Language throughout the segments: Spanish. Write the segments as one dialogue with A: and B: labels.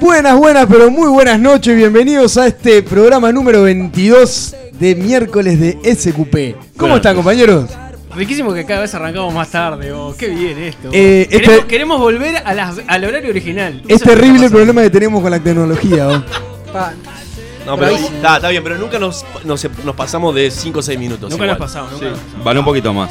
A: Buenas, buenas, pero muy buenas noches. Bienvenidos a este programa número 22 de miércoles de SQP. ¿Cómo
B: Buenas
A: están,
B: noches.
A: compañeros?
C: Riquísimo que cada vez arrancamos más tarde, vos. Qué bien esto.
A: Eh,
C: queremos,
A: este-
C: queremos volver a las- al horario original.
A: Es
C: Eso lo
A: terrible
C: que
A: el
C: pasa.
A: problema que tenemos con la tecnología. ¿o? este-
B: No, pero está, está bien, pero nunca nos, nos, nos pasamos de 5 o 6 minutos.
C: Nunca
B: igual.
C: nos pasamos, nunca nos pasamos.
D: Vale un poquito más.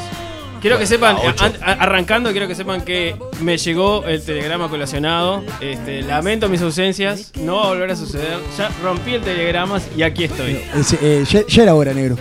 C: Quiero que sepan,
B: a ocho.
C: an- a- arrancando, quiero que sepan que me llegó el telegrama colacionado. Este, lamento mis ausencias, no va a volver a suceder. Ya rompí el telegrama y aquí estoy.
A: Es, eh, ya, ya era hora, negro.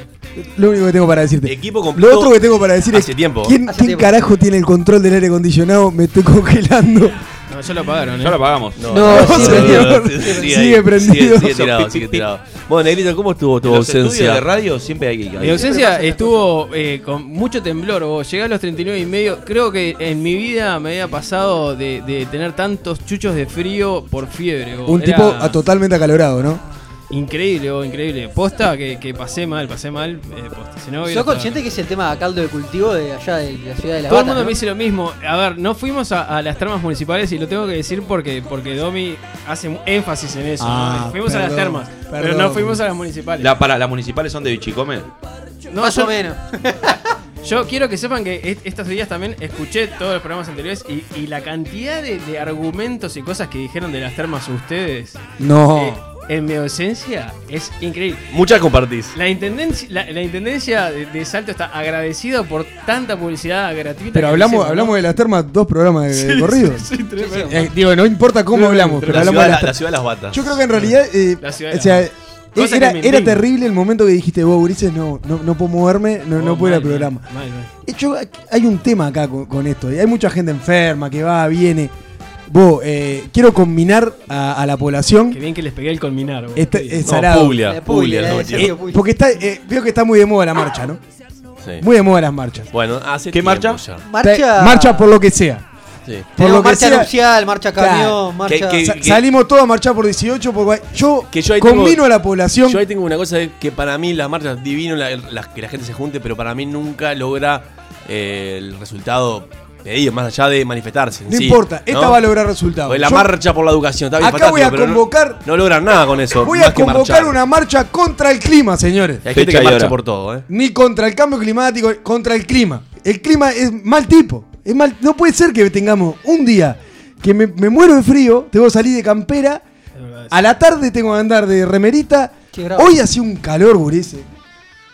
A: Lo único que tengo para decirte.
B: Equipo completo
A: Lo otro que tengo para decir
B: hace
A: es:
B: tiempo.
A: ¿quién,
E: Hace
A: quién
E: tiempo.
A: carajo tiene el control del aire acondicionado? Me estoy congelando.
C: No, ya lo pagaron, ¿eh?
D: Ya lo pagamos.
E: No, sí,
A: señor. Sigue
B: ahí,
A: prendido.
B: Sigue, sigue tirado, sigue tirado. Bueno, Negrito, ¿cómo estuvo tu
D: Los
B: ausencia?
D: estudios de radio siempre hay que...
C: Mi ausencia estuvo eh, con mucho temblor, vos. Llegué a los 39 y medio. Creo que en mi vida me había pasado de, de tener tantos chuchos de frío por fiebre. vos.
A: Un
C: Oh, Era
A: tipo a- totalmente acalorado, ¿no?
C: Increíble, vos, increíble. Posta que, que pasé mal, pasé mal. eh, posta. Si no, hubiera
E: ¿Sos
C: estado-
E: consciente que es el tema de caldo de cultivo de allá de la ciudad de La
C: Todo el
E: Bata,
C: mundo
E: no?
C: me dice lo mismo. A ver, no fuimos a, a las termas municipales y lo tengo que decir porque, porque Domi hace un énfasis en eso.
A: Ah,
C: ¿no? Fuimos a las
A: perdón,
C: termas, pero
A: perdón.
C: no fuimos a las municipales.
D: La, para, ¿Las municipales son de Bichicome?
C: No,
E: Más
C: yo-
E: o menos.
C: Yo quiero que sepan que est- estos días también escuché todos los programas anteriores y, y la cantidad de, de argumentos y cosas que dijeron de las termas ustedes
A: No.
C: eh, en mi ausencia es increíble.
B: Muchas compartís.
C: La intendencia, la, la intendencia de, de Salto está agradecida por tanta publicidad gratuita.
A: Pero
C: que
A: hablamos,
C: hicimos, ¿no?
A: hablamos de las termas, dos programas de, de corrido.
C: Sí, sí, tremendo.
E: Sí, sí.
A: Eh, digo, no importa cómo hablamos, pero
B: La
A: hablamos
B: ciudad,
A: de
B: la,
A: las
B: la
A: termas.
B: ciudad de las batas.
A: Yo creo que en realidad, eh,
C: La ciudad de
A: o sea, e-
C: la- Cosa
A: era,
C: que me
A: era
C: indigna.
A: terrible el momento que dijiste vos, Ulises, no, no, no puedo moverme, no, no
C: Oh,
A: puedo ir al
C: mal,
A: programa.
C: mal, mal.
A: Eh, yo- hay un tema acá con, con esto, y hay mucha gente enferma que va, viene. Vos, eh, quiero combinar a, a la población,
C: Qué bien que les pegué el culminar. vos.
A: está, es
B: No,
A: salado.
B: Puglia.
E: La
B: Puglia,
E: Puglia,
B: no,
E: la de
B: tío.
E: Sergio.
A: porque está, eh, veo que está muy de moda la marcha, ¿no?
B: Sí.
A: Muy de moda las marchas.
B: Bueno, hace
D: ¿Qué
B: tiempo
D: marcha?
B: ya.
A: Está-
E: Marcha.
A: marcha por lo que sea.
B: Sí.
A: Por
E: Tenemos
A: lo que
E: marcha
A: sea-
E: nupcial, marcha
A: Claro.
E: camión, marcha.
B: que-
A: Sa- salimos todos a marchar por 18, por, yo,
B: Que yo ahí
A: combino
B: tengo-
A: a la población.
B: Yo ahí tengo una cosa de que para mí las marchas divino la- la- que la gente se junte, pero para mí nunca logra eh, el resultado pedido, más allá de manifestarse. en
A: no
B: sí,
A: importa, esta
B: ¿no?
A: va a lograr resultados.
B: Pues la
A: Yo-
B: marcha por la educación, está bien
A: Acá voy a
B: fantástico, pero no-
A: convocar-
B: No, logran nada con eso.
A: Voy
B: más
A: a
B: que
A: convocar
B: marchar.
A: una marcha contra el clima, señores.
B: Hay gente
D: Fecha
B: que
D: y
B: marcha
D: hora.
B: por todo, ¿eh?
A: Ni contra el cambio climático, contra el clima. El clima es mal tipo. Es mal, no puede ser que tengamos un día que me, me muero de frío, tengo que salir de campera, a la tarde tengo que andar de remerita.
E: Qué grave.
A: Hoy hace un calor, gurice.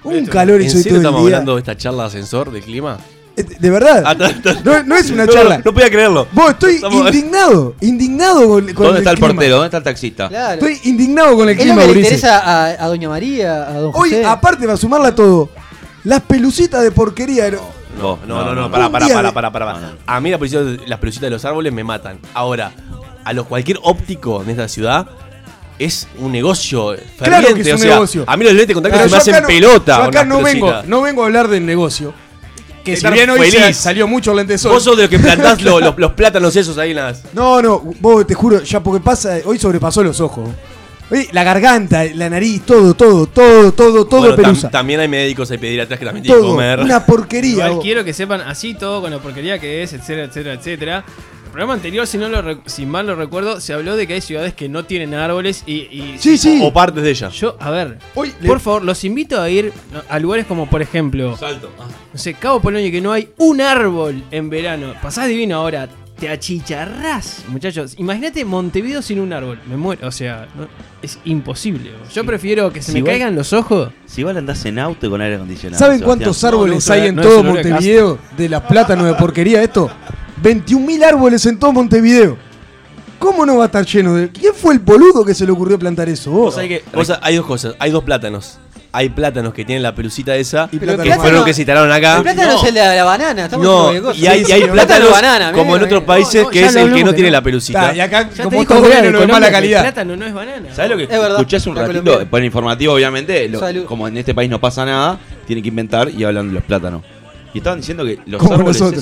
A: Un calor
B: ¿En
A: hizo hoy
B: serio
A: todo el
B: estamos
A: día.
B: hablando de esta charla de ascensor, de clima?
A: Eh, De verdad.
B: Ah, está- está-
A: No, no es una
B: No,
A: charla.
B: No, no podía creerlo.
A: Vos, estoy
B: Estamos-
A: indignado. Indignado con, con
D: ¿Dónde está el
A: clima.
D: portero? ¿Dónde está el taxista?
E: Claro.
A: Estoy indignado con el
E: Es lo
A: clima,
E: que le
A: gurises.
E: interesa a, a Doña María, a Don
A: Hoy,
E: José.
A: aparte, para sumarla a todo, las pelucitas de porquería. ¿no?
B: No, no, no,
D: para.
B: no, pará,
A: Un
B: pará,
A: día
B: pará,
A: de-
B: pará, pará. A mí las pelucitas, las pelucitas de los árboles me matan. Ahora, a los cualquier óptico en esta ciudad es un negocio ferviente.
A: Claro que es
B: o
A: un
B: sea,
A: negocio.
B: A mí los lentes de contacto
A: Pero
B: se me
A: yo acá
B: hacen
A: no-
B: pelota.
A: yo
B: con
A: acá
B: las
A: no vengo, Eh,
B: pelucitas.
A: no vengo a hablar del negocio. Que si
B: Estar
A: bien hoy se-
B: Eh, feliz.
A: salió mucho lente sol.
B: Vos sos de los que plantás lo- los, los plátanos esos ahí en las.
A: No, no, vos te juro, ya porque pasa, hoy sobrepasó los ojos. Hoy la garganta, la nariz, todo, todo, todo, todo, todo
B: Bueno, tam-
A: pelusa.
B: también hay médicos ahí pedir atrás que también tienen que
A: todo,
B: comer.
A: una porquería.
C: Igual
A: vos.
C: quiero que sepan así todo con la porquería que es, etcétera, etcétera, etcétera. El programa anterior, si, no lo re- si mal lo recuerdo, se habló de que hay ciudades que no tienen árboles y... y-
A: Sí, sí.
B: O partes de ellas.
C: Yo, a ver,
A: Hoy le-
C: por favor, los invito a ir a lugares como, por ejemplo,
D: Salto.
C: no sé, Cabo Polonio, que no hay un árbol en verano. Pasás divino ahora, te achicharrás, muchachos. Imagínate Montevideo sin un árbol. Me muero, o sea, no- es imposible. Yo prefiero que se
F: Sí,
C: me
F: igual-
C: caigan los ojos.
F: Si igual andás en auto y con aire acondicionado.
A: ¿Saben
F: Sebastián.
A: cuántos árboles
C: no, no,
A: hay en
C: no,
A: todo
C: no, no, no, no,
A: Montevideo? De las plátanos de porquería, esto. 21.000 árboles en todo Montevideo. ¿Cómo no va a estar lleno de.? ¿Quién fue el boludo que se le ocurrió plantar eso? vos?
B: Vos sabés que- vos sabés- hay dos cosas. Hay dos plátanos. Hay plátanos que tienen la pelucita esa.
A: Y
B: que
A: plátano
E: plátano-
B: fueron los que se instalaron acá.
E: El plátano
B: No.
E: es el de la, la banana. Estamos
B: No,
E: hablando de cosas.
B: y hay, y hay
E: El
B: plátanos
E: banana, mirá
B: como en
E: que-
B: otros países
C: no,
B: que
C: ya
B: es
C: lo
B: el que no
C: hablamos,
B: tiene
C: pero-
B: la pelucita.
A: Está, y acá,
C: Ya
A: como
C: te
A: todo
C: dijo Brian
A: viene de
C: Colombia
A: mala
C: que El
A: calidad.
C: plátano no es banana.
D: ¿Sabes lo que
E: Es verdad,
F: escuchás un
E: la
F: ratito?
E: colombiana.
F: Por el informativo, obviamente, lo-
E: Salud.
F: como en este país no pasa nada, tienen que inventar y hablan de los plátanos. Y estaban diciendo que los
A: Como
F: árboles
A: nosotros.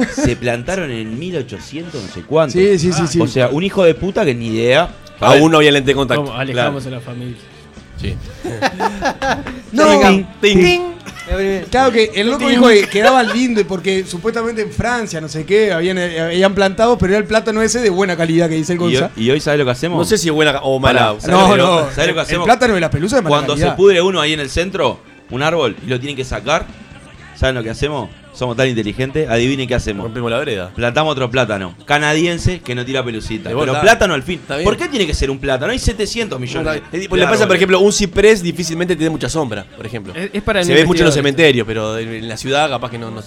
F: esos se plantaron en 1800 no sé cuánto.
A: Sí, sí, sí, sí.
F: O sea, un hijo de puta que ni idea.
B: Aún no había lente de contacto.
C: Como alejamos a la familia.
B: claro. Sí.
A: No,
E: Ting,
B: Ting.
A: Claro que el loco dijo que quedaba lindo y porque supuestamente en Francia, no sé qué, habían, eh, habían plantado, pero era el plátano ese de buena calidad que dice el
D: Y,
A: Gonzalo.
D: hoy- y hoy, ¿sabes lo que hacemos?
B: No sé si es buena o mala.
D: Pará,
B: ¿sabes
A: No,
B: lo que-
A: no,
D: ¿sabés lo que
A: el
D: hacemos?
A: plátano de las pelusas es mala
D: Cuando se
A: calidad.
D: pudre uno ahí en el centro, un árbol, y lo tienen que sacar, ¿saben lo que hacemos? Somos tan inteligentes, adivinen qué hacemos.
B: Rompimos la vereda.
D: Plantamos otro plátano canadiense que no tira pelucita.
B: Y vos,
D: Pero
B: está-
D: plátano al fin.
B: está bien.
D: ¿Por qué tiene que ser un plátano? Hay 700 millones.
B: Es tipo,
D: de
B: le pasa, por
D: árboles.
B: ejemplo, un ciprés difícilmente tiene mucha sombra, por ejemplo.
C: Es, es para
B: Se ve mucho en
C: investigadores.
B: los cementerios, pero en en la ciudad capaz que no. no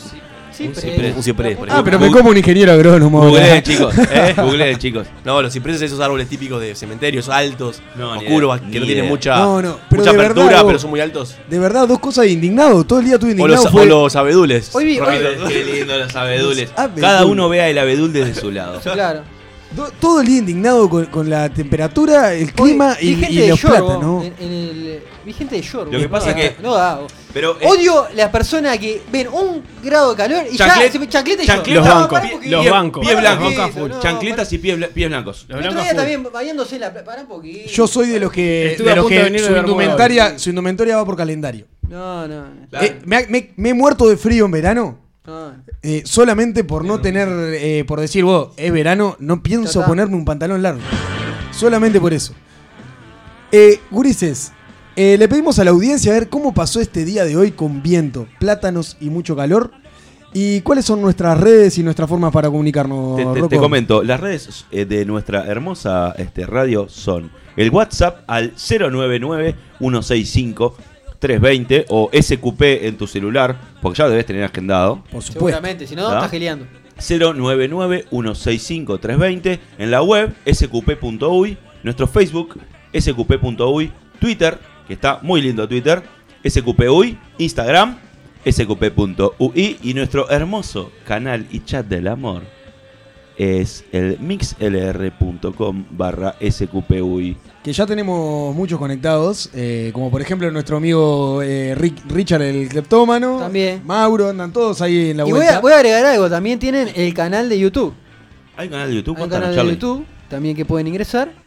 E: Sí,
B: un
E: pero-
B: ciprés, un ciprés, por
A: Ah,
B: ejemplo.
A: pero me como un ingeniero agrónomo.
D: Googleen,
A: ¿verdad?
D: chicos. ¿eh? Googleen, chicos.
B: No, los cipreses esos árboles típicos de cementerios altos,
D: No, ni
B: oscuros,
D: idea,
B: que
D: ni
B: no tienen
D: idea.
B: mucha,
A: No, no, pero
B: mucha
A: de verdad,
B: apertura,
A: vos-
B: pero son muy altos.
A: De verdad, dos cosas de indignado. Todo el día estuve
B: O
A: indignado.
B: los,
A: fue-
B: o los abedules.
E: Hoy vi- hoy-
B: Rápido.
D: Qué lindo los abedules.
A: Los abedules.
D: Cada uno vea el abedul desde su lado.
E: Claro.
A: do- todo el día indignado con, con la temperatura, el clima
E: Hoy
A: y,
E: vi gente
A: y
E: de
A: los
E: York,
A: plátanos.
E: en- en el- Vi gente de York.
D: Lo que
E: no
D: pasa
E: da,
D: que-
E: No da. vos.
D: Pero eh,
E: Odio las personas que ven un grado de calor y
D: Chanclet-
E: ya se me chancleta y
D: chancleta-
E: yo.
C: Los
E: No,
C: bancos,
E: pará un poquito.
C: los
D: pie-
C: bancos.
D: pie
E: Pará un
D: blanco.
E: poquito, no,
D: chancletas y pies, bla- pies blancos.
C: Los
E: pará. El otro
C: blancos
E: día
C: full.
E: también bañándose en la. Pará un poquito.
A: Yo soy de los que,
C: Estuve
A: de
C: a
A: los
C: punto de
A: que
C: venir de
A: su,
C: Bermuda,
A: indumentaria, su indumentaria va por calendario.
E: No, no. no.
D: Claro.
A: Eh, me, ha- me- me he muerto de frío en verano.
E: no.
A: eh, solamente por no tener, eh, por decir vos, es verano, no pienso
E: Total.
A: ponerme un pantalón largo. Solamente por eso. Eh, gurises, eh, le pedimos a la audiencia a ver cómo pasó este día de hoy con viento, plátanos y mucho calor. ¿Y cuáles son nuestras redes y nuestras formas para comunicarnos,
D: Te, te- te
A: Rocco?
D: comento, las redes eh, de nuestra hermosa este, radio son el WhatsApp al 099-165-320 o SQP en tu celular, porque ya lo debes tener agendado.
A: Por supuesto.
E: Seguramente, si no,
D: ¿Da?
E: estás geleando.
D: 099-165-320 en la web sqp.uy, nuestro Facebook sqp.uy, Twitter, que está muy lindo Twitter, sqpuy, Instagram sqp.ui y nuestro hermoso canal y chat del amor es el mixlr.com barra sqpuy.
A: Que ya tenemos muchos conectados, eh, como por ejemplo nuestro amigo eh, Rick- Richard el Cleptómano.
E: También.
A: Mauro, andan todos ahí en la
E: Y voy
A: vuelta.
E: a, voy a agregar algo. También tienen el canal de YouTube.
D: ¿Hay canal de YouTube?
E: Hay un
D: Contanos,
E: canal de
D: Charlie.
E: YouTube también que pueden ingresar.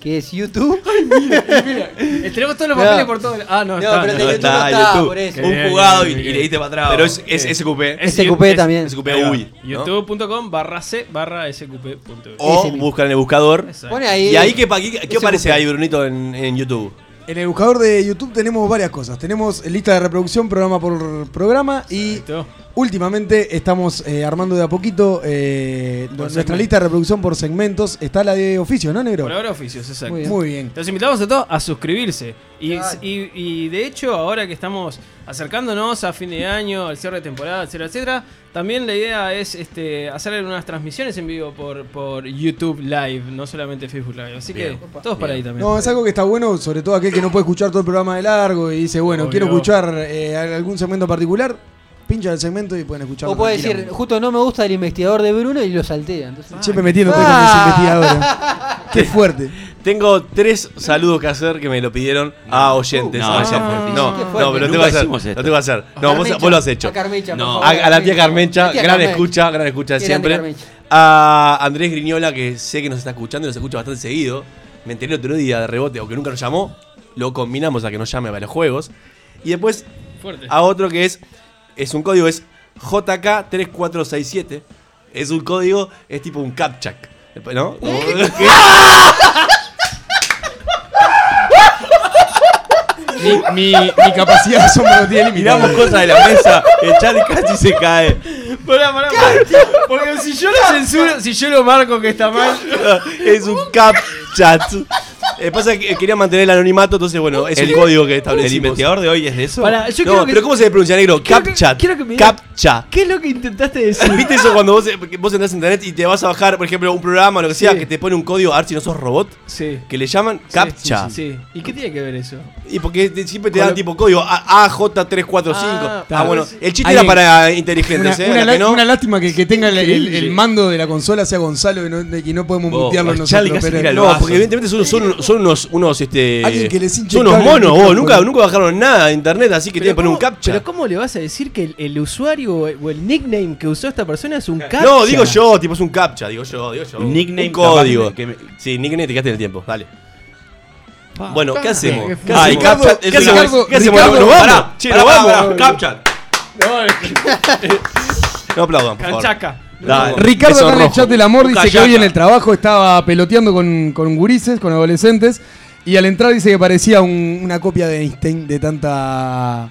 E: Que es YouTube.
C: Eh, Tenemos todos los
E: No.
C: papeles por todo. el- Ah, no,
E: No,
C: está. Eh,
E: pero
D: No
E: de YouTube no
D: está,
E: está,
D: YouTube.
E: por eso.
C: Bien,
D: Un jugado y,
C: bien,
D: y
C: bien.
D: le diste para atrás.
B: Pero es, es SQP.
C: Es-
E: SQP también.
B: SQP
C: Ahí va.
B: UI. ¿no?
C: YouTube.com barra C barra SQP.uy.
B: O
E: Ese mismo.
B: buscan en el buscador.
C: Exacto.
E: Pone ahí.
B: ¿Y ahí qué, pa- qué- qué
E: SQP.
B: aparece ahí, Brunito, en, en YouTube?
A: En el buscador de YouTube tenemos varias cosas. Tenemos lista de reproducción programa por programa y
C: Perfecto.
A: últimamente estamos eh, armando de a poquito eh, nuestra
C: segmento.
A: lista de reproducción por segmentos. Está la de oficio, ¿no, negro?
C: Por ahora oficios, exacto.
E: Muy bien.
A: Muy bien.
C: Los invitamos a todos a suscribirse. Y,
E: Claro.
C: y- y de hecho, ahora que estamos acercándonos a fin de año, al cierre de temporada, etcétera, etcétera, también la idea es este, hacer unas transmisiones en vivo por, por YouTube Live, no solamente Facebook Live. Así que todos para ahí también.
A: No, es algo que está bueno, sobre todo aquel que no puede escuchar todo el programa de largo y dice, bueno,
C: Obvio.
A: quiero escuchar eh, algún segmento particular. Pincha el segmento y pueden escucharlo.
E: O puede decir,
A: tranquilamente.
E: justo no me gusta el investigador de Bruno y lo saltea. Entonces,
A: Siempre metiéndote
E: Ah.
A: con los investigadores. Qué fuerte.
B: Tengo tres saludos que hacer que me lo pidieron a oyentes.
D: No,
B: a
D: ya
B: oyentes.
D: fue.
B: no,
E: Qué
B: no,
E: fuerte.
B: pero lo tengo
D: Nunca
B: que hacer. Lo
D: hicimos esto.
B: tengo que hacer. No, vos,
E: Carmencha,
B: vos lo has hecho.
E: A Carmencha,
D: No.
E: por
B: A,
E: favor,
B: a la tía Carmencha,
E: La tía
B: gran
E: Carmencha.
B: escucha, gran escucha
E: Qué grande
B: siempre.
E: Carmencha.
B: A Andrés Griñola, que sé que nos está escuchando y nos escucha bastante seguido. Me enteré otro día de rebote, aunque nunca nos llamó. Lo combinamos a que nos llame para los juegos. Y después
C: Fuerte.
B: a otro que es, es un código, es JK3467. Es un código, es tipo un CAPTCHA, ¿no? Como-
A: Mi, mi capacidad de asombro tiene
D: Miramos cosas de la mesa, el chat casi se cae.
C: Pará, pará, pará. Porque si yo lo censuro, si yo lo marco que está mal,
B: es un cap chat. Eh, pasa que quería mantener el anonimato, entonces bueno, es un código que
D: El
B: establecimos.
D: investigador de hoy es de eso.
C: Pará, yo
B: No,
C: creo que-
B: pero ¿cómo se pronuncia negro?
C: Quiero que-
B: Captcha.
C: quiero que me digas-
B: Captcha.
C: ¿qué es lo que intentaste decir?
B: ¿Viste eso cuando vos, eh, vos entras en internet y te vas a bajar, por ejemplo, un programa o lo que sea,
C: Sí.
B: que te pone un código, a ver si no sos robot?
C: Sí.
B: Que le llaman CAPTCHA.
C: Sí, sí. ¿Y qué tiene que ver eso?
B: Y porque te- siempre te
C: Con
B: dan
C: lo-
B: tipo código A- AJ345. Ah,
C: Ah,
B: bueno,
C: sí.
B: el chiste
A: Ahí
B: era
A: en-
B: para inteligentes,
A: Una,
B: ¿eh?
A: una
B: La que
A: lá-
B: no.
A: una lástima que el que tenga el, el-
C: Increíble.
A: el mando de la consola sea Gonzalo y no, de- y no podemos
D: Vos,
A: mutearlo
D: Charlie,
A: nosotros.
D: casi
A: pero-
D: tira el
B: No,
D: vaso.
B: porque evidentemente son, son, son unos, unos este.
A: Alguien que les hinche
B: son
A: el
B: unos
A: cable al
B: monos, vos.
A: micrófono.
B: Nunca, nunca bajaron nada de internet, así que tienen que poner un
C: cómo-
B: captcha.
C: Pero ¿cómo le vas a decir que el, el usuario o el, o el nickname que usó esta persona es un captcha?
B: No, digo yo, tipo es un captcha, digo yo, digo yo.
D: Un nickname
B: Un código.
D: capaz que me-
B: Sí, nickname te quedaste en el tiempo, dale. Bueno, ¿qué hacemos?
C: qué fuerte.
B: ¿Qué hacemos?
F: Ay, Capchat
B: ¿Qué
F: es una-
B: hacemos? ¿Qué hacemos?
A: Ricardo,
B: ¿Nos vamos?
A: Ricardo,
B: Che,
F: Pará,
B: ¿nos
F: pará,
B: vamos?
F: pará, Capchat.
B: No aplaudan, por favor.
C: Canchaca.
B: Dale.
A: Ricardo
B: Beso
A: acá en el
B: rojo.
A: chat del amor dice que
F: Bucayaca.
A: hoy en el trabajo estaba peloteando con, con gurises, con adolescentes, y al entrar dice que parecía un- una copia de Einstein de tanta.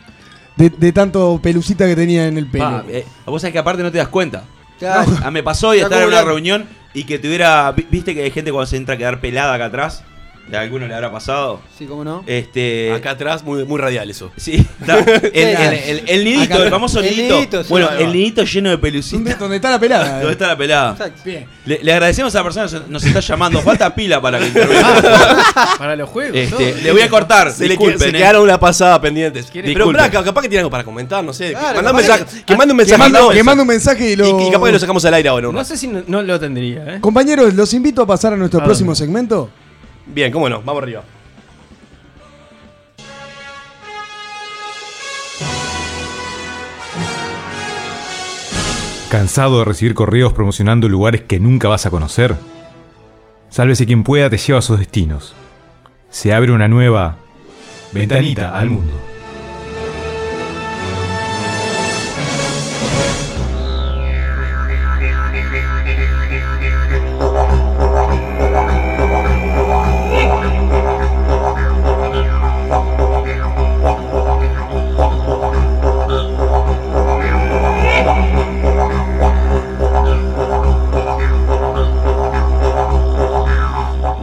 A: De, de tanto pelucita que tenía en el pelo.
D: Pa, eh, vos sabés que aparte no te das cuenta.
E: Claro.
D: Ah, me pasó y
E: Está
D: estar en una
E: acumulando.
D: reunión y que tuviera. vi- Viste que hay gente cuando se entra a quedar pelada acá atrás. que A alguno le habrá pasado.
E: Sí, cómo no.
D: Este.
B: Acá atrás, muy, muy radial eso.
D: Sí, está. El, el- el- el nidito,
E: Acá.
D: el famoso
E: El
D: nidito.
E: nidito, sí.
D: bueno,
E: Ahí
D: el
E: va.
D: nidito lleno de
A: ¿Dónde,
D: pelucita.
A: dónde está la pelada?
D: ¿Dónde está la pelada?
E: Exacto.
C: Bien.
D: Le, le agradecemos a la persona que nos está llamando. Falta pila para que intervenga.
C: Para los juegos.
B: Eh.
D: Este,
C: ¿no?
D: le voy a cortar.
B: Se, le que-
D: disculpen,
B: se
D: eh.
B: quedaron una pasada pendientes.
C: ¿Quieren?
B: Pero
D: Disculpen.
B: pará, ca- capaz que tiene algo para comentar, no sé.
E: Claro,
B: Mandá un
E: capaz
B: mensaje, que mande un
A: Que
B: mensaje.
A: manda-
B: mandá un
A: que manda un
B: mensaje.
A: mensaje y lo.
B: Y, y capaz que lo sacamos al aire ahora. un
C: No
B: rato.
C: sé si no, no lo tendría, ¿eh?
A: Compañeros, los invito a pasar a nuestro
C: ¿A
A: próximo
C: dónde?
A: segmento.
B: Bien, cómo no, vamos arriba.
G: ¿Cansado de recibir correos promocionando lugares que nunca vas a conocer? Sálvese quien pueda, te lleva a sus destinos. Se abre una nueva ventanita al mundo.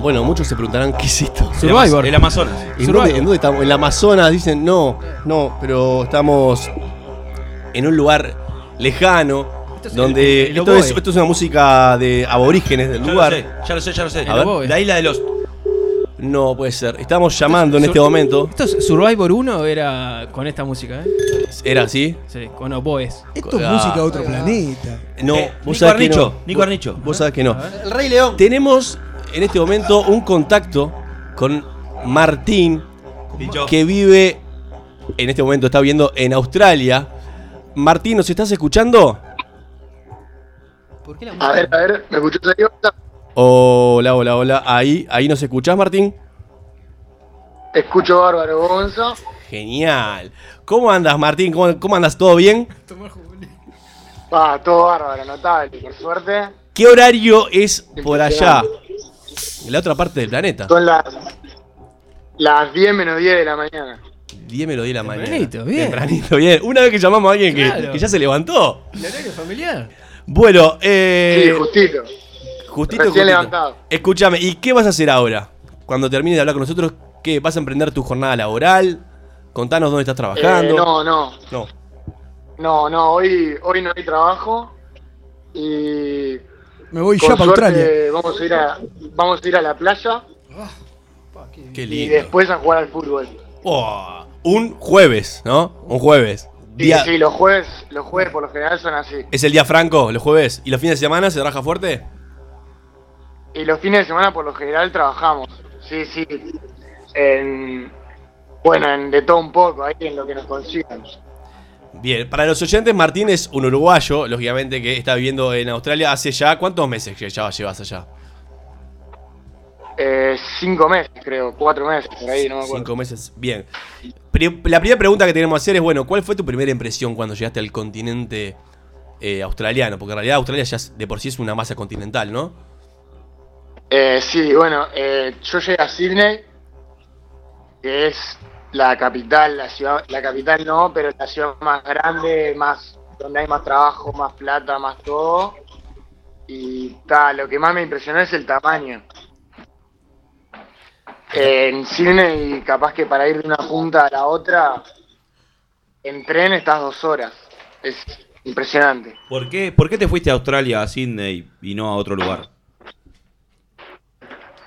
B: Bueno, muchos se preguntarán qué es esto.
D: El Ama- El Amazonas.
B: ¿En dónde, en dónde estamos? En la Amazonas dicen, no, no, pero estamos en un lugar lejano,
C: Esto es
B: donde
C: el- el
B: esto,
C: oboe.
B: es, esto es una música de aborígenes del
D: Ya lo
B: lugar.
D: sé, ya lo sé, ya lo sé.
B: A ver.
C: Oboe.
D: La isla de los.
B: No, puede ser. Estamos llamando en
C: Sur-
B: este momento.
C: Esto es Survivor 1 era con esta música, ¿eh?
B: ¿Era así?
C: Sí, con Oboes.
A: Esto es
B: Ah.
A: música de otro planeta.
B: No,
D: Eh,
B: vos
D: Nico
B: sabés que
D: Arnicho,
B: no.
D: Nico
B: Vos-
D: Arnicho.
B: Vos sabés que no.
E: El Rey León.
B: Tenemos en este momento un contacto con Martín,
D: Dicho.
B: que vive, en este momento está viviendo en Australia. Martín, ¿nos estás escuchando?
E: ¿Por qué la
H: A ver,
E: música?
H: a ver, ¿me escuchás ahí? Hola.
B: Hola, hola, hola. Ahí, ahí nos escuchás, Martín.
H: Te escucho bárbaro, Gonza.
B: Genial. ¿Cómo andas, Martín? ¿Cómo, cómo andas? ¿Todo bien?
H: Va, todo bárbaro, notable, por suerte.
B: ¿Qué horario es por allá? En la otra parte del planeta.
H: Son las, las 10 menos 10 de la mañana.
B: 10 melodía de la mañana.
C: Tempranito, bien.
B: Tempranito, bien. Una vez que llamamos a alguien que,
C: Claro.
B: que ya se levantó.
C: ¿El horario familiar?
B: Bueno,
H: Sí,
B: eh,
H: justito.
B: justito,
H: Recién
B: justito.
H: levantado.
B: Escúchame, ¿y qué vas a hacer ahora? Cuando termines de hablar con nosotros, ¿qué? ¿Vas a emprender tu jornada laboral? Contanos dónde estás
H: Eh,
B: trabajando.
H: no, no,
B: No.
H: no, no, hoy, hoy no hay trabajo. Y
A: Me voy
H: con
A: ya para Australia.
H: suerte vamos a ir a, vamos a ir a la playa
B: Qué
H: y
B: lindo.
H: después a jugar al fútbol.
B: Oh, un jueves, ¿no? Un jueves.
H: Sí,
B: Día-
H: sí, los jueves, los jueves por lo general son así.
B: Es el día franco, los jueves. ¿Y los fines de semana se trabaja fuerte?
H: Y los fines de semana por lo general trabajamos. Sí, sí. En, bueno, en de todo un poco, ahí en lo que nos consigan.
B: Bien, para los oyentes, Martín es un uruguayo, lógicamente, que está viviendo en Australia hace ya. ¿Cuántos meses que ya llevas allá?
H: Eh, cinco meses, creo, cuatro meses, por ahí, no me acuerdo.
B: Cinco meses. Bien. Pri- la primera pregunta que tenemos que hacer es: bueno, ¿cuál fue tu primera impresión cuando llegaste al continente eh, australiano? Porque en realidad Australia ya es- de por sí es una masa continental, ¿no?
H: Eh, sí, bueno, eh, yo llegué a Sydney, que es la capital, la ciudad, la capital no, pero la ciudad más grande, más donde hay más trabajo, más plata, más todo. Y ta, lo que más me impresionó es el tamaño. Eh, en Sydney, capaz que para ir de una punta a la otra, en tren estás dos horas. Es impresionante.
D: ¿Por qué, ¿Por qué te fuiste a Australia, a Sydney y no a otro lugar?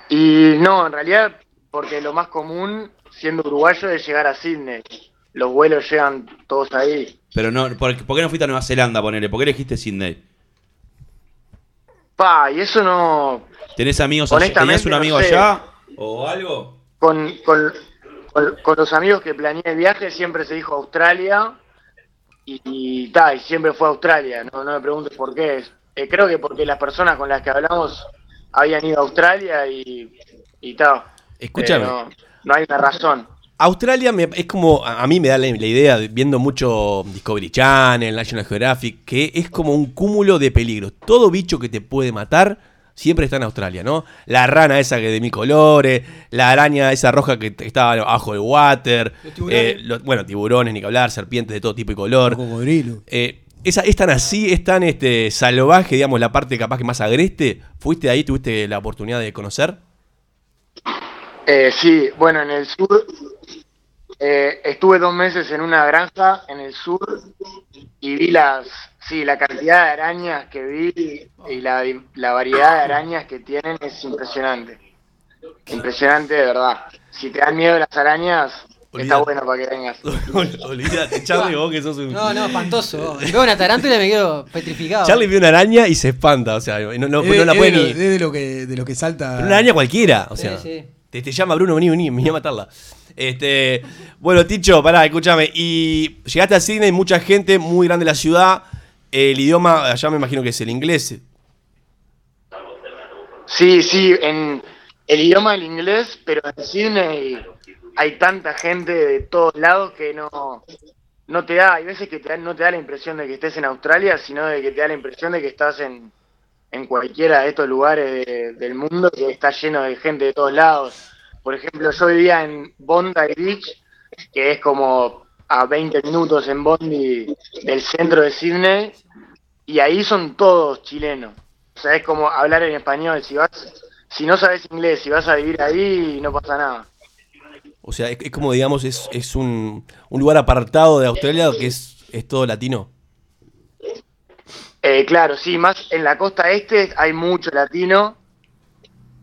H: Y no, en realidad, porque lo más común, siendo uruguayo, es llegar a Sydney. Los vuelos llegan todos ahí.
D: Pero no, ¿por, por qué no fuiste a Nueva Zelanda, ponele? ¿Por qué elegiste Sydney?
H: Pa, y eso no.
D: ¿Tenés amigos allá? ¿Tenías
H: Honestamente,
D: un
H: no
D: amigo
H: sé.
D: allá? ¿O algo?
H: Con, con, con, con los amigos que planeé el viaje siempre se dijo Australia. Y, y ta, y siempre fue a Australia. No, no me preguntes por qué. Eh, creo que porque las personas con las que hablamos habían ido a Australia y. y ta.
B: Escúchame.
H: Pero- No hay una razón.
B: Australia me- es como, a, a mí me da la, la idea, de- viendo mucho Discovery Channel, National Geographic, que es como un cúmulo de peligros. Todo bicho que te puede matar siempre está en Australia, ¿no? La rana esa que de mil colores, la araña esa roja que te- está abajo del water, eh, los- bueno, tiburones, ni que hablar, serpientes de todo tipo y color.
A: Cocodrilo.
B: Eh, esa, es tan así, es tan este, salvaje, digamos, la parte capaz que más agreste. ¿Fuiste ahí, tuviste la oportunidad de conocer?
H: Eh, sí, bueno, en el sur eh, estuve dos meses en una granja en el sur y vi las, sí, la cantidad de arañas que vi y la, la variedad de arañas que tienen es impresionante. Impresionante de verdad. Si te dan miedo las arañas, está
B: Olvídate.
H: bueno para que vengas.
B: Olvídate, Charlie, vos que sos un...
E: No, no, espantoso. Si Veo una tarántula y me quedo petrificado.
B: Charlie ve una araña y se espanta, o sea, no, no-
A: Es de-
B: no la
A: es
B: puede
A: de lo-
B: ni.
A: es Eh, de lo que, de lo que salta.
B: Pero Ah. una araña cualquiera, o
E: Sí,
B: sea.
E: sí.
B: Te, te llama Bruno, vení, vení, vení a matarla. Este, bueno, Ticho, pará, escúchame. Y llegaste a Sydney, mucha gente, muy grande la ciudad. El idioma, allá me imagino que es el inglés.
H: Sí, sí, en el idioma del inglés, pero en Sydney hay tanta gente de todos lados que no, no te da, hay veces que te da- no te da la impresión de que estés en Australia, sino de que te da la impresión de que estás en, en cualquiera de estos lugares de- del mundo que está lleno de gente de todos lados. Por ejemplo, yo vivía en Bondi Beach, que es como a 20 minutos en Bondi del centro de Sydney, y ahí son todos chilenos. O sea, es como hablar en español. Si vas, si no sabes inglés, si vas a vivir ahí, no pasa nada.
B: O sea, es, es como, digamos, es, es un, un lugar apartado de Australia que es, es todo latino.
H: Eh, claro, sí, más en la costa este hay mucho latino.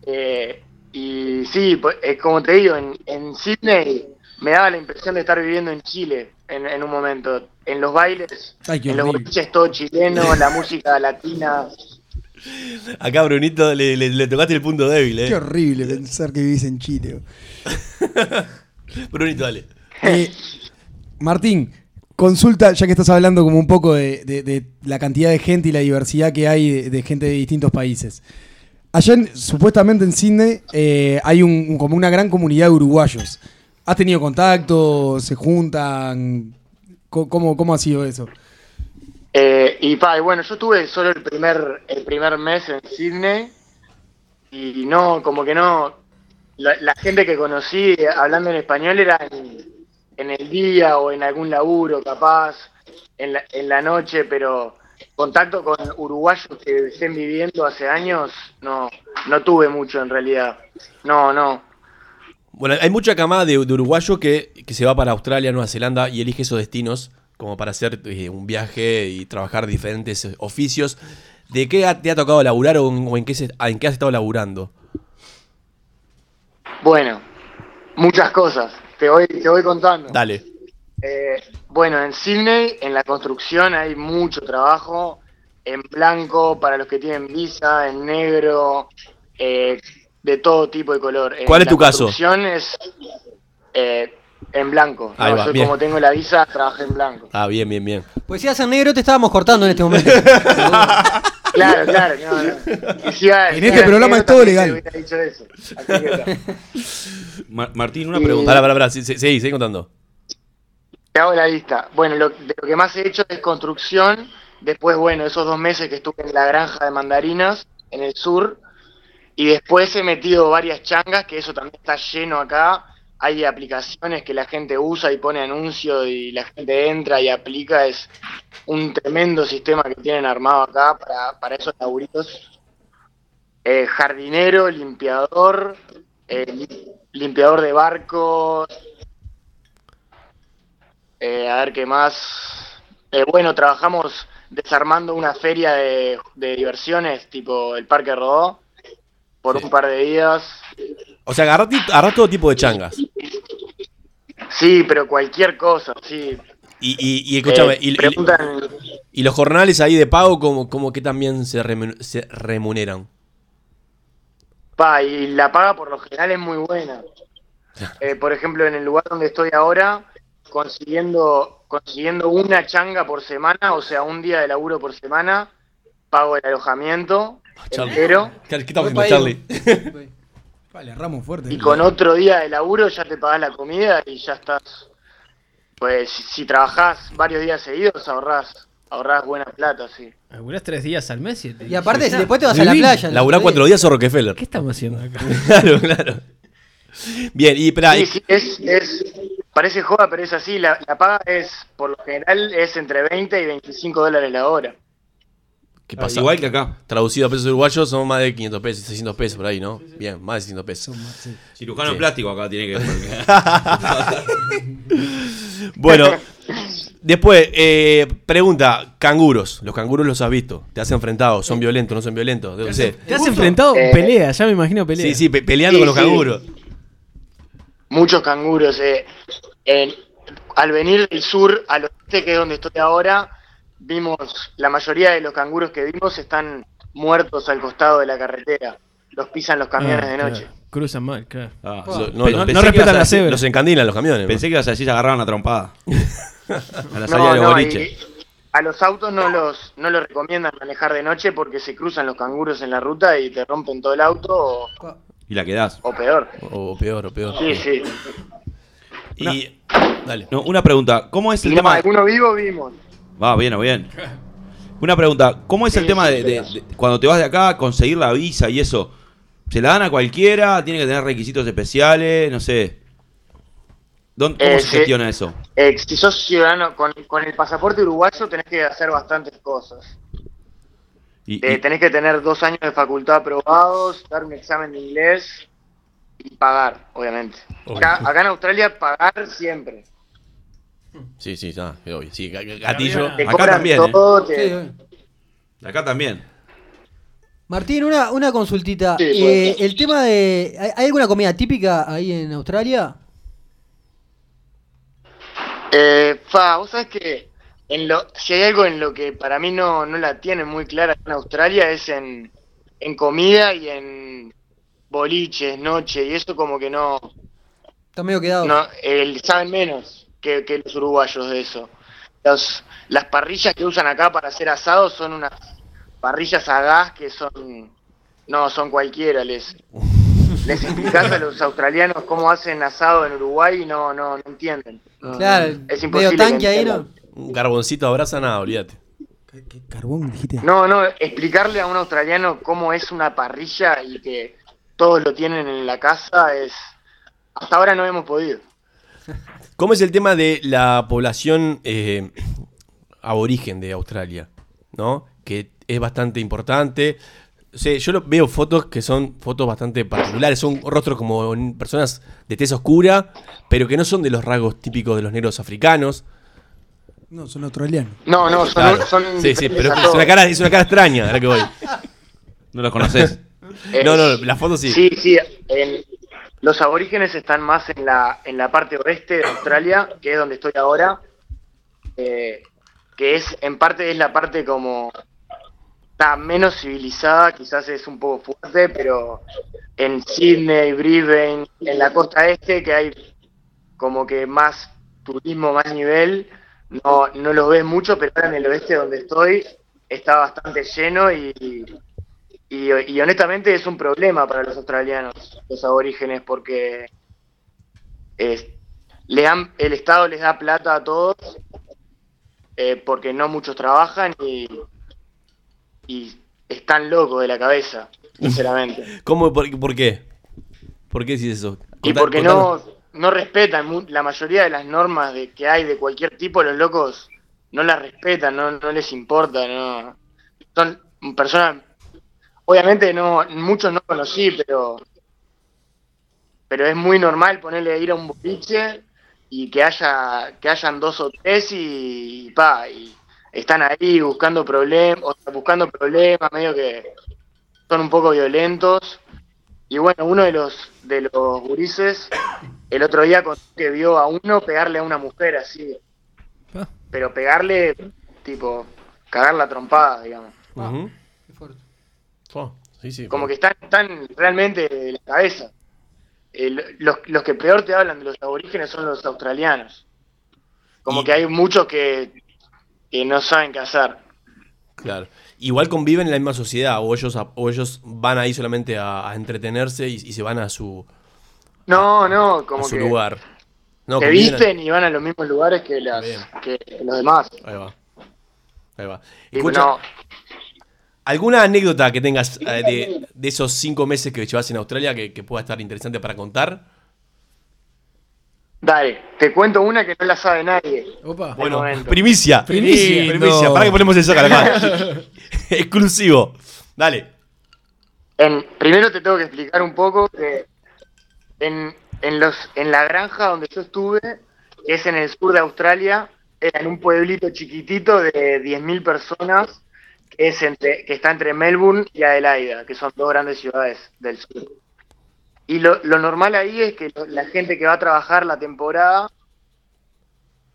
H: Eh, y sí, po- eh, como te digo, en, en Sydney me daba la impresión de estar viviendo en Chile en, en un momento. En los bailes,
A: Ay, qué
H: en los
A: horrible.
H: boliches todo chileno, la música latina.
B: Acá, Brunito, le, le- le tocaste el punto débil,
A: Qué
B: ¿eh?
A: horrible pensar que vivís en Chile. bro.
B: Brunito, dale.
A: Eh, Martín, consulta, ya que estás hablando como un poco de, de- de la cantidad de gente y la diversidad que hay de, de gente de distintos países. Allá, en- supuestamente en Sydney, eh, hay un, un- como una gran comunidad de uruguayos. ¿Has tenido contacto? ¿Se juntan? Co- ¿Cómo, cómo ha sido eso?
H: Eh, y pa, y bueno, yo estuve solo el primer, el primer mes en Sydney y no, como que no, la, la gente que conocí eh, hablando en español era en, en el día o en algún laburo capaz, en la, en la noche, pero contacto con uruguayos que estén viviendo hace años, no, no tuve mucho en realidad, no, no.
B: Bueno, hay mucha camada de, de uruguayos que, que se va para Australia, Nueva Zelanda y elige esos destinos como para hacer eh, un viaje y trabajar diferentes eh, oficios. ¿De qué ha- te ha tocado laburar o en, o en qué, se- ah, en qué has estado laburando?
H: Bueno, muchas cosas, te voy, te voy contando.
B: Dale.
H: Eh, bueno, en Sydney, en la construcción hay mucho trabajo, en blanco, para los que tienen visa, en negro, eh, de todo tipo de color. En
B: ¿Cuál es
H: la
B: tu caso?
H: construcción es, eh, en blanco.
B: Ahí
H: No,
B: va,
H: yo
B: bien.
H: como tengo la visa, trabajé en blanco.
B: Ah, bien, bien, bien.
E: Pues si hacen negro te estábamos cortando en este momento.
H: Claro, claro. no, no. Y si iba-
A: En
H: si
A: este
H: iba negro,
A: programa es todo
H: también
A: legal.
H: te hubiera dicho eso. Así que está.
D: Ma- Martín,
H: Y-
D: una pregunta.
B: Pará, pará, pará. sí, sí, Seguí, seguí contando.
H: Te hago la lista. Bueno, lo, de lo que más he hecho es construcción. Después, bueno, esos dos meses que estuve en la granja de mandarinas, en el sur. Y después he metido varias changas, que eso también está lleno acá. Hay aplicaciones que la gente usa y pone anuncio y la gente entra y aplica. Es un tremendo sistema que tienen armado acá para, para esos laburitos. Eh, jardinero, limpiador, eh, li- limpiador de barcos, eh, a ver qué más. Eh, bueno, trabajamos desarmando una feria de, de diversiones, tipo el Parque Rodó, por un par de días.
B: O sea, agarrás ti- agarrás todo tipo de changas. Y,
H: Sí, pero cualquier cosa, sí.
B: y, y escúchame,
H: Eh,
B: y, y-
H: preguntan.
B: y los jornales ahí de pago, ¿cómo, cómo que también se, remu- se remuneran?
H: Pa, y la paga por lo general es muy buena. Eh, por ejemplo, en el lugar donde estoy ahora, consiguiendo, consiguiendo una changa por semana, o sea, un día de laburo por semana, pago el alojamiento
B: Charlie.
H: entero.
B: ¿Qué, qué estamos
E: Voy
B: haciendo, Charlie?
E: pa' ahí, voy.
A: Vale, ramo fuerte.
H: Y con otro día de laburo ya te pagás la comida y ya estás. Pues si, si trabajás varios días seguidos, ahorrás, ahorrás buena plata, sí.
C: Laburás tres días al mes y, te-
E: Y aparte,
C: ya está.
E: después te vas a la
C: Divino. Eh,
E: playa.
B: Laburá cuatro días o Rockefeller.
C: ¿Qué estamos haciendo acá?
B: Claro, claro. Bien, y eh, pará,
H: Sí,
B: y-
H: sí, es, es, parece joda, pero es así. La, la paga es, por lo general, es entre 20 y 25 dólares la hora.
B: ¿qué pasa?
D: Igual que acá.
B: Traducido a pesos uruguayos son más de 500 pesos, 600 pesos por ahí, ¿no? Bien, más de 600 pesos.
A: Son más, sí.
D: Cirujano
B: Sí.
D: plástico acá tiene que.
B: Bueno, después, eh, pregunta, canguros. Los canguros los has visto, te has enfrentado, son violentos, no son violentos. No sé.
C: Te has enfrentado
H: Eh,
C: pelea, ya me imagino pelea.
B: Sí, sí, pe- peleando
H: Sí,
B: con los
H: sí.
B: canguros.
H: Muchos canguros. eh. En- al venir del sur al oeste, que es donde estoy ahora, vimos, la mayoría de los canguros que vimos están muertos al costado de la carretera. Los pisan los
C: Ah,
H: camiones de
C: claro.
H: noche.
C: Cruzan mal, claro.
D: Ah,
B: Lo-
D: pe-
B: los-
C: no
D: pensé que
C: respetan
D: ibas a
C: la
D: decir-
C: cebra.
B: Los encandilan los camiones. ¿no?
D: Pensé que ibas a decir se agarraban la trompada. A la salida
H: No,
D: del
H: no,
D: boliche.
H: y a los autos no los no los recomiendan manejar de noche porque se cruzan los canguros en la ruta y te rompen todo el auto o,
D: Y la quedás.
H: o peor.
B: O, o peor, o peor.
H: Sí, sí.
B: Y, dale.
D: No, una pregunta. ¿Cómo es el
H: Y no,
D: tema? de-
H: alguno vivo vimos.
D: Va, bien, bien. Una pregunta, ¿cómo es el
H: Sí,
D: tema
H: sí,
D: de, de-
H: sí.
D: de- cuando te vas de acá, conseguir la visa y eso? ¿Se la dan a cualquiera? ¿Tiene que tener requisitos especiales? No sé. ¿Dónde- ¿Cómo
H: Eh,
D: se
H: sí.
D: gestiona eso?
H: Eh, si sos ciudadano con, con el pasaporte uruguayo tenés que hacer bastantes cosas.
D: Y-
H: Eh,
D: y-
H: tenés que tener dos años de facultad aprobados, dar un examen de inglés y pagar, obviamente. Acá, acá en Australia pagar siempre.
B: Sí, sí, está, obvio. Sí, ga- ga- gatillo.
H: Te
D: Acá
H: cobran
D: también, ¿eh?
H: todo, te-
D: acá también.
E: Martín, una, una consultita.
H: Sí,
E: Eh,
H: puede ser.
E: el tema de. ¿hay- ¿Hay alguna comida típica ahí en Australia?
H: Eh, fa, vos sabés que en lo, si hay algo en lo que para mí no, no la tienen muy clara en Australia es en, en comida y en boliches, noche, y eso como que no,
E: Está medio quedado.
H: no el- saben menos que, que los uruguayos de eso. Los- las parrillas que usan acá para hacer asados son unas parrillas a gas que son, no, son cualquiera, les... Les explicás a los australianos cómo hacen asado en Uruguay y no, no, no entienden. No,
E: Claro,
H: no, es imposible.
E: medio
H: que
E: tanque ahí, ¿no?
H: entiendan.
B: Un carboncito abraza nada, olvídate.
A: ¿Qué, qué carbón dijiste?
H: No, no, explicarle a un australiano cómo es una parrilla y que todos lo tienen en la casa es... Hasta ahora no hemos podido.
B: ¿Cómo es el tema de la población eh, aborigen de Australia? ¿No? Que es bastante importante. O sea, yo lo- veo fotos que son fotos bastante particulares, son rostros como en personas de tez oscura, pero que no son de los rasgos típicos de los negros africanos.
A: No, son australianos.
H: No, no, son...
B: Claro.
H: son
B: sí, sí,
H: diferentes
B: pero
H: a
B: es una
H: todos.
B: cara, es una cara extraña a la que voy.
D: No los conoces.
H: Eh,
B: No, no, las fotos sí.
H: Sí, sí, en- los aborígenes están más en la, en la parte oeste de Australia, que es donde estoy ahora, eh, que es en parte es la parte como está menos civilizada, quizás es un poco fuerte, pero en Sydney, Brisbane, en la costa este, que hay como que más turismo, más nivel, no, no lo ves mucho, pero ahora en el oeste donde estoy está bastante lleno y, y, y honestamente es un problema para los australianos, los aborígenes, porque es- le dan- el Estado les da plata a todos eh, porque no muchos trabajan y, y están locos de la cabeza, sinceramente.
B: ¿Cómo, por, por qué? ¿Por qué decís eso?
H: y
B: Contá-
H: porque
B: contanos.
H: no, no respetan mu- la mayoría de las normas de, que hay de cualquier tipo, los locos no las respetan, no, no les importa, no son personas obviamente no muchos no conocí pero pero es muy normal ponerle ir a un boliche y que haya que hayan dos o tres y, y pa y están ahí buscando problemas buscando problemas medio que son un poco violentos y bueno uno de los de los gurises el otro día contó que vio a uno pegarle a una mujer así
C: Ah.
H: pero pegarle tipo cagar la trompada digamos
B: Ujú. Oh, sí, sí.
H: como que están, están realmente de la cabeza. Eh, lo- los, los que peor te hablan de los aborígenes son los australianos. Como
B: Y-
H: que hay muchos que, que no saben qué hacer.
B: Claro. Igual conviven en la misma sociedad, o ellos, a- o ellos van ahí solamente a, a entretenerse y, y se van a su,
H: No, no,
B: a
H: como
B: su
H: que
B: lugar. No,
H: se
B: conviven a-
H: visten y van a los mismos lugares que, las,
B: Bien.
H: que los demás.
B: Ahí va. Ahí va.
H: Y
B: Escucha,
H: no,
B: ¿alguna anécdota que tengas eh, de, de esos cinco meses que llevas en Australia que, que pueda estar interesante para contar?
H: dale, te cuento una que no la sabe nadie.
C: Opa.
B: Bueno,
H: momento.
B: primicia.
C: Primicia.
B: Eh, Primicia.
C: No.
B: ¿Para que ponemos eso acá? acá. Exclusivo. Dale.
H: En- primero te tengo que explicar un poco que en, en los, en la granja donde yo estuve, que es en el sur de Australia, era en un pueblito chiquitito de 10.000 personas, que, es entre, que está entre Melbourne y Adelaida, que son dos grandes ciudades del sur. Y lo, lo normal ahí es que lo- la gente que va a trabajar la temporada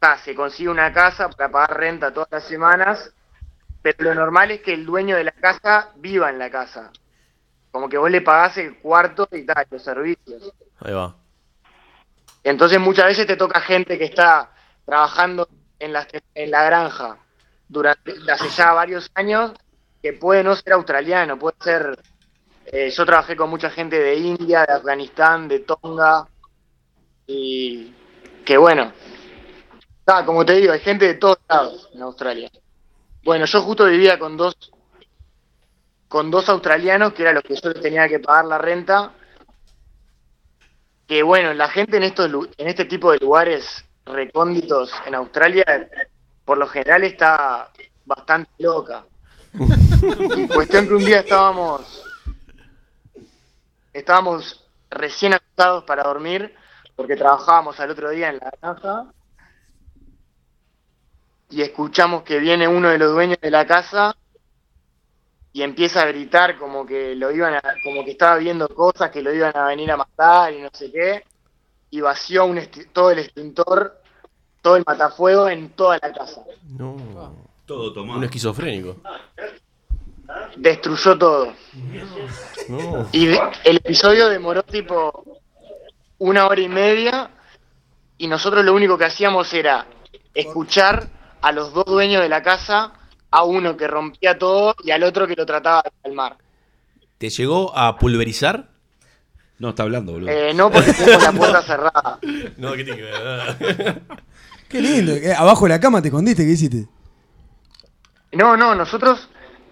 H: ta, se consigue una casa para pagar renta todas las semanas, pero lo normal es que el dueño de la casa viva en la casa como que vos le pagás el cuarto y tal, los servicios.
B: Ahí va.
H: Entonces muchas veces te toca gente que está trabajando en la, en la granja durante hace ya varios años, que puede no ser australiano, puede ser... eh, yo trabajé con mucha gente de India, de Afganistán, de Tonga, y que bueno, ta, Ah, como te digo, hay gente de todos lados en Australia. Bueno, yo justo vivía con dos con dos australianos, que eran los que yo les tenía que pagar la renta. Que bueno, la gente en estos lu- en este tipo de lugares recónditos en Australia, por lo general está bastante loca. Y cuestión que un día estábamos estábamos recién acostados para dormir porque trabajábamos al otro día en la granja y escuchamos que viene uno de los dueños de la casa y empieza a gritar como que lo iban a, como que estaba viendo cosas que lo iban a venir a matar y no sé qué y vació un esti- todo el extintor todo el matafuego en toda la casa
B: No.
F: Todo
B: Un
F: tomado.
B: esquizofrénico.
H: destruyó todo
B: No.
H: y de- el episodio demoró tipo una hora y media y nosotros lo único que hacíamos era escuchar a los dos dueños de la casa a uno que rompía todo y al otro que lo trataba de calmar
B: ¿Te llegó a pulverizar?
F: No, está hablando, boludo.
H: Eh, no porque tenemos la puerta cerrada
B: No, que tiene que ver.
A: Qué lindo. Eh, Abajo de la cama te escondiste, ¿qué hiciste?
H: No, no, nosotros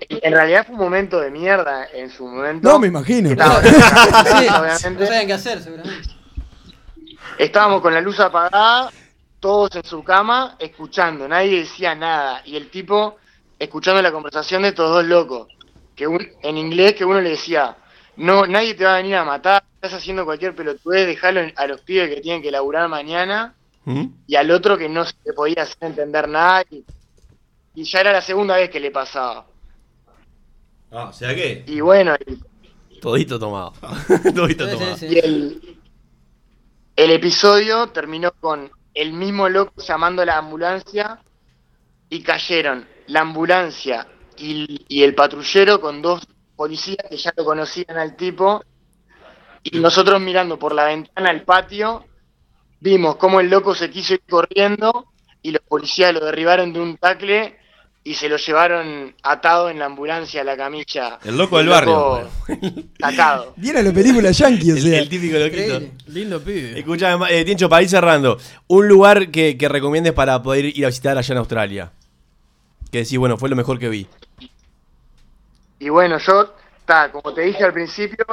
H: en realidad fue un momento de mierda en su momento.
A: No, me imagino.
H: Estaba-
E: Sí,
H: obviamente.
E: no saben qué hacer, seguramente.
H: Estábamos con la luz apagada, todos en su cama, escuchando, nadie decía nada. Y el tipo escuchando la conversación de estos dos locos, que un- en inglés que uno le decía, no, nadie te va a venir a matar, estás haciendo cualquier pelotudez, dejalo en- a los pibes que tienen que laburar mañana, y al otro que no se le podía hacer entender nada, y- y ya era la segunda vez que le pasaba.
F: Ah, o sea que.
H: Y bueno, y
B: Todito tomado. Todito
E: Sí,
B: tomado.
E: sí,
H: Y el, el episodio terminó con el mismo loco llamando a la ambulancia y cayeron la ambulancia y, y el patrullero con dos policías que ya lo conocían al tipo y nosotros mirando por la ventana al patio vimos cómo el loco se quiso ir corriendo y los policías lo derribaron de un tacle y se lo llevaron atado en la ambulancia a la camilla.
F: El loco del
H: El loco
F: barrio.
H: Sacado.
A: Viera la película yankee, o
B: El,
A: sea.
B: el típico loquito.
E: Increíble.
C: Lindo pibe.
B: Escucha, eh, Tiencho, para ir cerrando, un lugar que, que recomiendes para poder ir a visitar allá en Australia. Que decís, bueno, fue lo mejor que vi.
H: Y bueno, yo, ta, como te dije al principio,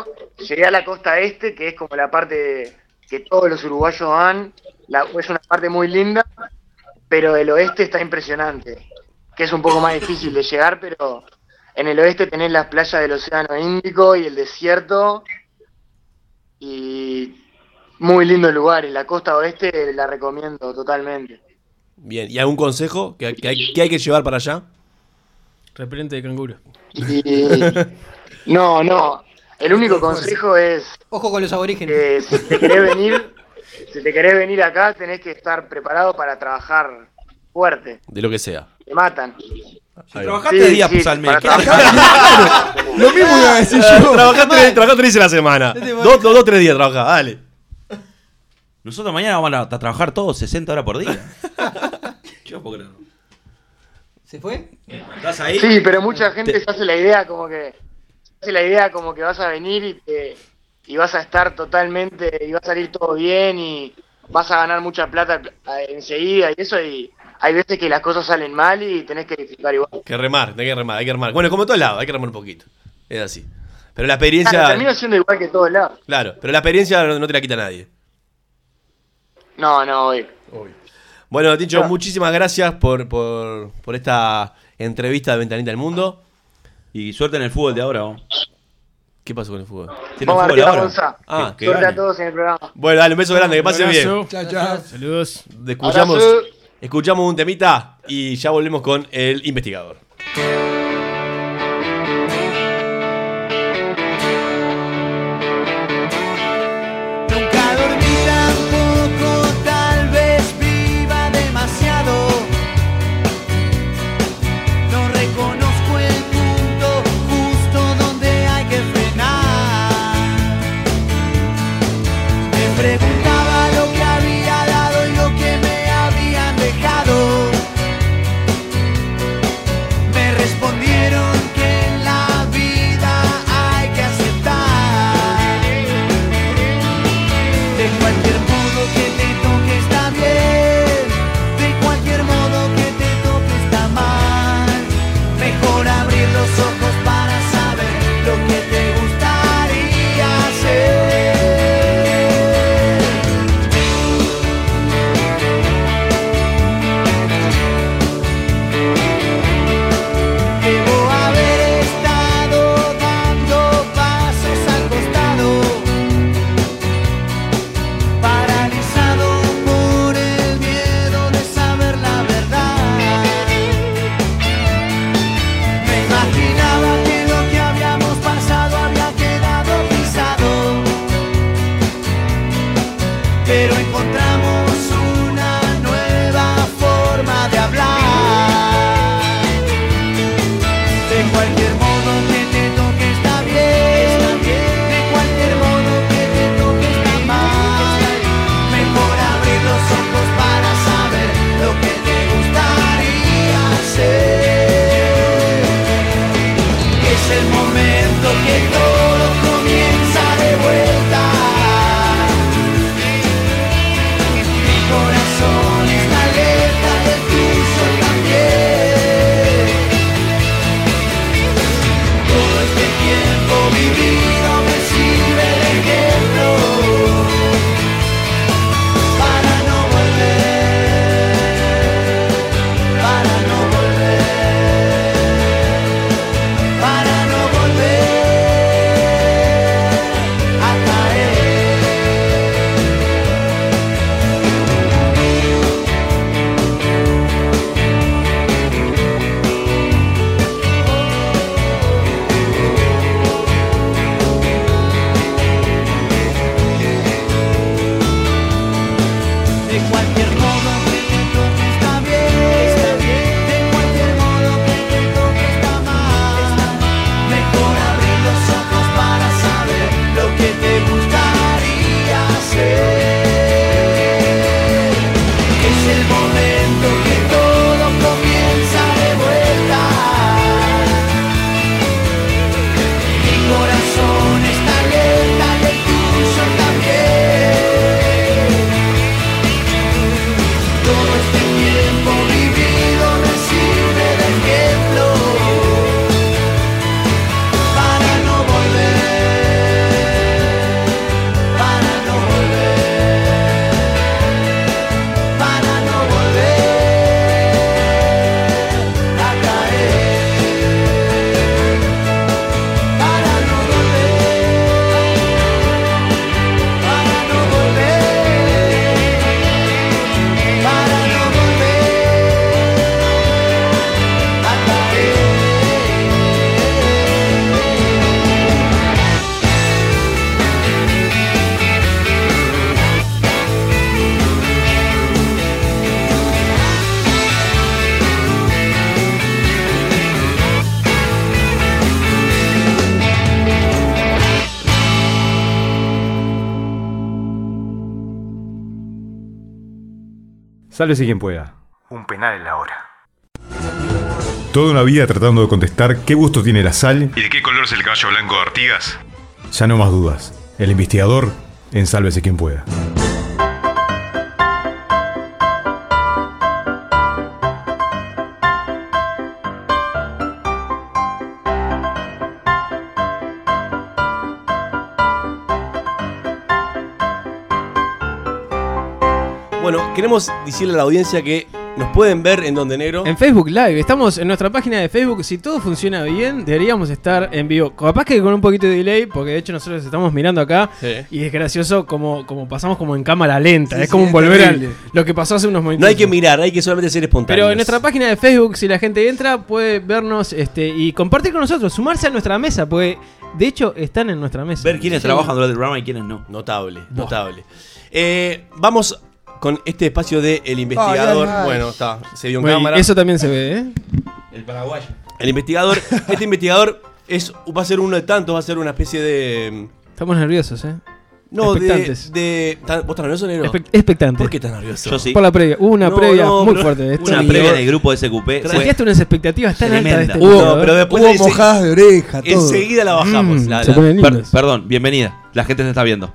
H: llegué a la costa este, que es como la parte que todos los uruguayos van. La- es una parte muy linda, pero el oeste está impresionante. Que es un poco más difícil de llegar, pero en el oeste tenés las playas del Océano Índico y el desierto. Y muy lindo el lugar. Y la costa oeste la recomiendo totalmente.
B: Bien, ¿y algún consejo que, que hay, que hay que llevar para allá?
C: Repelente de canguro.
H: Y, no, no. El único consejo es
E: Ojo con los aborígenes.
H: que si te querés venir, si te querés venir acá, tenés que estar preparado para trabajar fuerte.
B: De lo que sea.
H: Te matan.
B: Ahí va.
F: Trabajaste
H: Sí,
F: días
H: sí,
B: pues,
F: al mes.
H: para
F: ¿Qué
H: trabajar.
A: Lo mismo iba a decir
B: Eh,
A: yo. Este
B: trabajá tres- trabajá tres veces a la semana. Dos, dos, dos, tres días trabajá,
A: Ah,
B: dale.
F: Nosotros mañana vamos a, a trabajar todos 60 horas por día. Yo puedo creerlo.
E: ¿Se fue?
D: ¿Estás ahí?
H: Sí, pero mucha gente se hace la idea como que se hace la idea como que vas a venir y te- y vas a estar totalmente y va a salir todo bien y vas a ganar mucha plata eh, enseguida y eso y hay veces que las cosas salen mal y tenés que disfrutar igual.
B: Que remar, hay que remar, hay que remar. Bueno, como en todos lados, hay que remar un poquito. Es así. Pero la
H: Claro, termino
B: experiencia.
H: siendo igual que todos lados.
B: Claro, pero la experiencia no, no te la quita nadie.
H: No, no, obvio.
B: Bueno, Tincho,
H: Claro.
B: muchísimas gracias por, por, por esta entrevista de Ventanita del Mundo.
D: Y suerte en el fútbol de ahora, vos.
B: ¿Qué pasó con el fútbol?
D: Sí, en el
H: Vamos
D: fútbol de
H: arriba,
D: ahora.
H: Gonza.
B: Ah,
D: que, que
H: Suerte a
D: gane.
H: todos en el programa.
B: Bueno, dale, un beso grande, que pase
C: Un
B: bien.
C: abrazo.
A: Chao, chao.
C: Saludos.
B: Escuchamos,
H: Abrazo.
B: escuchamos un temita y ya volvemos con el investigador.
I: Nunca dormí tan poco, tal vez viva demasiado. No reconozco el punto justo donde hay que frenar. Me preguntaba lo que había dado y lo que me habían dejado. Me respondieron que en la vida hay que aceptar. De cualquier modo que te toque está bien, de cualquier modo que te toque está mal. Mejor abrir los ojos para saber lo que te gustaría hacer. Debo haber estado dando pasos al costado paralizado por el miedo de saber la verdad. Me imaginaba que lo que habíamos pasado había quedado pisado, pero encontramos una nueva forma de hablar. De cualquier modo que te toque está bien, de cualquier modo que te toque está mal. Mejor abrir los ojos para saber lo que te gustaría hacer. Es el momento que todo comienza de vuelta. Mi corazón está alerta del tuyo también. Todo este tiempo vivido me sirve de ejemplo para no volver, para no volver, para no volver a caer. De cualquier modo que te toque está bien, de cualquier modo que te toque está mal. Mejor abrir los ojos para saber lo que te gustaría hacer. Es el momento que todo comienza de vuelta. Mi corazón está alerta y el tuyo también. Todo este tiempo vivido me sirve de ejemplo para no volver, para no volver, para no volver a caer, para no volver, para no volver. Para no volver a caer.
G: Sálvese quien pueda. Un penal en la hora. Toda una vida tratando de contestar qué gusto tiene la sal,
J: ¿Y de qué color es el caballo blanco de Artigas?
G: ya no más dudas. El investigador, en sálvese quien pueda.
B: Bueno, queremos decirle a la audiencia que nos pueden ver en Donde Negro.
C: En Facebook Live, estamos en nuestra página de Facebook. Si todo funciona bien, deberíamos estar en vivo. Capaz que con un poquito de delay, porque de hecho nosotros estamos mirando acá.
B: Sí.
C: Y es gracioso como, como pasamos como en cámara lenta.
A: Sí,
C: es como
A: sí,
C: un volver a
A: terrible.
C: lo que pasó hace unos momentos.
B: No hay que mirar, hay que solamente ser espontáneos.
C: Pero en nuestra página de Facebook, si la gente entra, puede vernos este, y compartir con nosotros, sumarse a nuestra mesa, porque de hecho están en nuestra mesa.
D: Ver quiénes
C: Sí.
D: trabajan durante el programa y quiénes no.
B: Notable, notable. Eh, vamos con este espacio de El Investigador.
A: Ay, ay, ay.
B: Bueno, está, se vio en
C: Güey,
B: cámara.
C: Eso también se ve, ¿eh?
D: El paraguayo.
B: El investigador, este investigador es, va a ser uno de tantos, va a ser una especie de.
C: Estamos nerviosos, ¿eh?
B: No, de,
C: Expectantes.
B: de. ¿Tan- ¿Vos estás nervioso, negro?
C: Expect- expectantes.
B: ¿Por qué estás nervioso?
D: Yo sí.
C: Por la previa. Hubo una
B: No,
C: previa
B: no,
C: muy
B: pero-
C: fuerte. Esto
D: Una
C: y-
D: previa del grupo de SQP. fue-
C: Planteaste unas expectativas tan altas de
D: Tremenda.
C: este
D: Hubo,
C: encuentro, ¿eh?
B: pero después
A: Hubo
B: ense-
A: mojadas de oreja, todo.
B: enseguida la bajamos.
C: Mm,
B: la-
C: se
B: la-
C: ponen
D: Per-
C: lindos.
D: perdón, bienvenida. La gente te está viendo.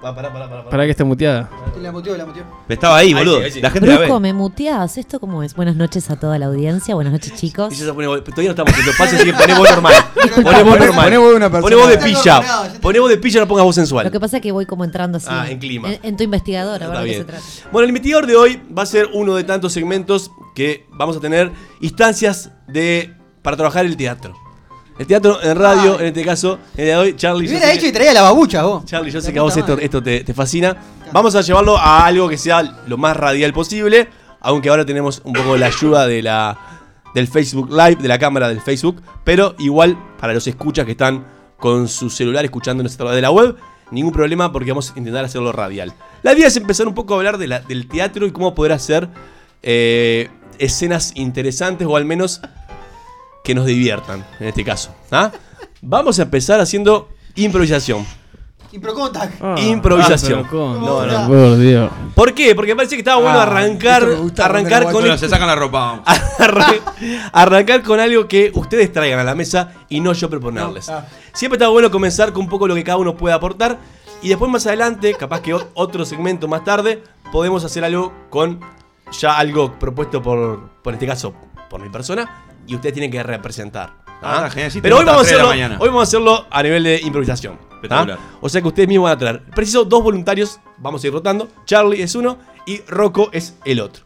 B: Pa- pará, pará, pará, pará.
C: Para que esté muteada.
E: La muteó, la muteó.
D: Estaba ahí,
B: sí,
D: boludo.
B: ahí sí.
D: La gente la
K: Bruco,
D: ve.
K: ¿me muteas? ¿Esto cómo es? Buenas noches a toda la audiencia, buenas noches
B: Y
K: chicos.
B: se pone, voz- todavía no estamos haciendo pases, así que poné voz normal. Poné voz
A: Poné-
B: normal.
A: poné voz de una persona.
B: Poné voz de
A: Está
E: coordinado,
B: pilla.
E: ya te-
B: Poné voz de pilla, no pongas voz sensual.
K: Lo que pasa es que voy como entrando así.
B: Ah, en clima.
K: En, en tu investigadora, a ver
B: Está
K: de qué
B: bien.
K: se trata.
B: Bueno, el investigador de hoy va a ser uno de tantos segmentos que vamos a tener instancias de para trabajar el teatro. El teatro en radio, en este caso, el día de hoy, Charlie.
E: Me
B: yo
E: hubiera
B: sé
E: hecho
B: que-
E: y traía la babucha vos.
B: Charlie, yo
E: La
B: sé que a vos
E: puta
B: esto,
E: madre.
B: esto te, te fascina. Vamos a llevarlo a algo que sea lo más radial posible. Aunque ahora tenemos un poco la ayuda de la, del Facebook Live, de la cámara del Facebook. Pero igual, para los escuchas que están con su celular escuchándonos a través de la web, ningún problema porque vamos a intentar hacerlo radial. La idea es empezar un poco a hablar de la- del teatro y cómo poder hacer eh, escenas interesantes o al menos que nos diviertan, en este caso. ¿ah? Vamos a empezar haciendo improvisación.
E: Improcontact. Ah,
B: Improvisación.
C: No,
E: no.
C: Por Dios.
B: ¿Por qué? Porque me parece que estaba bueno
A: Ah,
B: arrancar,
A: esto me gusta,
B: arrancar
A: cuando
B: con
D: Bueno, se sacan la ropa. vamos.
B: arran- arrancar con algo que ustedes traigan a la mesa y no yo proponerles. Siempre está bueno comenzar con un poco lo que cada uno puede aportar y después más adelante, capaz que o- otro segmento más tarde, podemos hacer algo con ya algo propuesto por, por este caso, por mi persona y ustedes tienen que representar. ¿ah?
D: Ah, genial, sí,
B: Pero hoy
D: tenemos hasta
B: vamos, a
D: las
B: hacerlo,
D: tres de la mañana.
B: hoy vamos a hacerlo a nivel de improvisación. ¿ah?
D: Espectacular.
B: O sea que ustedes mismos van a traer. Preciso dos voluntarios, vamos a ir rotando. Charlie es uno y Rocco es el otro.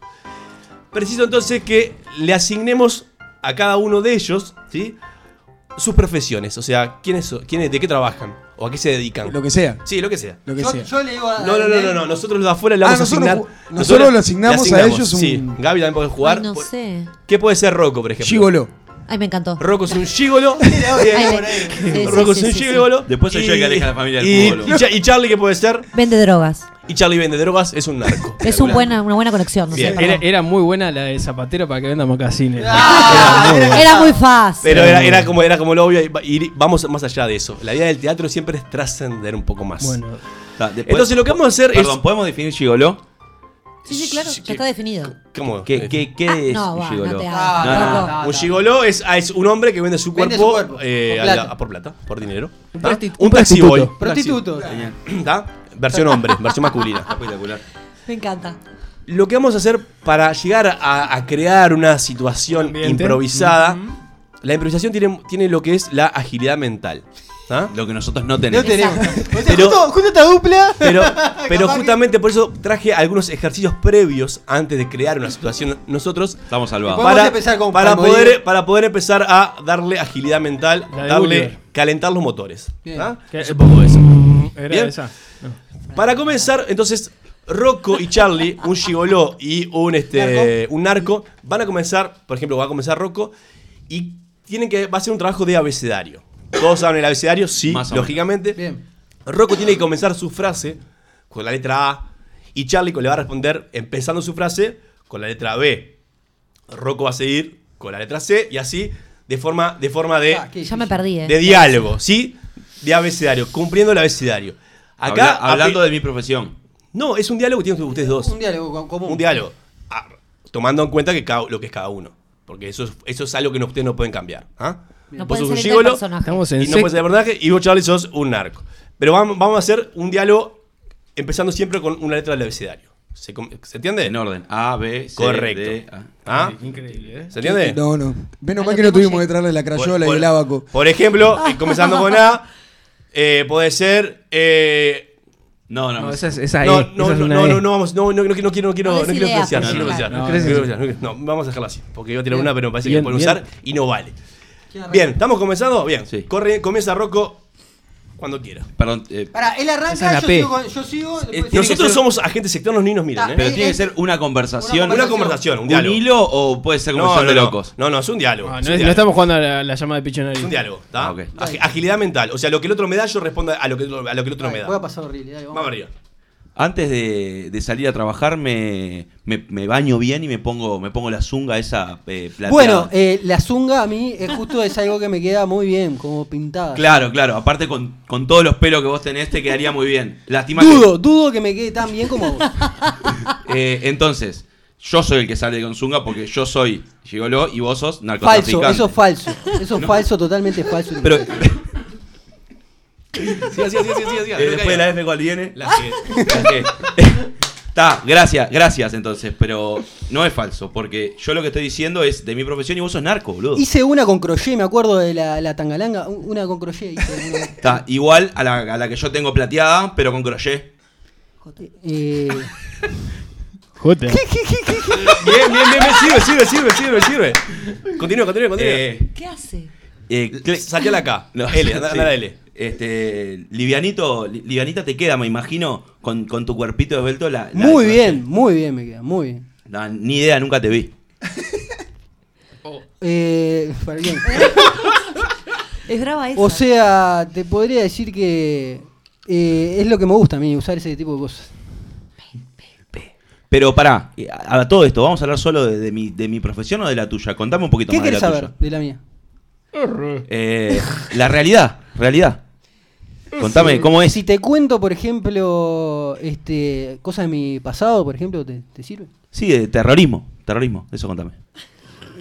B: Preciso entonces que le asignemos a cada uno de ellos, ¿sí? Sus profesiones, o sea, quiénes, son- quiénes de qué trabajan o a qué se dedican.
A: Lo que sea.
B: Sí, lo que sea.
A: Lo que
E: Yo,
A: sea.
E: yo le digo a.
B: No, no, no, no, no, nosotros los de afuera le
A: Ah,
B: vamos
A: nosotros
B: a
A: ju-
B: asignar.
A: nosotros le asignamos a ellos un-
B: Sí, Gaby también puede jugar.
K: Ay, no
B: Pu-
K: sé.
B: ¿Qué puede ser Rocco, por ejemplo?
A: Gigolo.
K: Ay, me encantó.
B: Rocco es un gigolo.
K: Ay,
B: Bien.
K: me- sí, sí,
B: Rocco es
K: sí,
B: un
K: sí, sí.
B: gigolo.
D: Después soy yo el que aleja a la familia del
B: y-
D: fútbol.
B: y Cha- ¿Y Charlie qué puede ser?
K: Vende drogas.
B: Y Charlie vende drogas, es un narco.
K: Es un buena, una buena conexión. No sé,
B: Bien.
K: perdón.
C: Era, era muy buena la de Zapatero para que venda mocasines.
K: Era muy fácil.
B: Pero era,
C: Ah.
B: era como era como lo obvio y va- y vamos más allá de eso. La idea del teatro siempre es trascender un poco más.
C: Bueno,
D: Está, después-
B: Entonces lo que vamos a hacer
D: Perdón, ¿podemos definir gigoló?
K: Sí, sí, claro, ya
B: Sí.
K: está definido.
B: es ¿Cómo?
D: ¿Qué, qué, qué
K: Ah,
D: es
K: no,
D: un
K: va,
D: gigoló?
K: no te
E: Ah,
K: hagas.
D: No, no,
K: loco.
E: no.
B: Un gigoló es, ah, es un hombre que vende su cuerpo,
E: Vende su cuerpo,
B: eh,
E: por
B: a la-
E: plata.
B: a por plata, por dinero.
C: Un
B: ¿tá?
C: prostitu-
B: Un
C: un
B: taxiboy.
C: prostituto.
E: Prostituto.
B: ¿tá? Versión hombre, versión masculina.
D: Espectacular.
K: Me encanta.
B: Lo que vamos a hacer para llegar a, a crear una situación
C: Ambiente.
B: improvisada, la improvisación tiene, tiene lo que es la agilidad mental. ¿tá?
D: Lo que nosotros no
E: No
D: tenemos.
E: tenemos. O sea,
B: Pero-
E: justo, justo esta dupla.
B: Pero, pero
E: Capaz que-
B: justamente por eso traje algunos ejercicios previos antes de crear una situación nosotros
D: Estamos salvados.
E: Podemos
B: para,
E: empezar con
B: para,
E: Palmodívar.
B: poder, para poder empezar a darle agilidad mental,
C: La de
B: darle,
C: Gulliver.
B: calentar los motores.
E: Bien.
B: ¿ah?
C: que-
B: Es un
E: mm,
B: poco eso.
C: era
B: Bien.
C: esa. No.
B: Para comenzar, entonces, Rocco y Charlie, un gigoló y un, este, un narco, van a comenzar, por ejemplo, va a comenzar Rocco y tienen que, va a ser un trabajo de abecedario. Todos saben el abecedario, sí,
D: Más o menos.
B: lógicamente.
E: Bien.
B: Rocco tiene que comenzar su frase con la letra A y Charlie le va a responder empezando su frase con la letra B. Rocco va a seguir con la letra C y así de forma de, forma de,
E: Ah, qué
K: Ya me
E: difícil.
K: perdí,
B: de
K: eh.
B: diálogo, ¿sí? De abecedario, cumpliendo el abecedario. Acá
D: Habla- hablando de mi profesión.
B: No, es un diálogo que tienen ustedes dos.
E: Un diálogo co- común.
B: Un diálogo. Ah, tomando en cuenta que cada- lo que es cada uno. Porque eso es, eso es algo que no, ustedes no pueden cambiar. ¿ah?
K: No
B: vos
K: pueden
B: sos un
K: salir del
B: gigolo
K: personaje. Estamos
C: en
B: y no puedes
C: sec-
B: ser personaje y vos, Charlie, sos un narco. Pero vamos, vamos a hacer un diálogo empezando siempre con una letra del abecedario. ¿Se, com- se entiende?
D: En orden. A, B, C,
B: Correcto.
D: D, A.
B: ¿Ah?
C: Increíble, ¿eh?
B: ¿Se entiende?
A: No, Ah, no. Menos
K: A lo
A: mal que
K: que
A: no tuvimos
K: hemos
A: que traerle la crayola
B: Por-
A: y el abaco.
B: Por ejemplo, eh, comenzando con A, eh, puede ser. eh,
D: No, no.
C: No,
D: me-
C: esa es, esa
B: no,
C: E,
B: no,
C: esa es
B: no,
C: una
B: no,
C: E.
B: no, no, vamos, no, no, no quiero, no quiero, no quiero,
K: No
B: no quiero
K: decís idea,
B: influenciar, no quiero
K: pero
B: influenciar,
C: no,
B: no
C: no,
B: quiero
C: no.
B: influenciar, no quiero- no, vamos a dejarla así, porque iba a tirar una, pero me parece que
C: Bien,
B: la pueden
C: bien.
B: usar y no vale. Bien, ¿estamos comenzando? Bien,
D: Sí.
B: corre, comienza Rocco cuando quiera.
D: Perdón. eh,
E: Pará,
C: Esa
E: él
C: es
E: arranca,
C: la
E: yo
C: P.
E: sigo, con- yo sigo. después-
D: tiene que
B: Nosotros
D: ser-
B: somos agentes externos, ni nos miran,
E: Ah,
B: ¿eh?
D: pero tiene que ser una conversación.
B: Una conversación, un
D: ¿Un
B: diálogo.
D: hilo o puede ser
B: No, no,
D: conversación
B: no,
D: de locos?
B: no, no, es un diálogo.
C: No, Ah, no
B: es
C: es-
B: un
C: no
B: diálogo.
C: estamos jugando a la, la llamada de Pichonari.
B: Es un diálogo, ¿está?
D: Ah, ok.
B: Ag- agilidad mental, o sea, lo que el otro me da, yo respondo a lo que, a lo que el otro me
E: Ay,
B: da.
E: Voy a pasar horrible. dale, vamos.
B: Vamos arriba.
D: Antes de, de salir a trabajar me, me, me baño bien y me pongo, me pongo la zunga esa eh, plateada.
E: Bueno, eh, la zunga a mí es justo es algo que me queda muy bien, como pintada.
D: Claro, claro. Aparte con, con todos los pelos que vos tenés te quedaría muy bien. Lástima que-
E: Dudo, dudo que me quede tan bien como vos.
D: Eh, entonces, yo soy el que sale con zunga porque yo soy gigoló y vos sos narcotraficante.
E: falso, eso es falso. Eso es falso, totalmente falso.
D: Pero eh,
B: Siga, siga, siga, siga, siga, siga, no
D: después de
B: caiga.
D: la F cuál viene.
B: La sigue.
D: Está, gracias, gracias entonces, pero no es falso, porque yo lo que estoy diciendo es de mi profesión y vos sos narco, boludo.
E: Hice una con crochet, me acuerdo de la, la tangalanga, un- una con crochet. hice, una-
D: Está, igual a la, a la que yo tengo plateada, pero con crochet.
E: Eh,
C: Joder.
B: Bien, bien, bien, bien, sirve, sirve, sirve, sirve, sirve. Continúa, continúa, continúa.
D: Eh,
K: ¿Qué hace?
D: eh,
B: Cle-
D: cle-
B: Saqueala acá.
D: No,
B: L, anda,
D: sí.
B: anda a la L.
D: Este, livianito, li- livianita te queda, me imagino, con, con tu cuerpito esbelto. La, la-
E: muy bien, muy bien me queda, muy bien.
D: No, ni idea, nunca te vi.
E: Eh, para bien.
K: Es brava esa.
E: O sea, te podría decir que eh, es lo que me gusta a mí, usar ese tipo de cosas.
D: Pero pará, eh, a, a todo esto, ¿vamos a hablar solo de, de mi, de mi profesión o de la tuya? Contame un poquito
E: ¿Qué
D: más de la
E: querés saber
D: tuya.
E: de la mía?
D: Eh, la realidad, realidad. Contame, ¿cómo es?
E: Si te cuento, por ejemplo, este, cosas de mi pasado, por ejemplo, ¿te, te sirve?
D: Sí, de terrorismo, terrorismo, eso contame.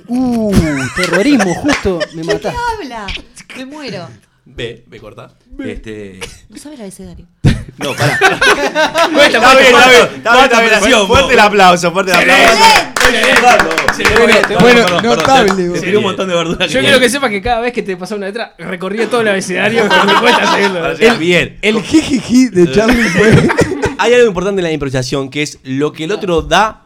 E: Uh, terrorismo, justo, me
K: ¿Quién te
E: mataste.
K: habla? Me muero.
B: B, B corta.
D: Este...
K: No sabe el abecedario.
D: No, pará.
B: Está bien, está bien, está bien, está bien.
D: Fuerte,
B: Fuerte el aplauso, fuerte el aplauso.
A: Bueno,
D: Perdón, perdón,
A: notable,
D: te-
A: vos.
D: Te tiré un montón de verduras.
C: Yo quiero que sepa que cada vez que te pasaba una letra, recorría todo el abecedario, pero me cuesta seguirlo.
B: El- bien.
A: El jijiji de Charlie fue.
B: Hay algo importante en la improvisación que es lo que el otro da.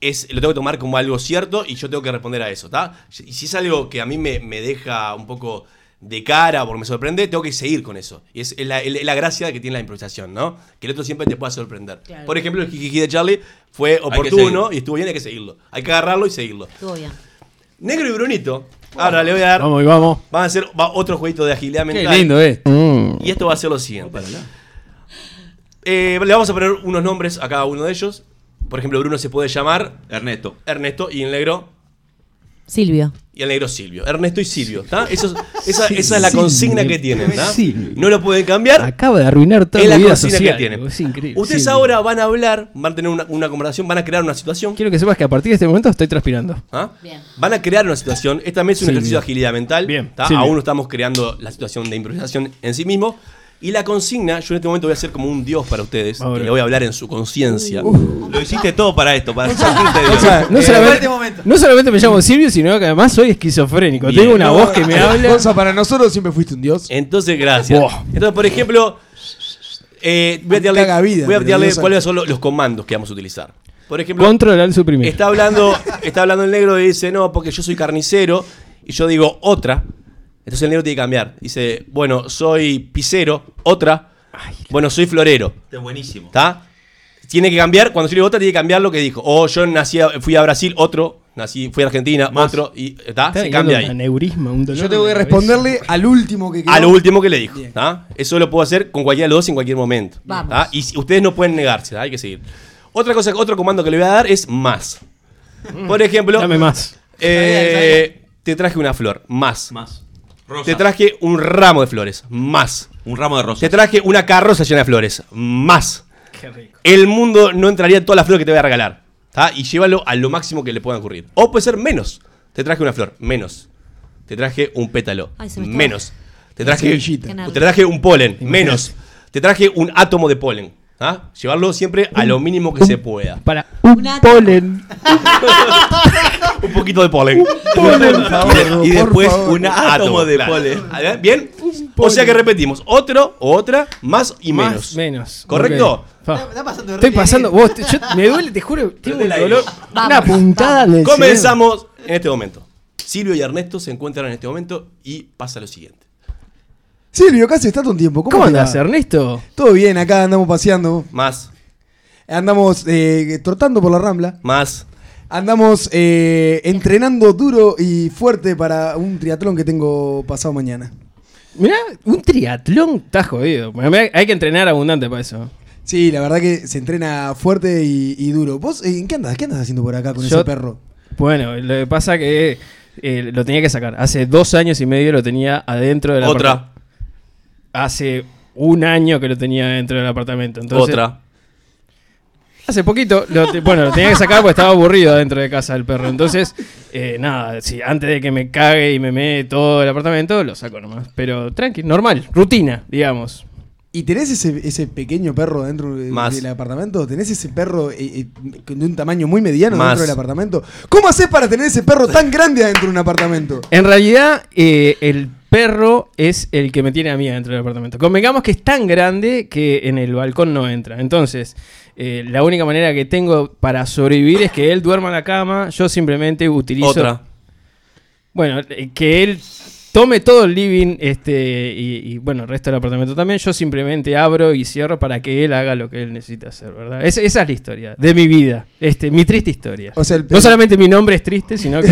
B: Es, lo tengo que tomar como algo cierto y yo tengo que responder a eso, ¿está? Y si es algo que a mí me, me deja un poco de cara porque me sorprende, tengo que seguir con eso. Y es, es la, es la gracia que tiene la improvisación, ¿no? Que el otro siempre te pueda sorprender.
K: Claro.
B: Por ejemplo, el jijiji de Charlie fue oportuno y estuvo bien, hay que seguirlo. Hay que agarrarlo y seguirlo.
K: Todo bien.
B: Negro y Brunito, ahora le voy a dar.
C: Vamos y vamos.
B: Van a hacer va- otro jueguito de agilidad
C: Qué
B: mental.
C: lindo, eh.
B: Y esto va a ser lo siguiente. Eh, le vamos a poner unos nombres a cada uno de ellos. Por ejemplo, Bruno se puede llamar
D: Ernesto.
B: Ernesto y el negro
K: Silvio.
B: y el negro Silvio. Ernesto y Silvio, ¿está? Eso es- esa, esa es la consigna que tienen, ¿tá?
C: Silvio.
B: No lo pueden cambiar.
C: Acaba de arruinar toda
B: Es la
C: mi vida
B: consigna
C: social.
B: que tienen.
C: Es increíble.
B: Ustedes
C: Sí.
B: ahora van a hablar, van a tener una, una conversación, van a crear una situación.
C: Quiero que sepas que a partir de este momento estoy transpirando.
B: ¿Ah?
K: Bien.
B: Van a crear una situación. Esta vez es un
C: Sí, bien.
B: ejercicio de agilidad mental.
C: Bien,
B: ¿tá?
C: sí,
B: Aún
C: bien.
B: no estamos creando la situación de improvisación en sí mismo. Y la consigna, yo en este momento voy a ser como un dios para ustedes.
C: Ahora.
B: Que le voy a hablar en su conciencia.
D: Lo hiciste todo para esto, para sentirte
C: O sea, no,
E: Eh,
C: solamente,
E: este momento.
C: no solamente me llamo Silvio, sino que además soy esquizofrénico.
B: Bien.
C: Tengo una voz que me habla.
A: Gonza, para nosotros siempre fuiste un dios.
B: Entonces, gracias.
C: Buah.
B: Entonces, por ejemplo, eh, voy a
A: Caga
B: tirarle,
A: vida,
B: voy a
A: pero
B: tirarle
A: Dios sabe.
B: cuáles son los, los comandos que vamos a utilizar. Por ejemplo,
C: Controlar su primer.
B: está hablando, está hablando el negro y dice, no, porque yo soy carnicero. Y yo digo, otra. Entonces el negro tiene que cambiar. Dice, bueno, soy pisero, otra. Bueno, soy florero.
D: Este es buenísimo.
B: ¿Está? Tiene que cambiar, cuando yo le digo otra, tiene que cambiar lo que dijo. O yo nací, a- fui a Brasil, otro, nací, fui a Argentina, otro, y ¿está?
C: Está
J: Ah,
B: Se cambia
C: Un
B: ahí.
C: aneurisma, un dolor.
A: Yo tengo
C: de
A: que
C: cabeza.
A: responderle al último que quedó.
B: A lo último que le dijo. ¿tá? Eso lo puedo hacer con cualquiera de los dos en cualquier momento.
K: Vamos.
B: ¿tá? Y si- ustedes no pueden negarse, ¿tá? hay que seguir. Otra cosa, otro comando que le voy a dar es más. Por ejemplo,
C: Dame más.
B: eh, te traje una flor, más.
D: Más. Rosa.
B: Te traje un ramo de flores, más.
D: un ramo de
B: Te
D: rosas.
B: traje una carroza llena de flores, más.
C: Qué rico.
B: el mundo no entraría en todas las flores que te voy a regalar. ¿tá? Y llévalo a lo máximo que le pueda ocurrir. O puede ser menos. Te traje una flor, menos. Te traje un pétalo,
K: Ay, se me está-
B: menos. Te
K: Una
B: traje,
K: semillita. Qué nervio.
B: te traje un polen, menos. Te traje un átomo de polen. ¿ah? Llevarlo siempre a lo mínimo que se pueda.
C: Para
K: un
C: polen.
B: Un poquito de polen.
A: polen.
B: Por favor,
D: Y
A: por
D: después
A: favor.
D: un átomo de
B: claro.
D: polen.
B: A ver, ¿Bien? O sea que repetimos, otro, otra, más y
C: Más,
B: menos.
C: menos.
B: ¿Correcto?
C: Ok. Fa.
I: Está pasando
C: Estoy pasando. Vos, te- yo- me duele, te juro. Tengo un
B: Prende el
C: dolor.
B: aire.
C: Una puntada en el
B: Comenzamos en este momento. Silvio y Ernesto se encuentran en este momento y pasa lo siguiente.
A: Silvio, casi está todo un tiempo. ¿Cómo,
C: cerebro. ¿Cómo
A: te
C: andás,
A: va?
C: Ernesto?
A: Todo bien, acá andamos paseando.
B: Más,
A: Andamos eh, trotando por la rambla.
B: más,
A: Andamos eh, entrenando duro y fuerte para un triatlón que tengo pasado mañana.
C: Mirá, un triatlón está jodido. Bueno, mirá, hay que entrenar abundante para eso.
A: Sí, la verdad que se entrena fuerte y, y duro. ¿Vos eh, en qué andas? ¿Qué andas haciendo por acá con
C: Yo-
A: ese perro?
C: Bueno, lo que pasa que eh, lo tenía que sacar. Hace dos años y medio lo tenía adentro del
B: otra,
C: apartamento. Hace un año que lo tenía adentro del apartamento. Entonces,
B: otra.
C: Hace poquito, lo te- bueno, lo tenía que sacar porque estaba aburrido adentro de casa el perro. Entonces, eh, nada, si antes de que me cague y me mee todo el apartamento, lo saco nomás. Pero tranqui, normal, rutina, digamos.
A: ¿Y tenés ese, ese pequeño perro dentro de-
B: Más.
A: del apartamento? ¿Tenés ese perro eh, eh, de un tamaño muy mediano
B: Más.
A: dentro del apartamento? ¿Cómo haces para tener ese perro tan grande adentro de un apartamento?
C: En realidad, eh, el perro es el que me tiene a mí adentro del apartamento. Convengamos que es tan grande que en el balcón no entra. Entonces, eh, la única manera que tengo para sobrevivir es que él duerma en la cama. Yo simplemente utilizo.
B: Otra.
C: Bueno, eh, que él tome todo el living este, y, y, bueno, el resto del apartamento también. Yo simplemente abro y cierro para que él haga lo que él necesita hacer, ¿verdad? Es- esa es la historia de mi vida. Este, mi triste historia.
A: O sea, el-
C: no solamente mi nombre es triste, sino que.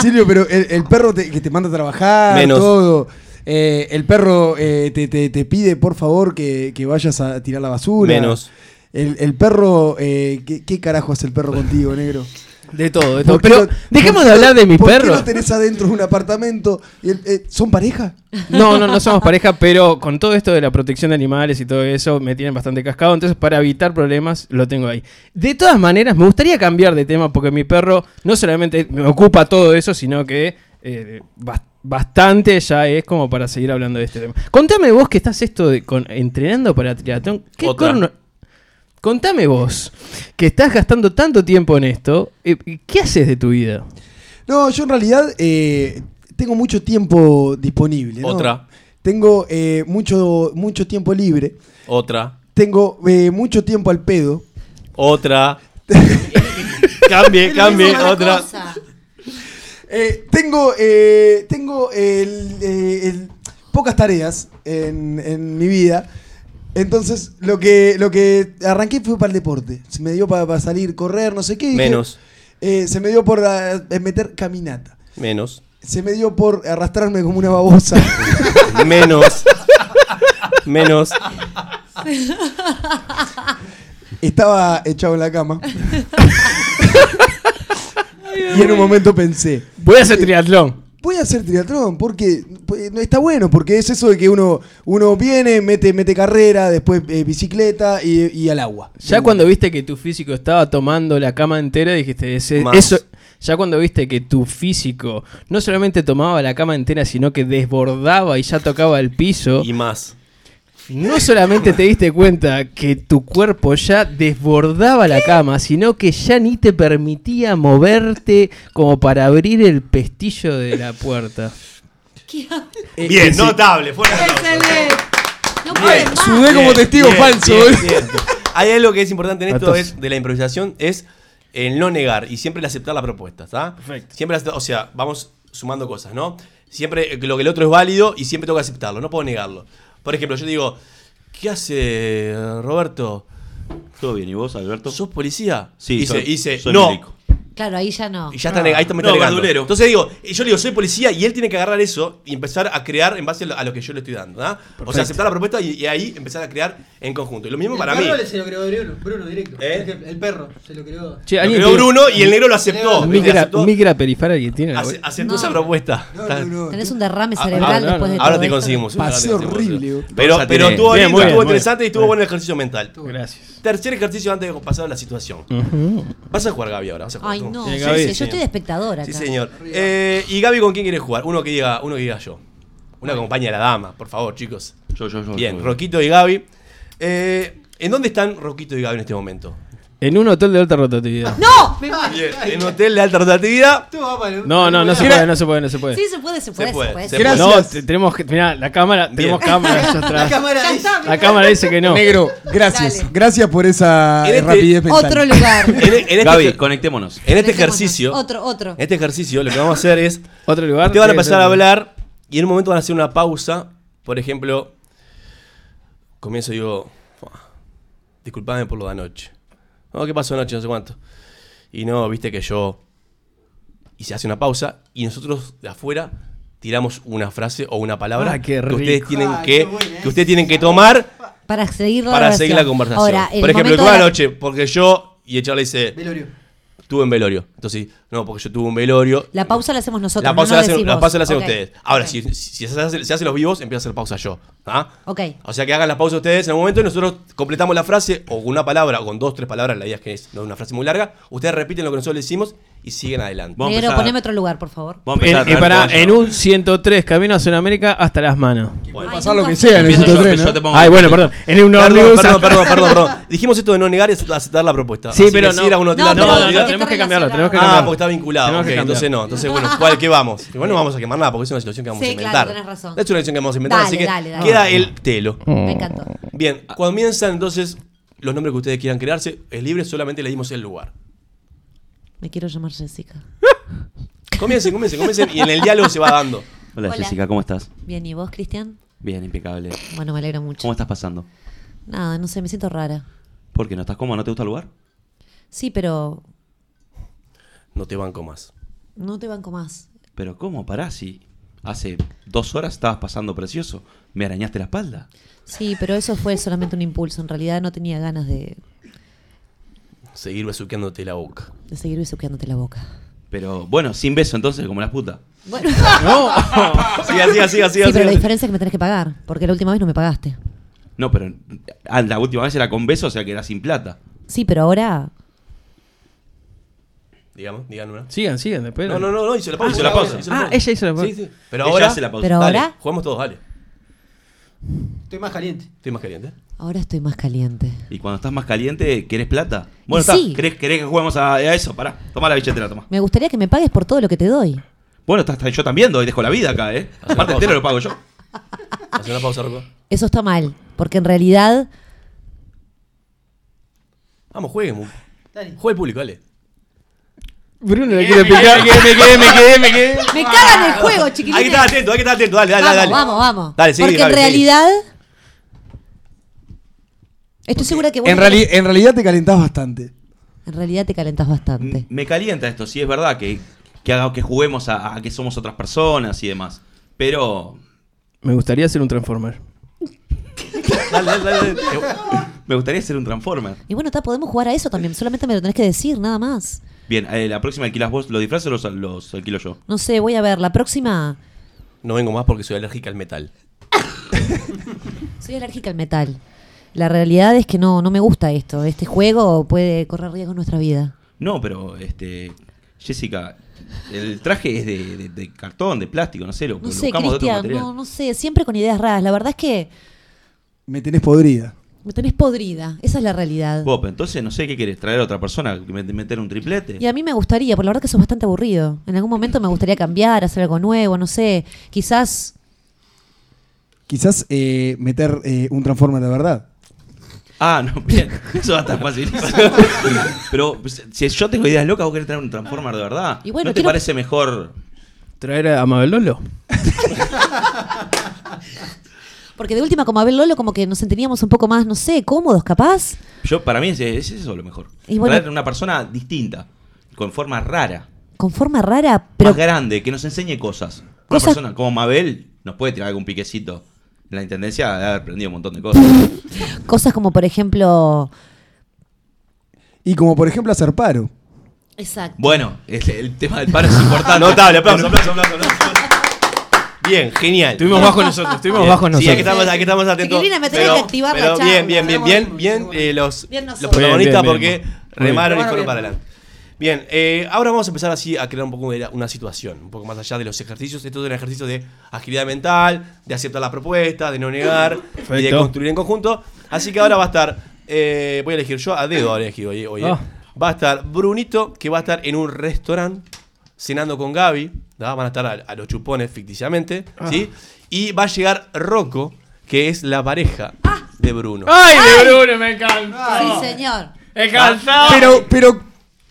A: Silvio, pero el, el perro te- que te manda a trabajar,
B: Menos.
A: todo. eh, el perro eh, te, te- te pide, por favor, que, que vayas a tirar la basura.
B: Menos.
A: El, el perro, eh, ¿qué, qué carajo hace el perro contigo, negro?
C: De todo, de todo.
A: ¿Por qué
C: Pero
A: lo-
C: dejemos
A: por-
C: de hablar de mi
A: ¿por
C: perro.
A: qué lo tenés adentro de un apartamento? Y el- eh, ¿Son pareja?
C: No, no, no somos pareja, pero con todo esto de la protección de animales y todo eso, me tienen bastante cascado. Entonces, para evitar problemas, lo tengo ahí. De todas maneras, me gustaría cambiar de tema porque mi perro no solamente me ocupa todo eso, sino que eh, bas- bastante ya es como para seguir hablando de este tema. Contame vos que estás esto de, con, entrenando para triatlón. ¿Qué
B: Otra.
C: corno- Contame vos que estás gastando tanto tiempo en esto. eh, ¿Qué haces de tu vida?
A: No, yo en realidad eh, tengo mucho tiempo disponible. ¿no?
B: Otra.
A: Tengo eh, mucho, mucho tiempo libre.
B: Otra,
A: Tengo eh, mucho tiempo al pedo.
B: otra. cambie, cambie, otra.
A: Eh, tengo eh, tengo el, eh, el- pocas tareas en, en mi vida. Entonces, lo que, lo que arranqué fue para el deporte. Se me dio para, salir, correr, no sé qué. dije,
B: Menos,
A: eh, se me dio por ah, meter caminata.
B: menos,
A: Se me dio por arrastrarme como una babosa.
B: menos, menos.
A: Estaba echado en la cama. y en un momento pensé,
C: Voy a
A: eh,
C: hacer triatlón.
A: voy a hacer triatlón porque pues, no está bueno, porque es eso de que uno, uno viene, mete, mete carrera, después eh, bicicleta y, y al agua.
C: Ya cuando viste que tu físico estaba tomando la cama entera, dijiste, ese,
B: Más.
C: eso. Ya cuando viste que tu físico no solamente tomaba la cama entera, sino que desbordaba y ya tocaba el piso,
B: Y más.
C: no solamente te diste cuenta que tu cuerpo ya desbordaba la cama, sino que ya ni te permitía moverte como para abrir el pestillo de la puerta.
B: Bien, notable. fuerte aplauso.
K: ¡Excelente! No pueden más.
A: Sudé como testigo
B: Bien,
A: falso.
B: bien,
A: ¿eh?
B: bien. Hay algo que es importante en esto
C: Datos.
B: es de la improvisación es el no negar y siempre el aceptar la propuesta, ¿está?
C: Perfecto.
B: Siempre, acepta- o sea, vamos sumando cosas, ¿no? Siempre eh, lo que el otro es válido y siempre tengo que aceptarlo, no puedo negarlo. Por ejemplo, yo digo, ¿qué hace eh, Roberto?
D: Todo bien, ¿y vos, Alberto?
B: ¿Sos policía?
D: Sí,
B: y dice,
D: soy-
B: y dice,
D: soy
B: no.
D: milico.
K: Claro, ahí ya no.
B: Y ya está, neg- ahí está, me está
D: No,
B: negando.
D: verdulero.
B: Entonces digo, y yo le digo, soy policía y él tiene que agarrar eso y empezar a crear en base a lo- a lo que yo le estoy dando, ¿verdad? O sea, aceptar la propuesta y, y ahí empezar a crear en conjunto. Y lo mismo para mí.
E: perro se lo creó Bruno, Bruno directo.
B: ¿Eh?
E: Por ejemplo, El perro se lo creó.
C: Che,
B: Lo
C: ¿alguien
B: creó
C: tiene
B: Bruno y el negro lo aceptó.
C: un
B: Le
C: migra,
B: aceptó,
C: un migra periférico que tiene?
B: ace- aceptó
K: No.
B: esa propuesta.
A: No, no, no.
K: Tenés un derrame
B: Ah,
K: cerebral
C: no, no,
K: después de
C: no.
K: todo
B: Ahora te
K: esto.
B: conseguimos.
A: Pasé
B: ahora te conseguimos.
A: horrible, boludo.
B: Pero,
D: Rosa
B: pero
D: tiene-
B: estuvo,
C: Bien,
B: lindo,
C: muy bien,
B: estuvo
C: muy bien.
B: interesante y estuvo buen ejercicio mental.
C: Gracias.
B: Tercer ejercicio antes de pasar a la situación. Vas a jugar, Gaby, ahora. Vas a jugar
K: Ay,
B: tú.
K: no.
B: Sí,
K: sí,
B: Gaby,
K: sí, yo
B: señor.
K: estoy de espectadora acá.
B: Sí, señor. Eh, ¿Y Gaby con quién quiere jugar? Uno que diga, uno que diga yo. Una compañía de la dama, por favor, chicos.
D: Yo, yo, yo.
B: Bien,
D: yo.
B: Roquito y Gaby. Eh, ¿En dónde están Roquito y Gaby en este momento?
C: En un hotel de alta rotatividad.
K: ¡No! Ah. Me muero.
B: Bien, en un hotel de alta
I: Ah,
B: rotatividad.
C: No, no, no se puede, no se puede, no se puede.
K: Sí, se puede, se puede, se
B: puede,
K: puede.
B: se
K: se
A: puede.
K: puede.
C: No,
A: Gracias.
C: te- tenemos que. Mirá, la cámara, tenemos
B: Bien.
C: cámara allá
A: La
C: atrás.
A: cámara dice-
C: La cámara dice que no.
A: Negro, gracias.
K: Dale.
A: Gracias por esa eh,
B: En este-
A: rapidez mental.
K: Otro lugar.
B: En, en este,
D: Gaby, conectémonos.
B: en este
K: Dejémonos.
B: ejercicio.
K: Otro, otro.
B: En este ejercicio lo que vamos a hacer es.
C: Otro lugar.
B: Te
C: tiene
B: van a
C: que
B: empezar
C: ser-
B: a hablar y en un momento van a hacer una pausa. Por ejemplo, comienzo y digo, "Fua, disculpame por lo de anoche. No, ¿qué pasó anoche? No sé cuánto. Y no, viste que yo... Y se hace una pausa y nosotros de afuera tiramos una frase o una palabra
C: Ah, qué
B: que ustedes
C: rico.
B: tienen
A: Ah,
B: que,
A: qué buena
B: que ustedes tienen que tomar
K: Para seguir la
B: para seguir la
K: oración.
B: conversación.
K: Ahora, en
B: por
K: el
B: ejemplo,
K: momento
B: toda
K: de
B: la
K: la-
B: noche, porque yo... Y el chaval le dice,
A: Velorio.
B: tuve un velorio. Entonces, no, porque yo tuve un velorio.
K: La pausa la hacemos nosotros.
B: La
K: no
B: pausa,
K: nos
B: la, hacen,
K: decís
B: la
K: vos.
B: pausa la hacen
K: Ok.
B: ustedes. Ahora,
K: Ok.
B: si, si se, hace, se hace los vivos, empiezo a hacer pausa yo. ¿ah?
K: Ok.
B: O sea que hagan la pausa ustedes en el momento y nosotros completamos la frase o con una palabra o con dos, tres palabras. La idea es que es no es una frase muy larga. Ustedes repiten lo que nosotros le hicimos y siguen adelante.
D: Vamos a
K: Negro,
D: empezar.
K: poneme otro lugar, por favor.
D: Vamos a
C: En,
D: empezar a
C: y
D: traer
C: pará,
D: toalla.
C: en un 103, camino a Sudamérica hasta las manos.
B: Bueno.
K: Ay,
A: Pasar lo
K: nunca-
A: que sea en el
D: Empiezo yo,
A: 103,
D: yo
A: ¿no?
D: te pongo-
C: Ay, bueno, perdón. En un
B: Perdón,
C: ómnibus
B: perdón,
C: hasta-
B: perdón, perdón, perdón. Dijimos esto de no negar es aceptar la propuesta.
C: Sí,
B: Así
C: pero
B: que si
C: no.
B: era uno de
K: No,
B: la
C: No, no, no,
B: totalidad-
C: tenemos que cambiarlo, tenemos que
B: Ah,
C: cambiarlo.
B: porque está vinculado.
C: Tenemos
B: ok,
C: que
B: entonces
C: cambiarlo.
B: no. Entonces, bueno, ¿cuál que vamos? Igual no vamos a quemar nada porque es una situación que vamos
K: Sí,
B: a
K: claro,
B: inventar.
K: tenés razón.
B: Es una situación que vamos a inventar,
K: Dale,
B: así que
K: dale, dale.
C: Ah.
B: queda el telo.
K: Me encantó.
B: Bien, comienzan entonces los nombres que ustedes quieran crearse. Es libre, solamente le dimos el lugar.
K: Me quiero llamar Jessica.
B: Comiencen, comiencen, comiencen. Y en el diálogo se va dando.
D: Hola,
K: Hola.
D: Jessica, ¿cómo estás?
K: Bien, ¿y vos, Cristian?
D: Bien, impecable.
K: Bueno, me alegro mucho.
D: ¿Cómo estás pasando?
K: Nada, no sé, me siento rara.
D: ¿Por qué no estás cómoda? ¿No te gusta el lugar?
K: Sí, pero
B: No te banco más.
K: no te banco más.
D: Pero ¿cómo? Pará, si hace dos horas estabas pasando precioso. Me arañaste la espalda.
K: Sí, pero eso fue solamente un impulso. En realidad no tenía ganas de,
B: Seguir besuqueándote la boca.
K: de seguir besuqueándote la boca.
D: Pero bueno, sin beso entonces, como las putas.
K: Bueno,
B: Siga, siga, siga,
K: sí,
B: siga.
K: pero la
B: siga.
K: diferencia es que me tenés que pagar, porque la última vez no me pagaste.
D: No, pero ah, la última vez era con beso, o sea que era sin plata.
K: Sí, pero ahora
B: Digamos, digan una.
C: Sigan, sigan, después.
B: No, no, no, no, hizo la pausa. hizo la pausa, hizo la
C: Ah,
B: pausa.
C: ella hizo la pausa.
B: Sí, sí. Pero
D: Ella
B: ahora.
D: hace la pausa.
K: Pero
D: Dale.
K: ahora,
B: Jugamos todos, dale.
E: Estoy más caliente.
B: Estoy más caliente.
K: ahora estoy más caliente.
D: Y cuando estás más caliente, ¿querés plata? Bueno,
K: Y
D: está.
K: sí.
D: ¿Querés, querés que juguemos a, a eso? Pará, toma la billetera, toma.
K: Me gustaría que me pagues por todo lo que te doy.
D: Bueno, está, está- yo también doy, dejo la vida acá, ¿eh?
B: Hace
D: Aparte
B: una pausa.
D: entero lo pago yo.
B: Hace una pausa, Rocco.
K: Eso está mal, porque en realidad
B: Vamos, jueguen. mu- Juega el público, dale.
C: Bruno le quiere picar. Me quedé, me quedé, me quedé, me quedé.
K: me cagan el juego, chiquilines.
B: Hay Ah, que estar atento, hay que estar atento, dale, dale,
K: vamos,
B: dale.
K: vamos, vamos.
B: Dale, sigue,
K: porque en
B: Gaby, sigue.
K: realidad estoy segura que vos
A: En, reali- en realidad te calentás bastante.
K: en realidad te calentás
D: M-
K: bastante.
D: Me calienta esto, sí, es verdad que, que, haga- que juguemos a, a que somos otras personas y demás. Pero
C: Me gustaría ser un Transformer.
B: Dale, dale, dale. dale.
D: me gustaría ser un Transformer.
K: Y bueno, ta, podemos jugar a eso también, solamente me lo tenés que decir, nada más.
D: Bien, eh, la próxima alquilas vos, ¿los disfraces o los, los alquilo yo?
K: No sé, voy a ver, la próxima
B: No vengo más porque soy alérgica al metal.
K: soy alérgica al metal. La realidad es que no, no me gusta esto. Este juego puede correr riesgo en nuestra vida.
D: No, pero este. Jessica, el traje es de, de- de cartón, de plástico, no sé, lo,
K: No
D: lo
K: sé,
D: buscamos de otro
K: Cristian,
D: material.
K: no, no sé, siempre con ideas raras. La verdad es que
A: Me tenés podrida.
K: me tenés podrida, esa es la realidad.
D: Vos, pero entonces no sé qué querés, traer a otra persona, met- meter un triplete.
K: Y a mí me gustaría, por la verdad que sos bastante aburrido. En algún momento me gustaría cambiar, hacer algo nuevo, no sé. Quizás
A: Quizás eh, meter eh, un transforme de verdad.
D: Ah, no, bien, eso va a estar fácil. pero pues, si yo tengo ideas locas, vos querés traer un Transformer de verdad.
K: Y bueno,
D: ¿No te
K: quiero-
D: parece mejor?
C: ¿Traer a Mabel Lolo?
K: Porque de última, como Abel Lolo, como que nos sentíamos un poco más, no sé, cómodos, capaz.
D: Yo, para mí es, es eso lo mejor.
K: Y bueno-
D: Traer una persona distinta, con forma rara,
K: Con forma rara, pero
D: más grande, que nos enseñe cosas. Una
K: Cosas-
D: persona como Mabel nos puede tirar algún piquecito. En la intendencia ha aprendido un montón de cosas.
K: cosas como, por ejemplo.
A: Y como por ejemplo hacer paro.
K: Exacto.
D: Bueno, el, el tema del paro es importante.
B: Notable, aplauso, aplauso, aplauso. aplauso. Bien, genial.
C: Estuvimos bajo nosotros, estuvimos
B: Bien.
C: bajo
B: Sí,
C: nosotros.
B: aquí estamos, aquí estamos atentos.
K: Chiquilina, me tenés que activar la
B: pero
K: charla,
B: Bien, bien, bien,
K: hagamos
B: bien,
K: algo,
B: bien. eh, los,
K: Bien
B: los
K: nosotros.
B: protagonistas
C: Bien, bien,
B: porque
C: bien.
B: remaron y
K: Bien.
B: fueron para adelante. Bien, eh, ahora vamos a empezar así a crear un poco una, una situación, un poco más allá de los ejercicios. Esto es un ejercicio de agilidad mental, de aceptar la propuesta, de no negar, y de
C: Perfecto.
B: construir en conjunto. Así que ahora va a estar, eh, voy a elegir yo a dedo, ahora elegí hoy. hoy, eh.
C: Ah.
B: Va a estar Brunito, que va a estar en un restaurante cenando con Gaby, ¿da? van a estar a, a los chupones ficticiamente,
C: Ah.
B: ¿sí? Y va a llegar Rocco, que es la pareja de Bruno. Ah.
C: ¡Ay, de Bruno, me encanta!
I: Ah.
K: Sí, señor.
C: ¡Me encanta!
A: Pero, pero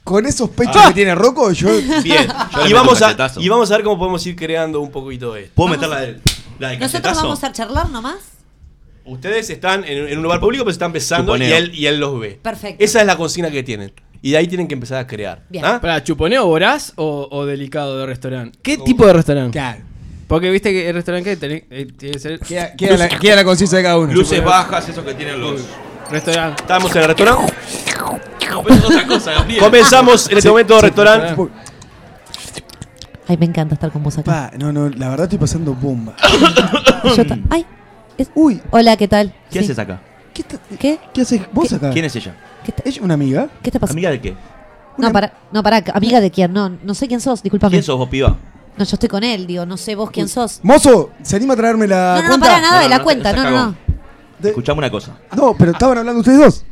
A: con esos pechos que tiene Rocco, yo.
B: Bien,
D: Yo le
B: y
D: meto un
B: vamos, a,
D: cachetazo.
B: y vamos a ver cómo podemos ir creando un poquito esto.
D: ¿Puedo meter la de la del
K: Nosotros
D: cachetazo?
K: vamos a charlar nomás.
B: Ustedes están en, en un lugar público, pero se están besando y
D: Chuponeo.
B: él, y él los ve.
K: Perfecto.
B: Esa es la consigna que tienen. Y de ahí tienen que empezar a crear.
K: Bien.
B: ¿ah?
C: Para chuponeo voraz o, o delicado de restaurante. ¿Qué tipo de restaurante?
A: Uh. Claro.
C: Porque viste que el restaurante que tenés, eh, tiene que ser
A: Queda, queda la, queda la conciencia de cada uno.
D: Luces bajas, esos que tienen los.
C: restaurante.
B: Estamos en el restaurante.
D: No, pero Pues es otra cosa, Gabriel.
B: Comenzamos en este momento restaurante.
A: Uy,
K: Ay, me encanta estar con vos acá.
A: pa, no, no, la verdad estoy pasando bomba.
K: Yo ta- Ay. es-
A: Uy.
K: Hola, ¿qué tal?
D: ¿Qué
K: Sí.
D: haces acá?
A: ¿Qué, está-
K: ¿Qué?
A: qué haces vos acá?
D: ¿Quién es ella?
K: ¿Qué te,
A: ¿Ella una amiga?
K: qué te pasa?
D: ¿Amiga de qué?
K: no, para, no, para, amiga de quién, no, no sé quién sos, discúlpame.
D: ¿Quién sos vos, piba?
K: No, yo estoy con él, digo, no sé vos quién sos.
A: Mozo, ¿se anima a traerme
K: No,
A: la
K: no, no,
A: cuenta?
K: para nada
D: No, no,
K: de
D: no,
K: la
D: no,
K: cuenta,
D: estás
K: no, no, no.
D: cagón. Escuchame una cosa.
A: No, pero estaban hablando ustedes dos.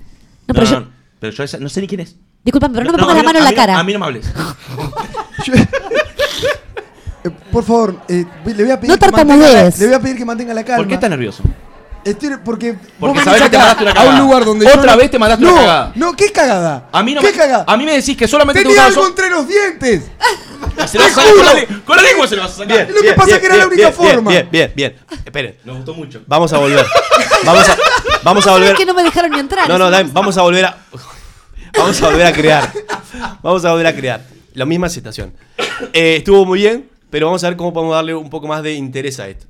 K: No, pero
D: No,
K: yo,
D: no, pero yo esa- no sé ni quién es.
K: discúlpame, pero no, me pongas
D: a
K: la
D: mí
K: mano en
D: a
K: la
D: mí-
K: cara.
D: A mí no me hables.
A: Yo- Eh, por favor, eh, le voy a pedir
K: No
A: que mantenga la,
K: tartamudees.
A: le voy a pedir que mantenga la calma.
D: ¿Por qué estás nervioso?
A: Estoy- porque vos
D: Porque
A: venís
D: sabés que te
A: acá,
D: mandaste una
A: a un
D: cagada.
A: lugar donde
D: Otra
A: yo no-
D: vez te mandaste
A: no,
D: una cagada.
A: No, ¿qué cagada?
D: A mí no
A: ¿Qué
D: me,
A: cagada?
D: A mí me decís que solamente te
A: Tenía
D: gustaba
A: algo
D: so-
A: entre los dientes.
D: Se lo vas a
A: ¡Te
D: sacar con la
A: juro!
D: li- Con la lengua se lo vas a sacar.
A: Lo que pasa es que era la única
B: bien,
A: forma.
B: Bien, bien, bien. Esperen,
D: Nos gustó mucho.
B: vamos a volver. Vamos a, vamos a
K: Es
B: volver.
K: que no me dejaron ni entrar.
B: No, no,
K: eso
B: Daim, vamos a volver a. Vamos a volver a crear. Vamos a volver a crear. La misma situación. Eh, estuvo muy bien, pero vamos a ver cómo podemos darle un poco más de interés a esto.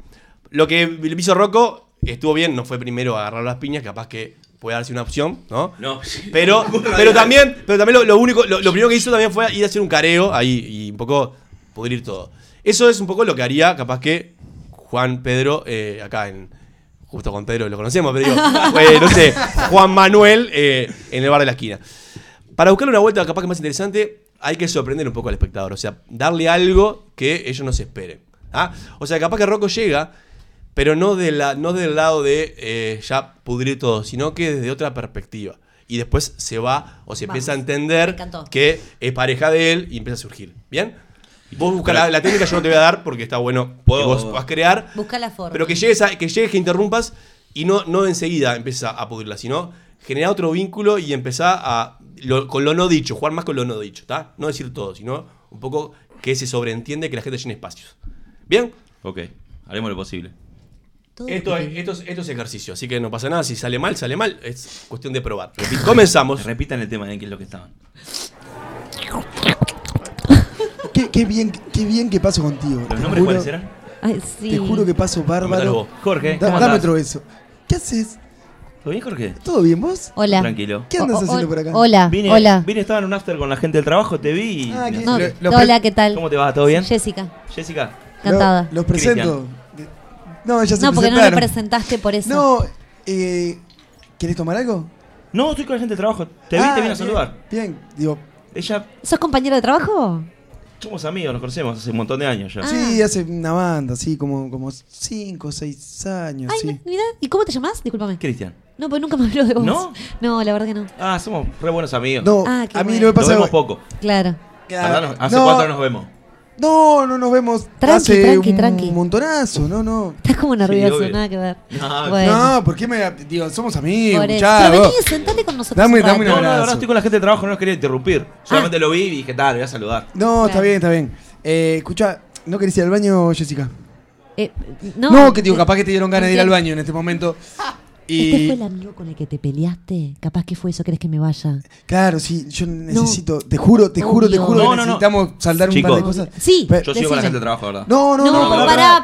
B: Lo que hizo Rocco estuvo bien, no fue primero agarrar las piñas, capaz que puede darse una opción, ¿no?
D: No.
B: Pero, pero también, pero también lo, lo único, lo, lo primero que hizo también fue ir a hacer un careo ahí y un poco pudrir todo. Eso es un poco lo que haría, capaz que Juan Pedro, eh, acá en. Justo Juan Pedro lo conocemos, pero digo, eh, no sé, Juan Manuel eh, en el bar de la esquina. Para buscarle una vuelta capaz que más interesante, hay que sorprender un poco al espectador. O sea, darle algo que ellos no se esperen. ¿ah? O sea, capaz que Rocco llega, pero no, de la, no del lado de eh, ya pudrir todo, sino que desde otra perspectiva. Y después se va o se
K: Vamos,
B: empieza a
K: me
B: entender
K: encantó.
B: que es pareja de él y empieza a surgir. ¿Bien? Vos busca la, la técnica, yo no te voy a dar porque está bueno que
D: Puedo-
B: vos puedas crear.
K: Busca la forma.
B: Pero que llegues, a- que llegues, que interrumpas y no, no enseguida empieza a pudrirla, sino generar otro vínculo y empezar a. lo- con lo no dicho, jugar más con lo no dicho, ¿está? No decir todo, sino un poco que se sobreentiende que la gente llene espacios. Bien,
D: Ok, haremos lo posible.
K: Todo
B: esto es,
K: bien.
B: esto es- esto es ejercicio, así que no pasa nada. Si sale mal, sale mal, es cuestión de probar. Repi- Comenzamos.
D: Repitan el tema de qué es lo que estaban.
A: Qué, qué bien, qué bien que paso contigo.
D: ¿Los
A: te
D: nombres
A: juro-
D: cuáles eran?
K: Ay, sí.
A: Te juro que paso
B: Comentalo vos.
A: bárbaro.
D: Jorge,
A: Da-
D: ¿cómo
A: dame
D: andás?
A: otro beso. ¿Qué haces?
D: ¿Todo bien, Jorge?
A: ¿Todo bien vos?
K: Hola.
D: Tranquilo.
A: ¿Qué andas
K: O- o-
A: haciendo por acá?
K: Hola,
D: Vine,
K: hola.
D: vine, estaba en un after con la gente del trabajo, te vi y.
A: Ah, qué-
K: No,
A: Lo- lo
K: hola,
A: pre-
K: ¿qué tal?
D: ¿Cómo te va? ¿Todo bien?
K: Jessica,
D: Jessica.
A: Lo-
K: encantada.
A: los presento. No, ya se
K: No, porque no me
A: presentaron.
K: presentaste por eso.
A: No, eh, ¿querés tomar algo?
D: No, estoy con la gente del trabajo. Te vi,
A: Ah,
D: te vine a
A: bien,
D: saludar.
A: Bien, digo,
D: Ella,
K: ¿Sos compañero de trabajo?
D: somos amigos, nos conocemos hace un montón de años ya.
K: Ah.
A: sí, hace una banda, sí, como, como cinco o seis años,
K: Ay,
A: sí.
K: mira, ¿y cómo te llamás? Discúlpame.
D: Cristian.
K: No, pues nunca me habló de vos.
D: ¿No?
K: No, la verdad que no.
D: Ah, somos re buenos amigos.
A: No,
K: Ah, qué
A: a mí
K: bueno.
A: lo que
D: Nos
A: pasa
D: vemos
A: es-
D: poco.
K: Claro.
A: Claro.
D: La verdad, Hace
A: no,
D: cuatro nos vemos.
A: No, no nos vemos.
K: Tranqui,
A: hace
K: tranqui,
A: un
K: tranqui.
A: montonazo, no, no.
K: Estás como nervioso,
D: obvio.
K: nada que ver.
D: No,
A: No, ¿por qué me.? Digo, somos amigos,
K: por eso. Pero
A: muchachos.
K: vení, sentate con nosotros.
A: Dame-
K: un rato. Ah.
A: dame una
D: No, no, la
A: abrazo.
D: verdad estoy con la gente de trabajo, no los quería interrumpir. Solamente lo vi y dije, tal, voy a saludar.
A: No, está
K: Claro.
A: bien, está bien. Eh, escucha, ¿no querés ir al baño, Jessica?
K: Eh, no,
A: No, que digo, capaz que te dieron ganas de ir al baño en este momento.
K: Este
A: Y.
K: fue el amigo con el que te peleaste. Capaz que fue eso, ¿crees que me vaya?
A: Claro, sí, yo necesito. Te juro, te juro, te
K: Obvio.
A: juro
D: No,
A: que
D: no, no.
A: necesitamos saldar un par de
D: Chicos.
A: cosas.
K: Sí.
A: Pero-
D: Yo sigo
K: Decime.
D: con la gente de trabajo, ¿verdad?
A: No, no,
K: No,
A: no, pará,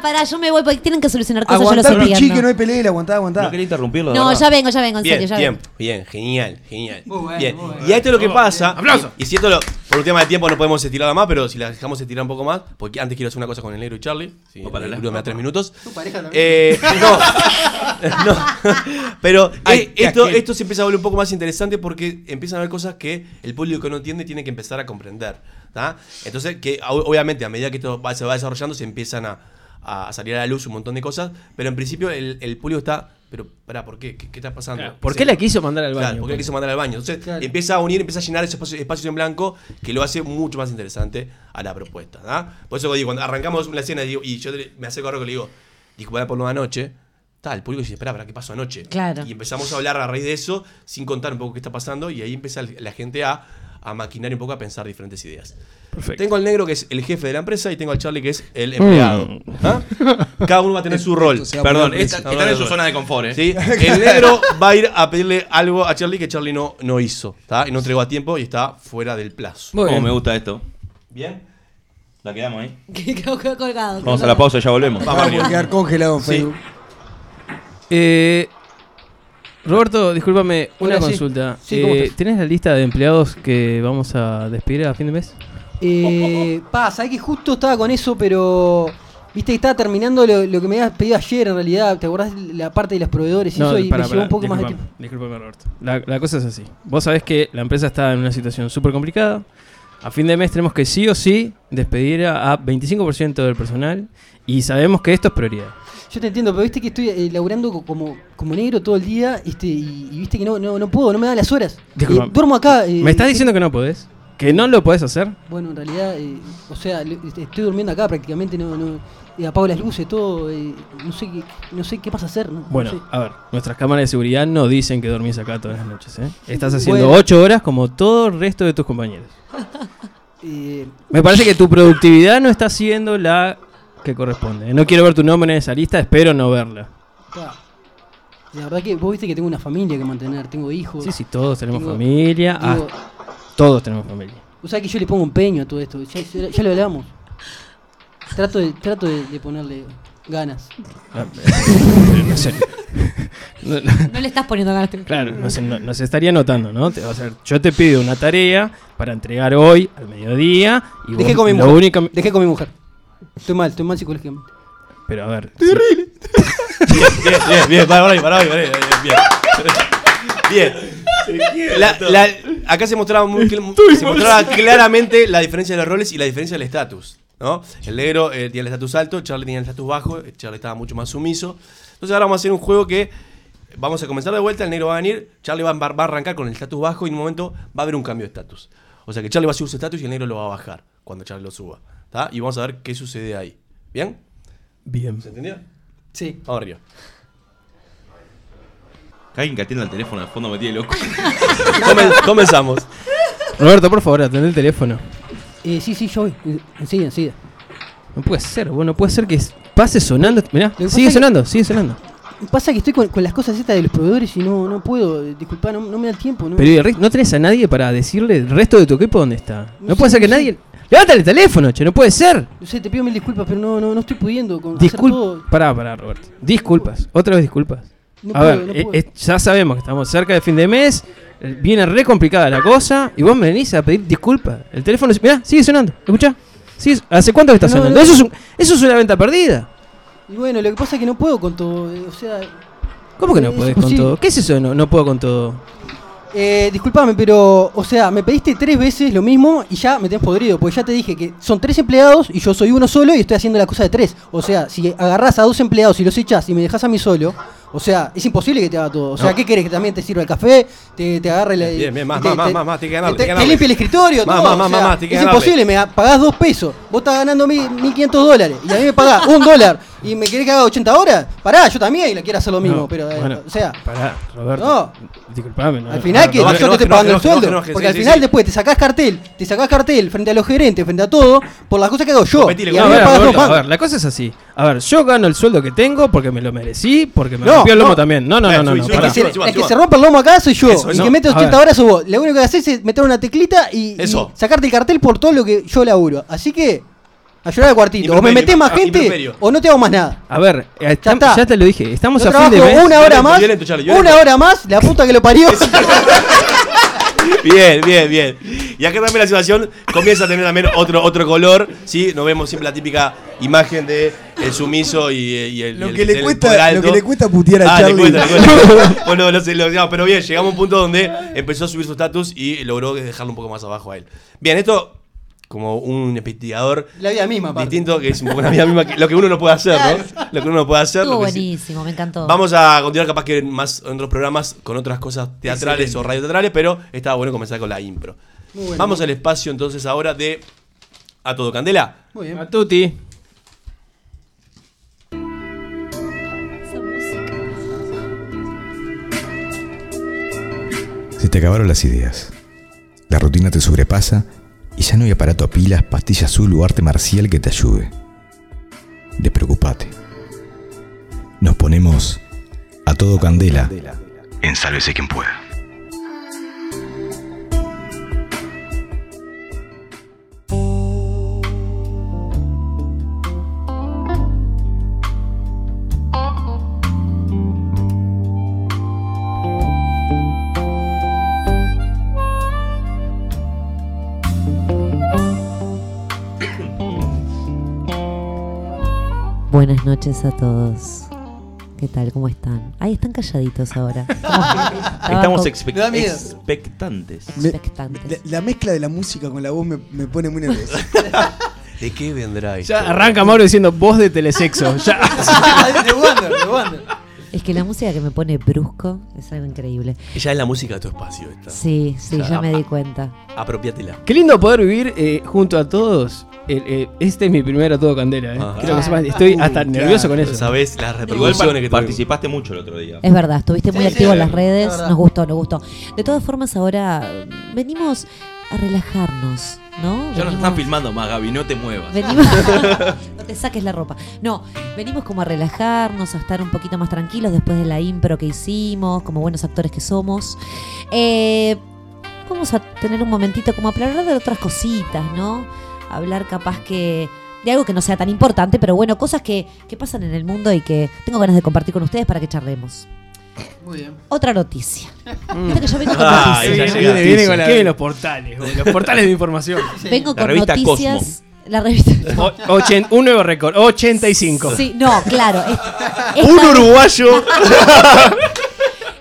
K: pará, pará, yo me voy porque tienen que solucionar cosas, yo los
A: Aguantá,
K: entiendo.
A: pichí, que no hay pelea, aguantá, aguantá.
D: No quería interrumpirlo. de
K: No,
D: verdad.
K: ya vengo, ya vengo, en
B: Bien,
K: serio, ya
B: bien,
K: vengo.
B: bien, genial, genial.
E: Muy bueno,
B: bien.
E: muy bueno.
B: Y a esto es lo que pasa. Y, y si esto lo, Por un tema de tiempo no podemos estirarla más, pero si la dejamos estirar un poco más, porque antes quiero hacer una cosa con el negro y Charlie. Sí,
D: para
B: el
D: la
B: negro me da tres minutos.
E: Tu pareja también.
B: Eh, no, no. Pero eh,
D: Ay, qué
B: esto,
D: aquel.
B: esto se empieza a volver un poco más interesante porque empiezan a haber cosas que el público no entiende tiene que empezar a comprender. ¿tá? Entonces, que o- obviamente a medida que esto va- se va desarrollando, se empiezan a, a salir a la luz un montón de cosas, pero en principio el, el público está. Pero, pará, ¿por qué? ¿Qué, qué está pasando?
C: Claro, ¿por
B: Sí.
C: qué la quiso mandar al baño?
B: Claro, ¿por qué la quiso mandar al baño? Entonces
E: Claro.
B: empieza a unir, empieza a llenar esos espacios, espacios en blanco que lo hace mucho más interesante a la propuesta. ¿da? Por eso digo, cuando arrancamos la escena digo- y yo te- me acerco a Rocco y le digo, disculpa por lo de anoche, tal, el público dice, espera, ¿para qué pasó anoche?
K: Claro.
B: Y empezamos a hablar a raíz de eso, sin contar un poco qué está pasando, y ahí empieza la gente a, a maquinar un poco, a pensar diferentes ideas.
C: Perfecto.
B: Tengo al negro que es el jefe de la empresa y tengo al Charlie que es el empleado.
D: Mm.
B: ¿Ah? Cada uno va a tener su rol.
A: se va a
D: Perdón,
A: poner
D: esta-
B: preso.
D: están en su zona de confort, ¿eh?
B: Sí, el negro va a ir a pedirle algo a Charlie que Charlie no, no hizo, ¿tá? Y no entregó a tiempo y está fuera del plazo.
C: Muy
D: Cómo
C: bien.
D: me gusta esto.
B: Bien.
D: La quedamos ahí.
K: Que quedó colgado.
D: Vamos a la pausa, ya volvemos.
A: Vamos a quedar congelado en
B: Sí.
A: Facebook.
C: Eh, Roberto, discúlpame, una
E: Hola, sí.
C: consulta.
E: Sí, ¿cómo
C: Eh,
E: estás?
C: ¿Tenés la lista de empleados que vamos a despedir a fin de mes?
E: Eh, pasa, es que justo estaba con eso, pero. Viste que estaba terminando lo, lo que me habías pedido ayer, en realidad. ¿Te acordás la parte de los proveedores y eso? Y
C: pará,
E: me llevó
C: pará,
E: un poco más de tiempo.
C: disculpame, disculpame, Roberto. La, la cosa es así. Vos sabés que la empresa está en una situación súper complicada. A fin de mes tenemos que sí o sí despedir a, a 25% del personal y sabemos que esto es prioridad.
E: Yo te entiendo, pero viste que estoy eh, laburando co- como, como negro todo el día este, y, y viste que no, no, no puedo, no me da las horas.
C: Disculpa.
E: Eh, duermo acá. eh,
C: ¿Me estás diciendo que no podés? ¿Que no lo podés hacer?
E: Bueno, en realidad, eh, o sea, le- este, estoy durmiendo acá prácticamente, no, no eh, apago las luces, todo. eh, no, sé qué, no sé qué pasa a hacer. No, no sé.
C: Bueno, a ver, nuestras cámaras de seguridad no dicen que dormís acá todas las noches, ¿eh? Estás haciendo
E: Bueno.
C: 8 horas como todo el resto de tus compañeros.
E: Eh,
C: Me parece que tu productividad no está siendo la que corresponde. ¿eh? No quiero ver tu nombre en esa lista, espero no verla.
E: ta. La verdad que vos viste que tengo una familia que mantener, tengo hijos.
C: Sí, sí, todos tenemos
E: Digo-
C: familia. ah,
E: digo,
C: todos tenemos familia.
E: O sea que yo le pongo empeño a todo esto, ya, ya- ya lo hablamos. Trato de, trato de, de ponerle ganas.
C: Ah, eh, no sé. No, no,
K: No le estás poniendo ganas.
C: claro, no se, no- no se estaría notando, ¿no? Te- o sea, yo te pido una tarea para entregar hoy al mediodía y
E: Dejé
C: vos
E: con mi
C: lo
E: mujer.
C: único...
E: Dejé con mi mujer. Estoy mal, estoy mal psicológicamente.
C: Pero a ver,
B: Bien, bien, bien, para, para, para, para, para, bien. Bien. La- la- acá se mostraba, muy, cl- se mostraba claramente la diferencia de los roles y la diferencia del estatus. ¿no? El negro eh, tiene el estatus alto, Charlie tenía el estatus bajo, eh, Charlie estaba mucho más sumiso. Entonces ahora vamos a hacer un juego que vamos a comenzar de vuelta, el negro va a venir, Charlie va, va- va a arrancar con el estatus bajo y en un momento va a haber un cambio de estatus. O sea que Charlie va a subir su estatus y el negro lo va a bajar cuando Charlie lo suba. ¿tá? Y vamos a ver qué sucede ahí. ¿Bien?
C: bien.
B: ¿Se entendió?
E: Sí.
B: Vamos arriba.
D: Alguien que atienda el teléfono de fondo me tiene loco.
B: Comen- comenzamos.
C: Roberto, por favor, atende el teléfono.
E: Eh, sí, sí, yo voy. Eh, Enseguida, enseguida.
C: No puede ser, vos no puede ser que s- pase sonando. Mirá,
E: que
C: sigue
E: pasa
C: sonando, sigue sonando.
E: Pasa que estoy con, con las cosas estas de los proveedores y no, no puedo. eh, Disculpa, no, no me da el tiempo. No.
C: Pero ¿y el re- no tenés a nadie para decirle el resto de tu equipo dónde está. No
E: No
C: puede
E: sé,
C: ser que
E: no sé.
C: nadie. ¡Levántale el teléfono, che! ¡No puede ser!
E: No sé, te pido mil disculpas, pero no, no, no estoy pudiendo. Con hacer todo.
C: Disculpas. Pará, pará, Roberto. Disculpas. Otra vez disculpas.
E: No
C: a
E: puedo,
C: ver,
E: no
C: eh,
E: puedo.
C: eh, ya sabemos que estamos cerca de fin de mes. eh, Viene re complicada la cosa. Y vos me venís a pedir disculpas. El teléfono. Mirá, sigue sonando. ¿Escuchá? Sigue- ¿Hace cuánto que está
E: No,
C: sonando?
E: no.
C: Eso, es un- eso es una venta perdida.
E: Y bueno, lo que pasa es que no puedo con todo. eh, O sea,
C: ¿Cómo que no
E: Es
C: podés con
E: imposible.
C: todo? ¿Qué es eso? de No, no puedo con todo.
E: eh, disculpame, pero. O sea, me pediste tres veces lo mismo y ya me tenés podrido. Porque ya te dije que son tres empleados y yo soy uno solo y estoy haciendo la cosa de tres. O sea, si agarrás a dos empleados y los echás y me dejás a mí solo. O sea, es imposible que te haga todo. O sea,
B: No.
E: ¿qué querés? ¿Que también te sirva el café? ¿Te, te agarre la.
B: Bien, bien, más,
E: te-
B: más, más,
E: te-
B: más, más, tenés que ganarle,
E: Te,
B: tenés que
E: te
B: ganarle.
E: limpia el escritorio,
B: Más,
E: todo.
B: más,
E: o
B: más,
E: sea,
B: más, más, tenés que
E: Es
B: ganarle.
E: imposible, me pagás dos pesos. Vos estás ganando mil- 1500 dólares y a mí me pagás un dólar. ¿Y me querés que haga 80 horas? Pará, yo también y la quiero hacer lo mismo.
C: No,
E: pero, eh,
C: bueno,
E: o sea.
C: Pará, Roberto. Disculpame, no.
E: Al final que yo
B: no, no,
E: te
B: no,
E: estoy
B: no,
E: pagando
B: no,
E: el
B: no,
E: sueldo.
B: no, no, no,
E: porque
B: sí,
E: al
B: sí,
E: final
B: sí.
E: después te sacás cartel, te sacás cartel frente a los gerentes, frente a todo, por las cosas que hago yo.
B: Competile
E: Y
B: con
E: a
C: No, a
E: mí me
C: ver,
E: pagas dos
C: Roberto, a ver,
E: mangos.
C: la cosa es así. A ver, yo gano el sueldo que tengo porque me lo merecí, porque me
B: No,
C: rompió el lomo
B: no.
C: también. No, no,
B: Eh,
C: no, no,
B: subí,
C: no,
B: subí,
C: pará.
E: Es que,
B: suba,
E: se, es que
B: suba.
E: se rompa el lomo acá soy yo.
B: Eso,
E: y
B: no,
E: que mete
C: a
E: 80
C: ver.
E: horas sos vos. Lo único que haces es meter una teclita y, y
B: Eso.
E: sacarte el cartel por todo lo que yo laburo. Así que, a llorar al cuartito. o me
B: Improperio,
E: metés más
B: ah,
E: gente
B: improperio.
E: o no te hago más nada.
C: A ver, eh, estam-
E: está.
C: ya te lo dije, estamos
E: Yo
C: a fin
E: trabajo
C: de mes.
E: una hora
B: Violento,
E: más.
B: violento, Charlie,
E: Una
B: violento.
E: hora más, la puta que lo parió.
B: Bien, bien, bien. Y acá también la situación comienza a tener también otro, otro color, ¿sí? Nos vemos siempre la típica imagen de el sumiso y, y el
A: Lo
B: y
A: que
B: el
A: le
B: del
A: cuesta-
B: poder alto.
A: lo que le cuesta putear a
B: Ah, le
A: Charlie.
B: cuesta, le cuesta. bueno, no sé, lo- no, pero bien, llegamos a un punto donde empezó a subir su estatus y logró dejarlo un poco más abajo a él. Bien, esto como un investigador
E: La vida misma, aparte.
B: distinto, que es un poco una vida misma, que- lo que uno no puede hacer, ¿no? Lo que uno no puede hacer.
K: Estuvo
B: lo que sí-
K: buenísimo, me encantó.
B: Vamos a continuar capaz que en más en otros programas con otras cosas teatrales o radioteatrales, pero estaba bueno comenzar con la impro.
C: Muy bueno.
B: Vamos al espacio entonces ahora de A Todo Candela.
E: Muy bien.
C: A Tuti.
L: Se te acabaron las ideas. La rutina te sobrepasa y ya no hay aparato a pilas, pastilla azul o arte marcial que te ayude. Despreocupate. Nos ponemos a todo candela.
J: Ensálvese quien pueda.
K: Buenas noches a todos. ¿Qué tal? ¿Cómo están? Ahí están calladitos ahora.
D: Estamos expect-
A: Me da miedo.
D: expectantes.
A: Me-
K: Expectantes.
A: la, la mezcla de la música con la voz me, me pone muy nervioso.
B: ¿De qué vendrá esto?
C: Ya arranca Mauro diciendo voz de telesexo. Ya.
E: de Wander, de Wander.
K: Es que la música que me pone brusco es algo increíble.
B: Ella es la música de tu espacio esta.
K: Sí, sí,
B: O sea,
K: ya me di
B: a-
K: cuenta.
B: Apropiátela.
C: Qué lindo poder vivir eh, junto a todos. El, eh, este es mi primer a todo candela. eh.
B: Ajá.
C: Quiero que sepan, estoy hasta nervioso con eso.
B: Sabes las
D: Igual
B: repercusiones que
D: par-
B: tuvimos.
D: participaste mucho el otro día.
K: Es verdad, estuviste muy
E: Sí, sí,
K: activo en las
E: es
K: redes,
E: verdad.
K: nos gustó, nos gustó. De todas formas, ahora venimos a relajarnos, ¿no?
D: Ya nos
K: Venimos-
D: están filmando más, Gaby, no te muevas.
K: Venimos. no te saques la ropa. No, venimos como a relajarnos, a estar un poquito más tranquilos después de la impro que hicimos, como buenos actores que somos. Eh, vamos a tener un momentito como a hablar de otras cositas, ¿no? Hablar capaz que. De algo que no sea tan importante, pero bueno, cosas que, que pasan en el mundo y que tengo ganas de compartir con ustedes para que charlemos.
E: Muy bien.
K: Otra noticia.
C: Mm.
K: Viste que yo vengo con
B: Ah,
K: noticias.
B: ahí ya
C: Viene-
B: llega.
C: viene- viene con la- ¿Qué de los portales? boludo? Los portales de información.
K: Vengo
D: La
K: con
D: revista
K: noticias. La revista.
C: O- ochen- un nuevo récord, 85.
K: Sí, no, claro. es-
B: Un
K: esta-
B: uruguayo.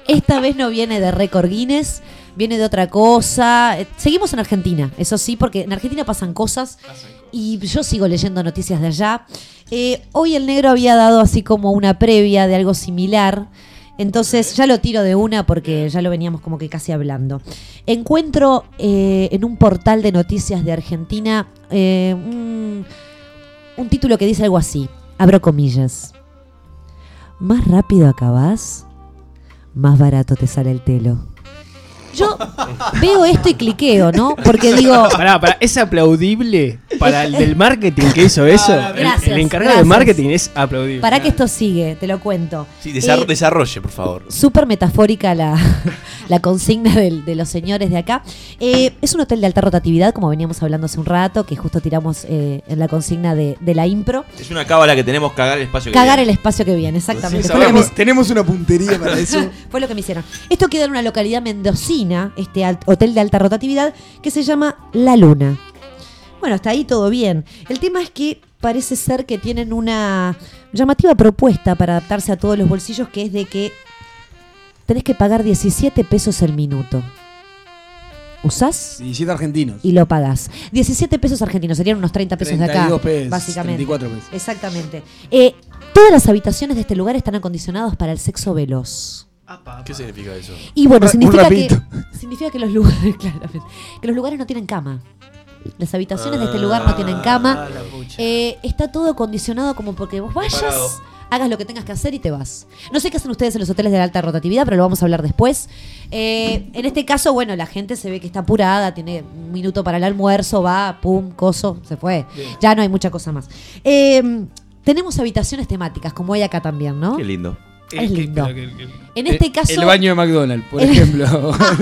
K: Esta vez no viene de récord Guinness, viene de otra cosa. Eh, Seguimos en Argentina, eso sí, porque en Argentina pasan cosas y yo sigo leyendo noticias de allá. Eh, hoy el negro había dado así como una previa de algo similar. Entonces ya lo tiro de una porque ya lo veníamos como que casi hablando. Encuentro eh, en un portal de noticias de Argentina eh, un- un título que dice algo así, abro comillas. Más rápido acabás, más barato te sale el telo. Yo veo esto y cliqueo, ¿no? Porque digo,
C: Pará, pará, es aplaudible para el del marketing que hizo eso. El-
K: Ah, Gracias,
C: el, encargado
K: gracias.
C: de marketing es aplaudible.
K: para que esto sigue, te lo cuento.
B: Sí, desar-
K: Eh,
B: desarrolle, por favor.
K: Súper metafórica la, la consigna del- de los señores de acá. Eh, es un hotel de alta rotatividad, como veníamos hablando hace un rato, que justo tiramos eh, en la consigna de, de la impro.
D: Es una cábala que tenemos cagar el espacio que
K: Cagar el
D: viene.
K: espacio que viene, exactamente. Fue lo que me-
A: tenemos, tenemos una puntería para eso.
K: Fue lo que me hicieron. Esto queda en una localidad mendocina, este alt- hotel de alta rotatividad, que se llama La Luna. Bueno, hasta ahí todo bien. El tema es que parece ser que tienen una llamativa propuesta para adaptarse a todos los bolsillos, que es de que tenés que pagar 17 pesos el minuto. ¿Usás?
A: 17 argentinos.
K: Y lo pagás. 17 pesos argentinos, serían unos 30 pesos de acá.
A: 32 pesos,
K: básicamente.
A: 34 pesos.
K: Exactamente. Eh, todas las habitaciones de este lugar están acondicionadas para el sexo veloz.
B: ¿Qué significa eso?
K: Y bueno,
A: Un ra-
K: significa
A: un
K: que,
A: rapidito.
K: significa que los lugares, claramente, que los lugares no tienen cama. Las habitaciones de este lugar no tienen
A: Ah,
K: cama. Eh, está todo condicionado como porque vos vayas, hagas lo que tengas que hacer y te vas. No sé qué hacen ustedes en los hoteles de la alta rotatividad, pero lo vamos a hablar después. Eh, en este caso, bueno, la gente se ve que está apurada, tiene un minuto para el almuerzo, va, pum, coso, se fue. Ya no hay mucha cosa más. Em, Eh, tenemos habitaciones temáticas, como hay acá también, ¿no?
D: Qué lindo.
K: Es lindo. En este
A: El-
K: caso.
A: El baño de McDonald's, por
K: El-
A: ejemplo.
K: Ah,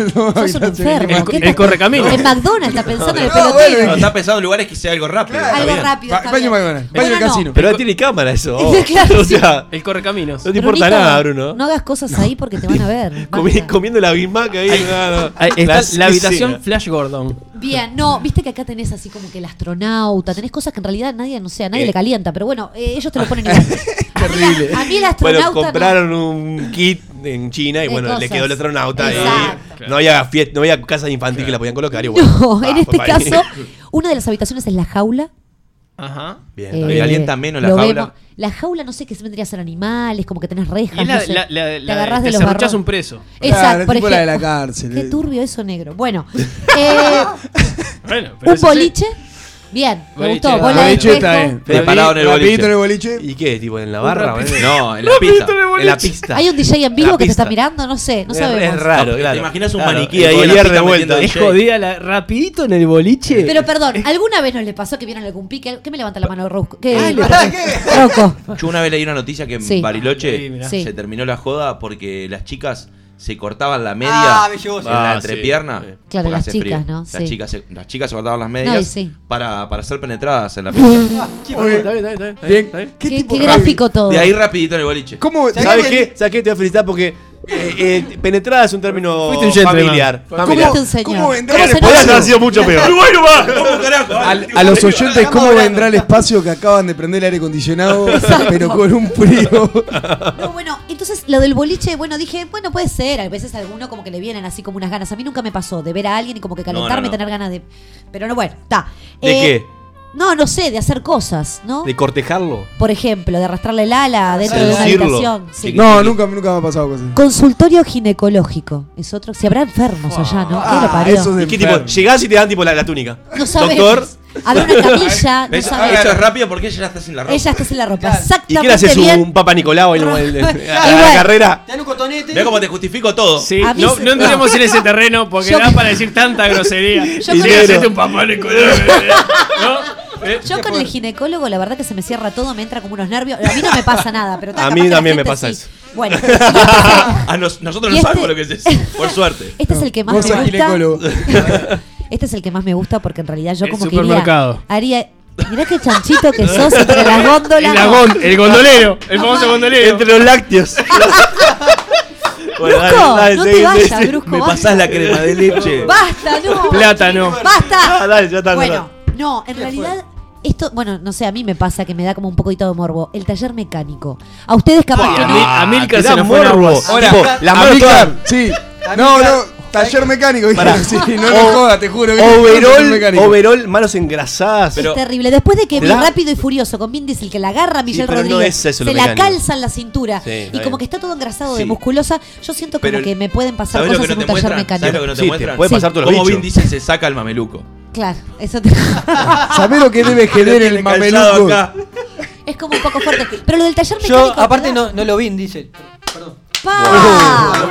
K: Sos un enfermo. ¿Qué estás- En McDonald's está pensando en el pelotero.
D: No, Ah, está pensando en lugares que sea algo rápido. está
K: Algo
D: bien.
K: rápido. está bien.
A: baño
K: de casino.
B: Pero no tiene cámara eso.
K: Claro,
B: o sea,
C: El correcaminos.
B: no te importa
K: Brunito,
B: nada, Bruno.
K: No hagas cosas ahí porque te van a ver.
B: Comi- comiendo la Big Mac ahí. no, no.
C: Ahí está la,
B: escena.
C: habitación Flash Gordon.
K: Bien, no, viste que acá tenés así como que el astronauta, tenés cosas que en realidad nadie, no sé, a nadie
B: Eh.
K: le calienta, pero bueno, eh, ellos te lo ponen igual.
B: Terrible.
K: A mí el astronauta
B: Bueno,
K: no.
B: compraron un kit en China y
K: De
B: bueno, le
K: cosas.
B: quedó el astronauta. y
K: Exacto.
B: no había fiesta, no había casa infantil que la podían colocar. Y bueno,
K: No, en
B: ah,
K: este
B: fue para ahí.
K: caso, una de las habitaciones es la jaula.
C: Ajá.
B: Bien,
K: Eh,
B: está bien.
D: alienta menos la
K: lo
D: jaula.
K: vemos. La jaula no sé qué se vendría a ser animales, como que tenés rejas.
C: Y es la-
K: no sé.
C: la- la-
K: te
C: la-
K: agarrás
C: te
K: de los
C: serruchás
K: barrotes.
C: un preso.
K: Exacto,
A: Claro,
K: por ejemplo.
A: tipo
K: ¡ah!
A: la de la cárcel.
K: Qué turbio eso negro. Bueno, eh,
C: Bueno, pero
K: un
C: eso sí.
K: boliche. Bien, me
C: Boliche,
K: gustó.
C: ah,
K: Bola de
A: boliche está
K: espejo.
A: bien.
B: Pero
D: Preparado en el boliche.
A: Rapidito en el boliche.
B: ¿Y qué? ¿Tipo en la barra?
C: rapidito.
B: ¿vale?
D: No, en la pista.
B: en la pista.
K: Hay un DJ en vivo
B: La
K: que te
B: pista.
K: está mirando, no sé, no
B: Es-
K: sabemos.
B: es raro,
D: No, ¿te
B: claro.
D: imaginas un
B: Claro,
D: maniquí ahí
B: el
D: en la
B: golier
D: pista
B: de vuelta?
D: metiendo
C: Es
D: DJ?
C: jodida la rapidito en el boliche.
K: Pero perdón, ¿alguna vez no le pasó que vieron algún pique? ¿Qué me levanta la mano, Rosco? ¿Qué?
A: Ay,
K: Rocco?
A: pará, ¿qué?
K: Rocco.
D: Yo una vez leí una noticia que en
K: Sí.
D: Bariloche
C: Sí, mirá.
K: Sí.
D: se terminó la joda porque las chicas se cortaban la media
E: Ah, me llegó
D: en
E: eso.
D: la
B: Ah,
D: entrepierna.
B: sí, sí.
K: Claro,
D: porque
K: las
D: hace
K: chicas,
D: frío.
K: ¿no?
D: Las,
K: Sí.
D: chicas se, las chicas se cortaban las
K: No,
D: medias
K: y sí.
D: para, para ser penetradas en la pista.
A: Oye,
C: Está bien, está bien, está bien,
A: bien,
C: está bien.
A: ¿Qué,
K: Qué,
A: tipo
K: qué
A: de-
K: gráfico todo.
D: De ahí rapidito en el boliche.
A: ¿Cómo?
B: ¿Sabes qué? ¿Sabes qué? Te voy a felicitar porque eh, eh, penetrada es un término
C: Fuiste un gentleman.
B: familiar.
C: Fuiste
B: familiar.
K: Mira,
A: ¿Cómo,
K: un señor.
A: ¿cómo vendrá
K: ¿Cómo
A: el
K: se
A: espacio?
K: nota?
B: mucho peor.
D: ¿Cómo carajo?
A: Al- a los oyentes, ¿cómo vendrá el espacio que acaban de prender el aire acondicionado, pero con un frío?
K: No, bueno, entonces lo del boliche, bueno, dije, bueno, puede ser. A veces a alguno como que le vienen así como unas ganas. A mí nunca me pasó de ver a alguien y como que calentarme,
D: no.
K: tener ganas de. Pero no, bueno, está.
B: ¿De
K: Eh,
B: qué?
K: No, no sé, de hacer cosas, ¿no?
B: ¿De cortejarlo?
K: Por ejemplo, de arrastrarle el ala dentro de una
B: Seducirlo.
K: habitación. sí.
A: No, nunca, nunca me ha pasado cosas.
K: Consultorio ginecológico. Es otro. Si habrá enfermos allá, ¿no? ¿Qué lo
A: Ah,
K: parió?
A: eso es de
B: ¿Y qué tipo?
A: enfermo.
B: Llegás y te dan tipo la, la túnica.
K: No sabemos.
B: Doctor,
K: Habrá una camilla, no
D: Eso,
K: sabemos.
D: eso es rápido porque ella ya está sin la ropa.
K: Ella está sin la ropa.
B: ¿y
K: Exactamente.
B: qué le haces
K: bien.
B: un Papa Nicolau ahí en el- en
K: Y
B: la
K: bueno.
B: carrera?
E: Te dan un cotonete.
D: Ve cómo te justifico todo.
C: Sí,
K: A mí
C: no,
K: se-
C: no entremos en ese terreno porque
K: Yo-
C: da para decir tanta grosería. Y
K: con-
C: le hacete un papá Nicolás, ¿no? Eh,
K: Yo con el ginecólogo, la verdad que se me cierra todo, me entra como unos nervios. A mí no me pasa nada, pero
B: A
K: capaz
B: mí
K: que la
B: también
K: gente
B: me pasa eso.
K: Bueno,
D: A nos- nosotros
K: Y
D: no
K: este-
D: sabemos lo que es eso, por suerte.
K: este es el que más
A: Vos
K: me
A: sos
K: gusta.
A: ginecólogo.
K: Este es el que más me gusta porque en realidad yo
C: El
K: como que iría-
C: supermercado.
K: haría mirá qué chanchito que sos entre las góndolas.
C: El, agon- el gondolero, el famoso gondolero.
B: Entre los lácteos.
K: Brusco, no te vayas, Brusco.
D: Me
K: basta.
D: pasás la crema de leche.
K: Basta, no.
C: Plátano.
K: Basta.
B: Ah, dale, ya está,
K: Bueno, no, en realidad esto, bueno, no sé, a mí me pasa que me da como un poquito de morbo. El taller mecánico. A ustedes capaz que
C: A,
K: no.
C: Mil- a Milka
B: te
C: se
B: da
C: nos fue la
B: morbo.
C: voz.
B: Ahora,
A: Tipo,
B: las manos
A: Amilcar,
B: todas-
A: Sí. No, no. Taller mecánico. dijeron, sí, no lo jodas, te juro. que- taller
B: Overol,
A: mecánico.
B: overol, manos engrasadas.
K: es terrible. Después de que vi
B: La-
K: Rápido y Furioso con Vin Diesel, que la agarra a Michelle
B: pero no
K: Rodríguez,
B: es eso lo
K: se la
B: mecánico.
K: calza en la cintura
B: Sí, está
K: y como
B: bien.
K: que está todo engrasado de
D: Sí.
K: musculosa, yo siento como
D: Pero-
K: que me pueden pasar
D: ¿Sabes lo
K: cosas
D: que no
K: en
D: te
K: un taller
D: muestran?
K: mecánico.
D: ¿Sabes lo que no te
B: Sí, te
D: muestran?
B: puede
K: Sí.
B: pasar todos los
D: Como Vin
B: bichos.
D: Diesel se saca el mameluco.
K: Claro, eso te...
A: ¿Sabés lo que debe ceder el
D: Calzado
A: mameluco?
D: acá.
K: es como un poco fuerte. Pero lo del taller mecánico.
E: Yo, aparte,
K: ¿verdad?
E: no, no lo vi en Diesel.
K: ¡Pa!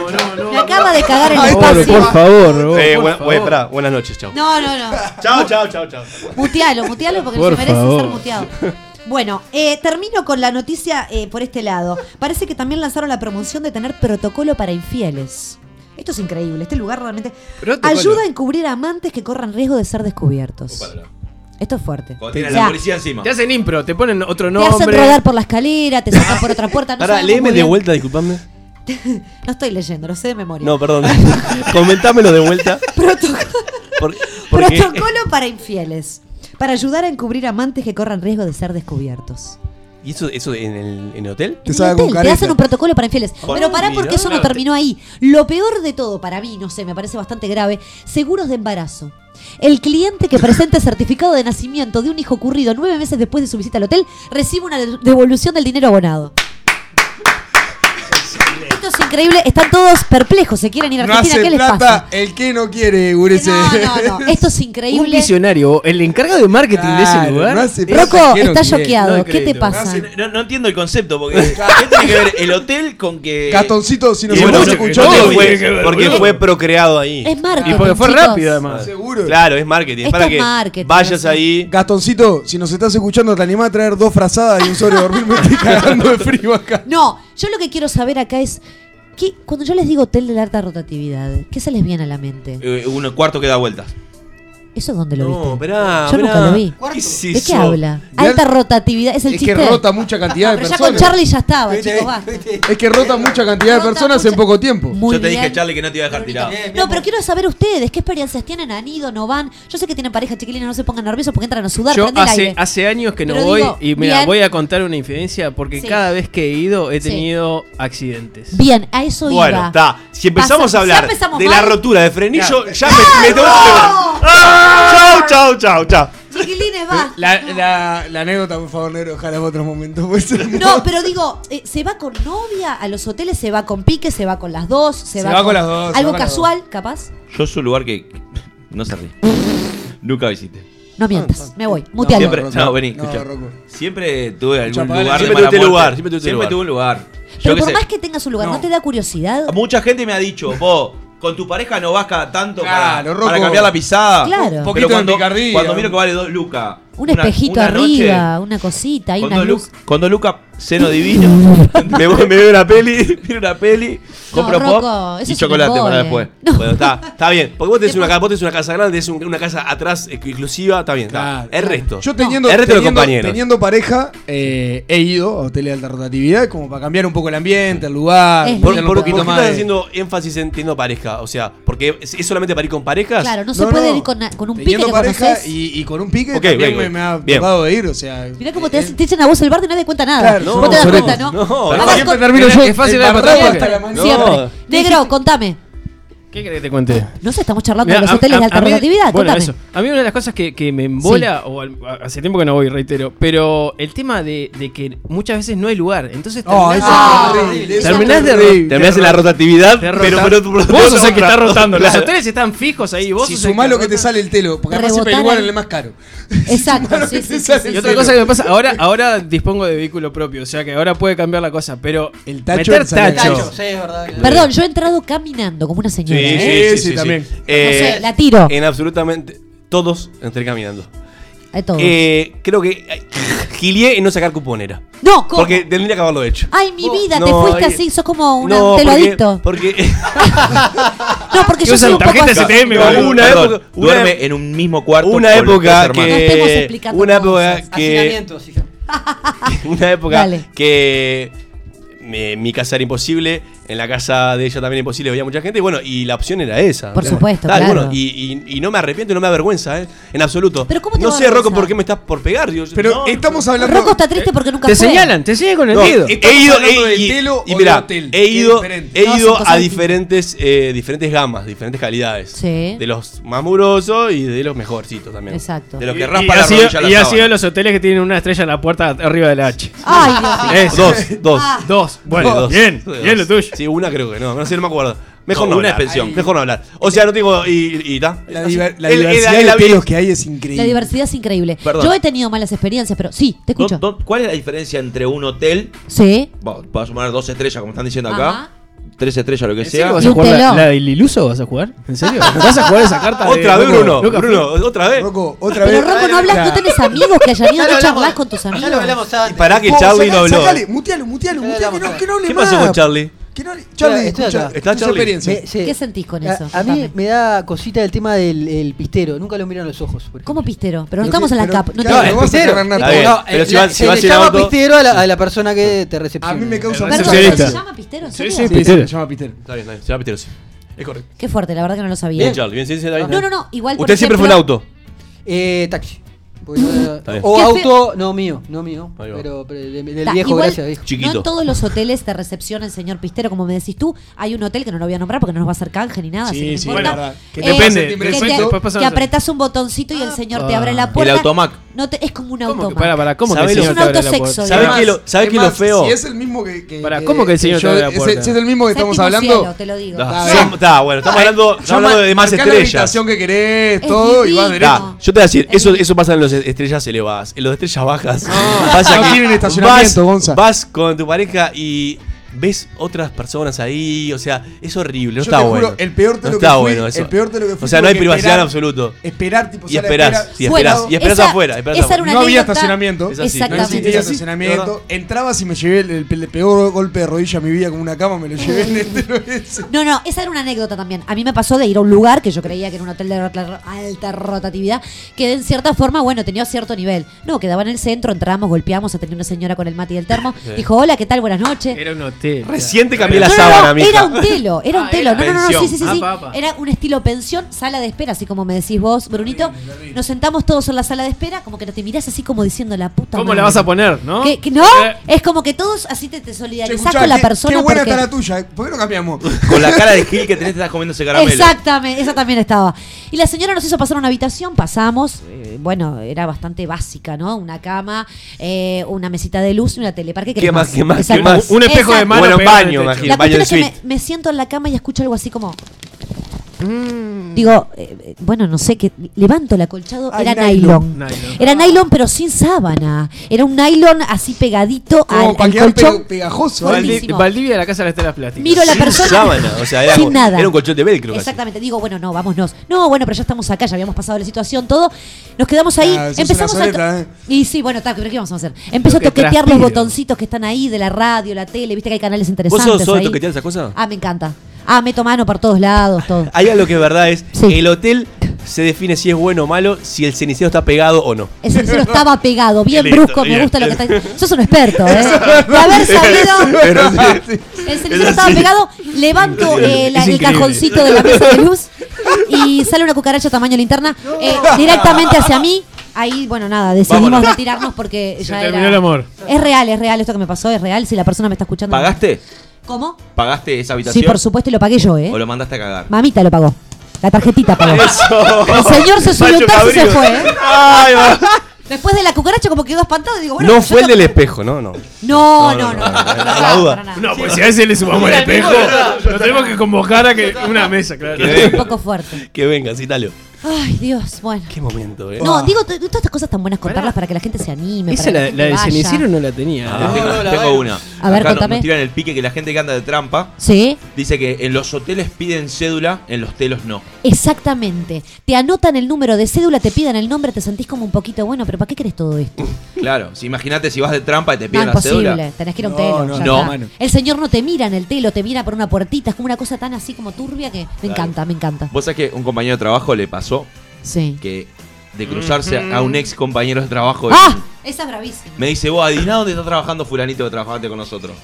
K: Me acaba de cagar el
A: Ay,
K: espacio.
C: favor,
B: Eh, buena- bueno, pará, buenas noches, chao.
K: No, no, no.
B: Chao, chao, chao, chao.
K: Mutealo, mutealo porque
C: Por
K: se merece
C: favor.
K: ser muteado. Bueno, eh, termino con la noticia eh, por este lado. Parece que también lanzaron la promoción de tener protocolo para infieles. Esto es increíble, este lugar realmente
C: Protocolo.
K: ayuda a encubrir a amantes que corran riesgo de ser descubiertos. Esto es fuerte.
D: Cuando tiene
K: O
D: la
K: sea,
D: policía encima.
C: Te hacen impro, te ponen otro
K: te hacen
C: nombre.
K: rodar por la escalera, te sacan por otra puerta. No,
B: Pará,
K: sabemos
B: léeme
K: muy
B: de
K: bien.
B: vuelta, disculpame.
K: no estoy leyendo, lo sé de memoria.
B: No, perdón. Comentámelo de vuelta.
K: Protocolo.
B: por- porque-
K: Protocolo para infieles. Para ayudar a encubrir amantes que corran riesgo de ser descubiertos.
B: ¿Y eso, eso en, el, en el hotel?
A: Te
K: En
A: saca
K: el
A: con
K: hotel, te
A: careta.
K: hacen un protocolo para infieles. Pero pará
B: Ah, mirá,
K: porque eso no
B: no, te-
K: terminó ahí. Lo peor de todo, para mí, no sé, me parece bastante grave, seguros de embarazo. El cliente que presente certificado de nacimiento de un hijo ocurrido nueve meses después de su visita al hotel recibe una de- devolución del dinero abonado. Esto es increíble, están todos perplejos, se quieren ir a
A: No
K: Argentina,
A: hace
K: ¿qué les
A: plata
K: pasa?
A: el que no quiere, gurese.
K: No, no, no, esto es
C: Un
K: increíble.
C: visionario, el encargado de marketing de ese
A: Claro,
C: lugar.
A: no hace-
C: es-
K: Rocco,
A: Quiero
K: estás
A: que-
K: choqueado,
C: no,
K: ¿qué te
C: increíble.
K: pasa?
D: No, no entiendo el concepto porque ¿qué tiene que ver el hotel con que
A: Gatoncito, si no
B: Y
A: se
B: bueno,
A: nos
C: no,
A: escuchó.
C: no,
B: porque
C: no,
B: fue-
C: no, no,
B: porque
C: no.
B: fue procreado ahí.
K: Es marketing.
C: Y porque fue
K: chicos.
C: rápido además.
A: Seguro.
B: Claro, es marketing.
K: Esto
B: para
K: es
B: que
K: marketing, o
B: vayas
K: sea.
B: ahí.
A: Gatoncito, si nos estás escuchando, te animás a traer dos frazadas y un sobre de dormir. Me estoy cagando de frío acá.
K: No, yo lo que quiero saber acá es ¿Qué- cuando yo les digo hotel de la alta rotatividad, ¿qué se les viene a la mente?
D: Eh, un cuarto que da vueltas.
K: ¿Eso dónde lo viste?
B: esperá,
K: yo nunca
B: esperá.
K: lo vi.
B: ¿Qué es
K: ¿De qué
B: eso?
K: habla?
B: De
K: Alta rotatividad. Es el
A: es
K: chiste.
A: que rota mucha cantidad de
K: Pero ya
A: personas.
K: con Charlie ya estaba, chicos, basta.
A: Es que rota mucha cantidad de personas en poco tiempo.
D: Yo te dije, Charlie, que no te iba a dejar tirado.
K: No, pero quiero saber ustedes, ¿qué experiencias tienen? ¿Han ido? ¿No van? Yo sé que tienen pareja chiquilina, no se pongan nerviosos porque entran a sudar,
C: Yo
K: prende el
C: hace,
K: aire.
C: hace años que no
K: Pero
C: voy
K: digo,
C: y mira,
K: bien.
C: voy a contar una infidencia porque
K: Sí.
C: cada vez que he ido he
K: Sí.
C: tenido accidentes.
K: Bien, a eso
C: Bueno,
K: iba.
C: está.
B: Si empezamos
K: Pasa-
B: a hablar
K: ya empezamos
B: de
K: mal.
B: la rotura de frenillo,
C: Claro.
B: ya
A: ¡Ah,
B: me, me tengo que Chao, chao, chao, chao.
K: Chiquilines, va.
A: La, la, la anécdota, por favor, negro, ojalá otros momentos. pues.
K: No, pero digo, eh, se va con novia a los hoteles, se va con pique, se va con las dos, se,
A: Se va con las dos, se
K: Algo
A: va con las
K: casual, capaz.
D: Yo soy un lugar que. No se ríe. Nunca visité.
K: No mientas, me voy, mutealo.
D: Siempre, no, vení,
A: No,
D: escucha.
A: Rocco.
D: Siempre tuve algún
A: Chapala.
D: lugar. de mala
B: Siempre tuviste
D: muerte.
B: lugar, siempre tuviste
D: Siempre
B: lugar.
D: tuve un lugar. Yo
K: pero
D: qué
K: por
D: sé.
K: más que tengas un lugar, ¿no, te da curiosidad?
D: Mucha gente me ha dicho, vos, con tu pareja no vas cada tanto para-
A: Claro,
D: para,
A: Rocco.
D: cambiar la pisada.
K: Claro. Un
D: Pero
A: poquito de
D: cuando,
A: picardía.
D: cuando miro que vale dos lucas.
K: Un
D: una-
K: espejito
D: una
K: arriba, una cosita, hay
D: noche, con,
K: una
D: dos
K: luz.
D: lu- con dos lucas, seno divino. me, voy- me veo una peli, miro una peli, compro
K: Rocco,
D: pop
K: eso
D: y
K: es
D: chocolate
K: un
D: para
K: embole.
D: después.
B: Bueno, está, está bien. Porque vos tenés una, ca- vos tenés una casa grande, tenés un- una casa atrás exclusiva, está bien. Está.
A: Claro.
B: El resto.
A: Yo teniendo,
B: El resto de los
A: teniendo,
B: compañeros.
A: teniendo pareja, eh, he ido a hoteles de alta rotatividad como para cambiar un poco el ambiente, el lugar,
K: Es
A: ponerle
B: Por,
K: Teniendo
B: por-
A: un poquito
B: ¿por qué
A: más.
B: estás
A: de-
B: haciendo énfasis en teniendo pareja? O sea, porque es, es solamente para ir con parejas.
K: Claro, no se
A: No,
K: puede
A: no.
K: ir con, na- con un pique
A: teniendo
K: que
A: pareja
K: conoces.
A: y, y con un pique
B: Ok,
A: también
B: bien,
A: me,
B: bien.
A: me ha
B: Bien.
A: tocado de ir, o sea.
K: Mirá cómo te,
A: eh,
K: hacen- te echan a vos el bar y nadie cuenta nada.
A: Claro,
K: vos te das
A: no,
K: cuenta,
A: no,
K: ¿no?
B: no,
K: Además,
B: no,
A: siempre
K: con-
A: termino yo
C: Es fácil
A: el
C: de
A: patrón
C: cortar.
A: hasta la mañana.
K: Siempre. Negro, contame.
C: ¿Qué querés que te cuente?
K: No sé, estamos charlando
C: Mirá,
K: de los
C: a-
K: hoteles
C: a-
K: de alta
C: a mí-
K: rotatividad.
C: bueno,
K: contame.
C: eso. A mí una de las cosas que, que me embola, o al- a- hace tiempo que no voy, reitero, pero el tema de, de que muchas veces no hay lugar. Entonces
A: Oh,
C: terminás-
A: eso
K: Ah,
A: es terrible. eso es
C: terminás de
A: terrible.
B: Terminás en la rotatividad,
C: Te
B: pero,
C: rotan.
B: pero, pero-
C: vos sos el que está rotando. Los
B: Claro.
C: hoteles están fijos ahí. Vos
A: Si
C: sos el
A: sumás
C: que
A: lo que te
C: rota.
A: sale el telo, porque además siempre el
K: Rebotar
A: lugar
K: ahí.
A: es el más caro.
K: Exacto.
A: Malo
K: sí,
A: que
K: sí,
A: te
K: sí,
A: sale
K: sí,
A: el
C: Y
K: sí.
C: otra
A: Cero.
C: cosa que me pasa, ahora, ahora dispongo de vehículo propio, o sea que ahora puede cambiar la cosa, pero
A: El tacho
C: meter
A: del salario.
C: tacho.
A: Tacho,
E: Sí, es verdad.
K: Perdón, yo he entrado caminando como una señora.
B: Sí,
K: ¿eh?
B: sí, sí,
A: Sí,
B: sí,
A: también.
B: sí.
K: No
B: Eh,
K: sé, la tiro.
B: En absolutamente todos entré caminando.
K: Hay todo.
B: Eh, creo que eh, gilié en no sacar cuponera.
K: no, ¿cómo?
B: Porque tendría que haberlo hecho.
K: Ay, mi vida, te
B: No,
K: fuiste
B: ahí-
K: así, sos como un
B: No,
K: teloadicto.
B: porque, porque
K: no, porque yo soy un poco así.
D: Perdón,
B: una
D: perdón,
B: época- una
D: duerme
B: ep-
D: en un mismo cuarto.
B: una
D: con los tres
B: época
D: hermanos.
K: No estemos
B: que
K: explicando
B: una
K: cosas.
B: época que
E: Hacinamiento, sí.
B: una época
K: Dale.
B: que me- mi casa era imposible, en la casa de ella también imposible, había mucha gente, y bueno, y la opción era esa.
K: Por supuesto,
B: Tal,
K: claro.
B: bueno, y, y- y no me arrepiento y no me avergüenza, ¿eh? en absoluto.
K: Pero ¿cómo te
B: no
K: va a
B: sé, Rocco,
K: avergonzar?
B: por qué me estás por pegar. Digo,
A: Pero
B: no,
A: estamos hablando.
K: Rocco está triste porque nunca
C: Te
K: fue.
C: señalan, te señalan con el
B: No,
C: dedo.
B: he
A: Estamos
B: ido,
A: hablando
B: he-
A: del
B: y-
A: telo
B: y
A: o
B: mirá,
A: del hotel,
B: he
A: que es
B: ido,
A: diferente.
B: he
K: No, son
B: ido
K: cosas
B: a
K: distintas.
B: diferentes, eh, diferentes gamas, diferentes calidades.
K: Sí.
B: De los más murosos y de los mejorcitos también.
K: Exacto.
D: De lo
C: Y-
D: que raspa
C: y
D: la
C: ha sido,
D: rodilla la
C: y ha
D: sábana.
C: sido los hoteles que tienen una estrella en la puerta arriba de la H.
K: Ay, Dios mío.
C: Eso.
B: Dos, dos.
K: Ah.
C: Dos. Bueno,
B: Dos.
C: bien,
B: Dos.
C: bien lo tuyo.
B: Sí, una creo que no, no sé, no me acuerdo. Mejor no,
D: No, una
B: hablar.
D: expensión.
B: Mejor no hablar. O sea, no tengo. Y, y ta.
A: La, diver- la
B: El- el-
A: diversidad
B: el-
A: de
B: el-
A: pelos que hay es increíble.
K: La diversidad es increíble.
D: Perdón.
K: Yo he tenido malas experiencias, pero sí, te
D: Do-
K: escucho.
D: do- ¿Cuál es la diferencia entre un hotel?
K: Sí.
D: va- Vas a sumar dos estrellas, como están diciendo
K: Ajá.
D: acá. Tres estrellas, lo que
C: ¿En serio
D: sea.
C: vas
K: Y
C: a
K: un
C: jugar la,
K: telón.
C: la del iluso? ¿Vas a jugar? ¿En serio? ¿Vas a jugar esa carta? de-
B: Otra vez,
C: Rocco?
B: Bruno.
C: Nunca fui.
B: Bruno, otra vez.
A: Rocco, otra
K: Pero
A: vez.
K: Rocco, no hablas, no tenés amigos que hayan ido, no charlas con tus
E: Ya lo
K: amigos.
E: hablamos antes.
B: Pará que
A: Vos,
B: Charlie no
A: sacá-
B: habló.
A: sacale, mutealo, mutealo,
E: Ya
A: mutealo, que
E: hablamos,
A: no, que no hable
B: ¿Qué
A: más.
B: pasó con Charlie?
A: Que no hable- Charlie,
E: Estoy
A: escucha,
E: acá.
B: ¿Está
A: tus
B: Charlie?
A: experiencias.
E: Me- sí.
K: ¿Qué sentís con
E: A-
K: eso?
E: A, mí
K: Contame.
E: me da cosita el tema del el pistero. Nunca lo miran los ojos. por ejemplo.
K: ¿Cómo pistero? Pero
A: Pero
K: no estamos
A: que-
K: en la
A: pero-
K: CAP. No
A: claro,
K: te-
A: no vamos a
E: Pistero.
A: cerrar nada.
E: Es como-
B: Está bien,
E: no,
B: pero
E: eh,
B: si va-
E: la-
B: si
E: se
B: va
E: le
B: sin
E: llama
B: auto-
E: pistero a la, a la persona que te recepciona.
A: A mí me causa
K: Perdón,
A: mucha
C: recepcionista.
K: ¿se
A: gracia.
K: llama pistero? ¿En
C: Sí,
K: serio?
C: sí,
A: Sí, se llama Peter.
B: Está bien, está bien. Se va a Peter, sí. Es correcto.
K: Qué fuerte, la verdad que no lo sabía.
B: Bien, Charlie. Bien, sí, sí, está bien.
K: No, no, no, igual, por
B: Usted siempre fue en
K: ejemplo-
B: auto.
E: Eh, taxi. Porque yo-
B: bien.
E: o
K: Qué
E: auto, no mío, no mío.
B: Ahí va.
E: Pero, pero de- del
K: Ta,
E: viejo,
K: igual,
E: gracias, viejo.
B: Chiquito.
K: No en todos los hoteles te recepciona el señor Pistero, como me decís tú. Hay un hotel que no lo voy a nombrar porque no nos va a hacer canje ni nada.
A: Sí,
K: así que no
A: sí,
K: importa. Eh,
A: es verdad. Que
C: te depende,
K: que
C: depende,
K: te-
C: después pasamos
K: que
C: a-
K: apretás un botoncito y el señor te abre
B: Ah.
C: Ah.
K: la puerta.
D: El automac.
K: No te- es como un
C: ¿Cómo que,
K: automac.
C: para, para, ¿cómo que el
B: Sabés
C: señor
B: los-
C: te abre la
K: autosexo,
C: puerta?
B: ¿Sabés
A: Es
B: qué
A: más,
B: lo- sabés
A: es
B: qué lo
A: más,
B: feo?
A: Si es el mismo que. que-
C: Pará, ¿cómo que el señor
A: yo-
C: te abre la
A: ese-
C: puerta?
A: Si es el mismo que estamos
K: Séptimo cielo,
A: hablando.
K: te lo digo.
D: Da.
A: Está
B: Está
A: bien.
B: bueno, estamos hablando, estamos
A: Yo
B: hablando
A: ma-
B: de más
A: marcá la
B: estrellas.
A: habitación que querés,
K: Es
A: todo, y vas
K: divino.
A: derecho.
B: Da,
K: No.
B: yo te voy a decir,
K: Es
B: eso,
K: mi-
B: eso pasa en las estrellas elevadas. En las estrellas bajas.
A: no tienen estacionamiento,
B: vas,
A: Gonza.
B: vas con tu pareja y ves otras personas ahí, o sea, es horrible, no
A: Yo
B: está
A: te juro,
B: bueno.
A: el peor te
B: no
A: lo
B: está
A: que fui-
B: bueno eso.
A: el peor te lo que fui
B: O sea, no hay
A: tuve que
B: privacidad en
A: esperar-
B: absolo.
A: Esperar, tipo,
B: y
A: sala de
B: esperás,
A: espera.
B: y esperás,
A: Bueno,
B: y esperás
A: esa-
B: afuera, esperás
A: esa
B: afuera.
A: era una No había anécdota- estacionamiento.
B: Es así.
A: Exactamente. No existía estacionamiento. Entrabas y me llevé el, el- el peor golpe de rodilla a mi vida con una cama, me lo llevé en el
K: No, no, esa era una anécdota también. A mí me pasó de ir a un lugar que yo creía que era un hotel de rota- alta rotatividad, que en cierta forma, bueno, tenía cierto nivel. No, quedaba en el centro, entramos, golpeamos, atendió una señora con el mate y el termo.
C: Sí.
K: Dijo, hola, ¿qué tal? Buenas noches.
C: Era un hotel.
B: Reciente cambié la
K: No, no,
B: sábana,
K: no,
B: mija.
K: Era un telo, era un
C: Ah,
K: telo.
C: era
K: No, no, no, no, sí, sí, sí.
C: pensión.
K: sí.
C: Ah, pa, pa.
K: Era un estilo pensión, sala de espera, así como me decís vos, Brunito. Nos sentamos todos en la sala de espera, como que te mirás así como diciendo la puta
C: ¿Cómo
K: madre".
C: la vas a poner, no?
K: Que- que no,
C: Eh,
K: es como que todos así te, te solidarizás
A: escuchá,
K: con la
A: qué-
K: persona.
A: qué buena
K: porque-
A: está la tuya, ¿eh? ¿por qué no cambiamos?
D: Con la cara de Gil que tenés, te estás comiendo ese caramelo.
K: Exactamente, esa también estaba. Y la señora nos hizo pasar a una habitación, pasamos, eh, bueno, era bastante básica, ¿no? Una cama, eh, una mesita de luz y una tele. ¿Para qué querés
B: ¿Qué más, qué más, qué
K: Exacto.
B: más? Un espejo de mano Bueno, un pegado en el baño, techo. imagino,
K: La cuestión
B: baño en
K: es que
B: suite.
K: me, me siento en la cama y escucho algo así como... Digo, eh, eh, bueno, no sé, que levanto el acolchado,
I: Ay,
K: era
I: nylon.
K: nylon.
I: Nylon.
K: Era nylon, pero sin sábana. Era un nylon así pegadito al, al colchón.
C: Valdi-
K: Gordísimo.
C: Valdivia, la casa de las telas plásticas.
K: Miro a la persona.
B: sábana, o sea, era,
K: Sin nada.
B: era un colchón de velcro casi.
K: Exactamente, digo, bueno, no, vámonos. No, bueno, pero ya estamos acá, ya habíamos pasado la situación, todo. Nos quedamos ahí,
A: Ah, sos
K: empezamos
A: una
K: a. to-
A: soleta, ¿eh?
K: Y sí, bueno, ta, pero ¿qué vamos a hacer? Empezó a
B: que
K: toquetear
B: transpiro.
K: los botoncitos que están ahí de la radio, la tele, viste que hay canales
B: ¿Vos
K: interesantes.
B: sos solo
K: ahí.
B: toquetear esas cosas?
K: Ah, me encanta. Ah, meto mano por todos lados, todo.
B: Hay algo que es verdad es, el hotel se define si es bueno o malo, si el cenicero está pegado o no.
K: Ese cielo estaba pegado, bien
B: Listo,
K: brusco, me
B: bien.
K: gusta lo que está diciendo. Sos un experto, ¿eh? De haber sabido.
B: Pero sí.
K: El cenicero estaba pegado, levanto eh, la-
I: Es
K: el
I: increíble.
K: cajoncito de la mesa de luz y sale una cucaracha tamaño linterna eh, directamente hacia mí. Ahí, bueno, nada, decidimos
D: Vámonos.
K: retirarnos porque ya
D: terminó
K: era-
D: el amor.
K: Es real, es real esto que me pasó, es real. Si la persona me está escuchando.
D: ¿Pagaste?
K: ¿Cómo?
D: ¿Pagaste esa
K: Sí,
D: habitación?
K: por supuesto, y lo pagué yo, ¿eh?
D: ¿O lo mandaste a cagar?
K: Mamita lo pagó. La tarjetita pagó. El señor se subió
D: Macho
K: al taxi y se
D: cabrío.
K: fue, ¿eh?
D: Ay, va.
K: Después de la cucaracha como quedó espantado y digo, bueno,
B: No
K: yo
B: fue el del espejo, no, no.
K: No, no, no.
B: La duda.
C: No, pues si a ese le sumamos el espejo, lo tenemos que convocar a que una mesa, claro.
K: un poco fuerte.
B: Que venga, citalo.
K: Ay, Dios, bueno.
B: Qué momento, eh.
D: Ah.
K: No, digo, t- todas estas cosas tan buenas contarlas para que la gente se anime.
C: Esa
K: para que
C: la,
K: gente
C: la del
K: vaya.
C: cenicero no la tenía. ¿eh?
D: Ah, tengo, tengo una.
K: A ver,
D: Acá no-
K: contame.
D: nos tiran el pique que la gente que anda de trampa
K: Sí,
D: dice que en los hoteles piden cédula, en los telos no.
K: exactamente. Te anotan el número de cédula, te pidan el nombre, te sentís como un poquito, bueno, pero ¿para qué querés todo esto?
D: Claro, si imagínate si vas de trampa y te
K: No,
D: piden la
K: imposible.
D: cédula.
K: Tenés que ir a un
D: No,
K: telo.
D: no,
K: ya
D: no,
K: está.
D: mano.
K: El señor no te mira en el telo, te mira por una puertita. Es como una cosa tan así como turbia que me encanta, me encanta.
D: Vos sabés que un compañero de trabajo le pasó
K: Sí.
D: que de cruzarse a un ex compañero de trabajo.
K: ¡Ah! Esa es bravísima.
D: Me dice, vos, adiviná dónde está trabajando fulanito que trabajaste con nosotros.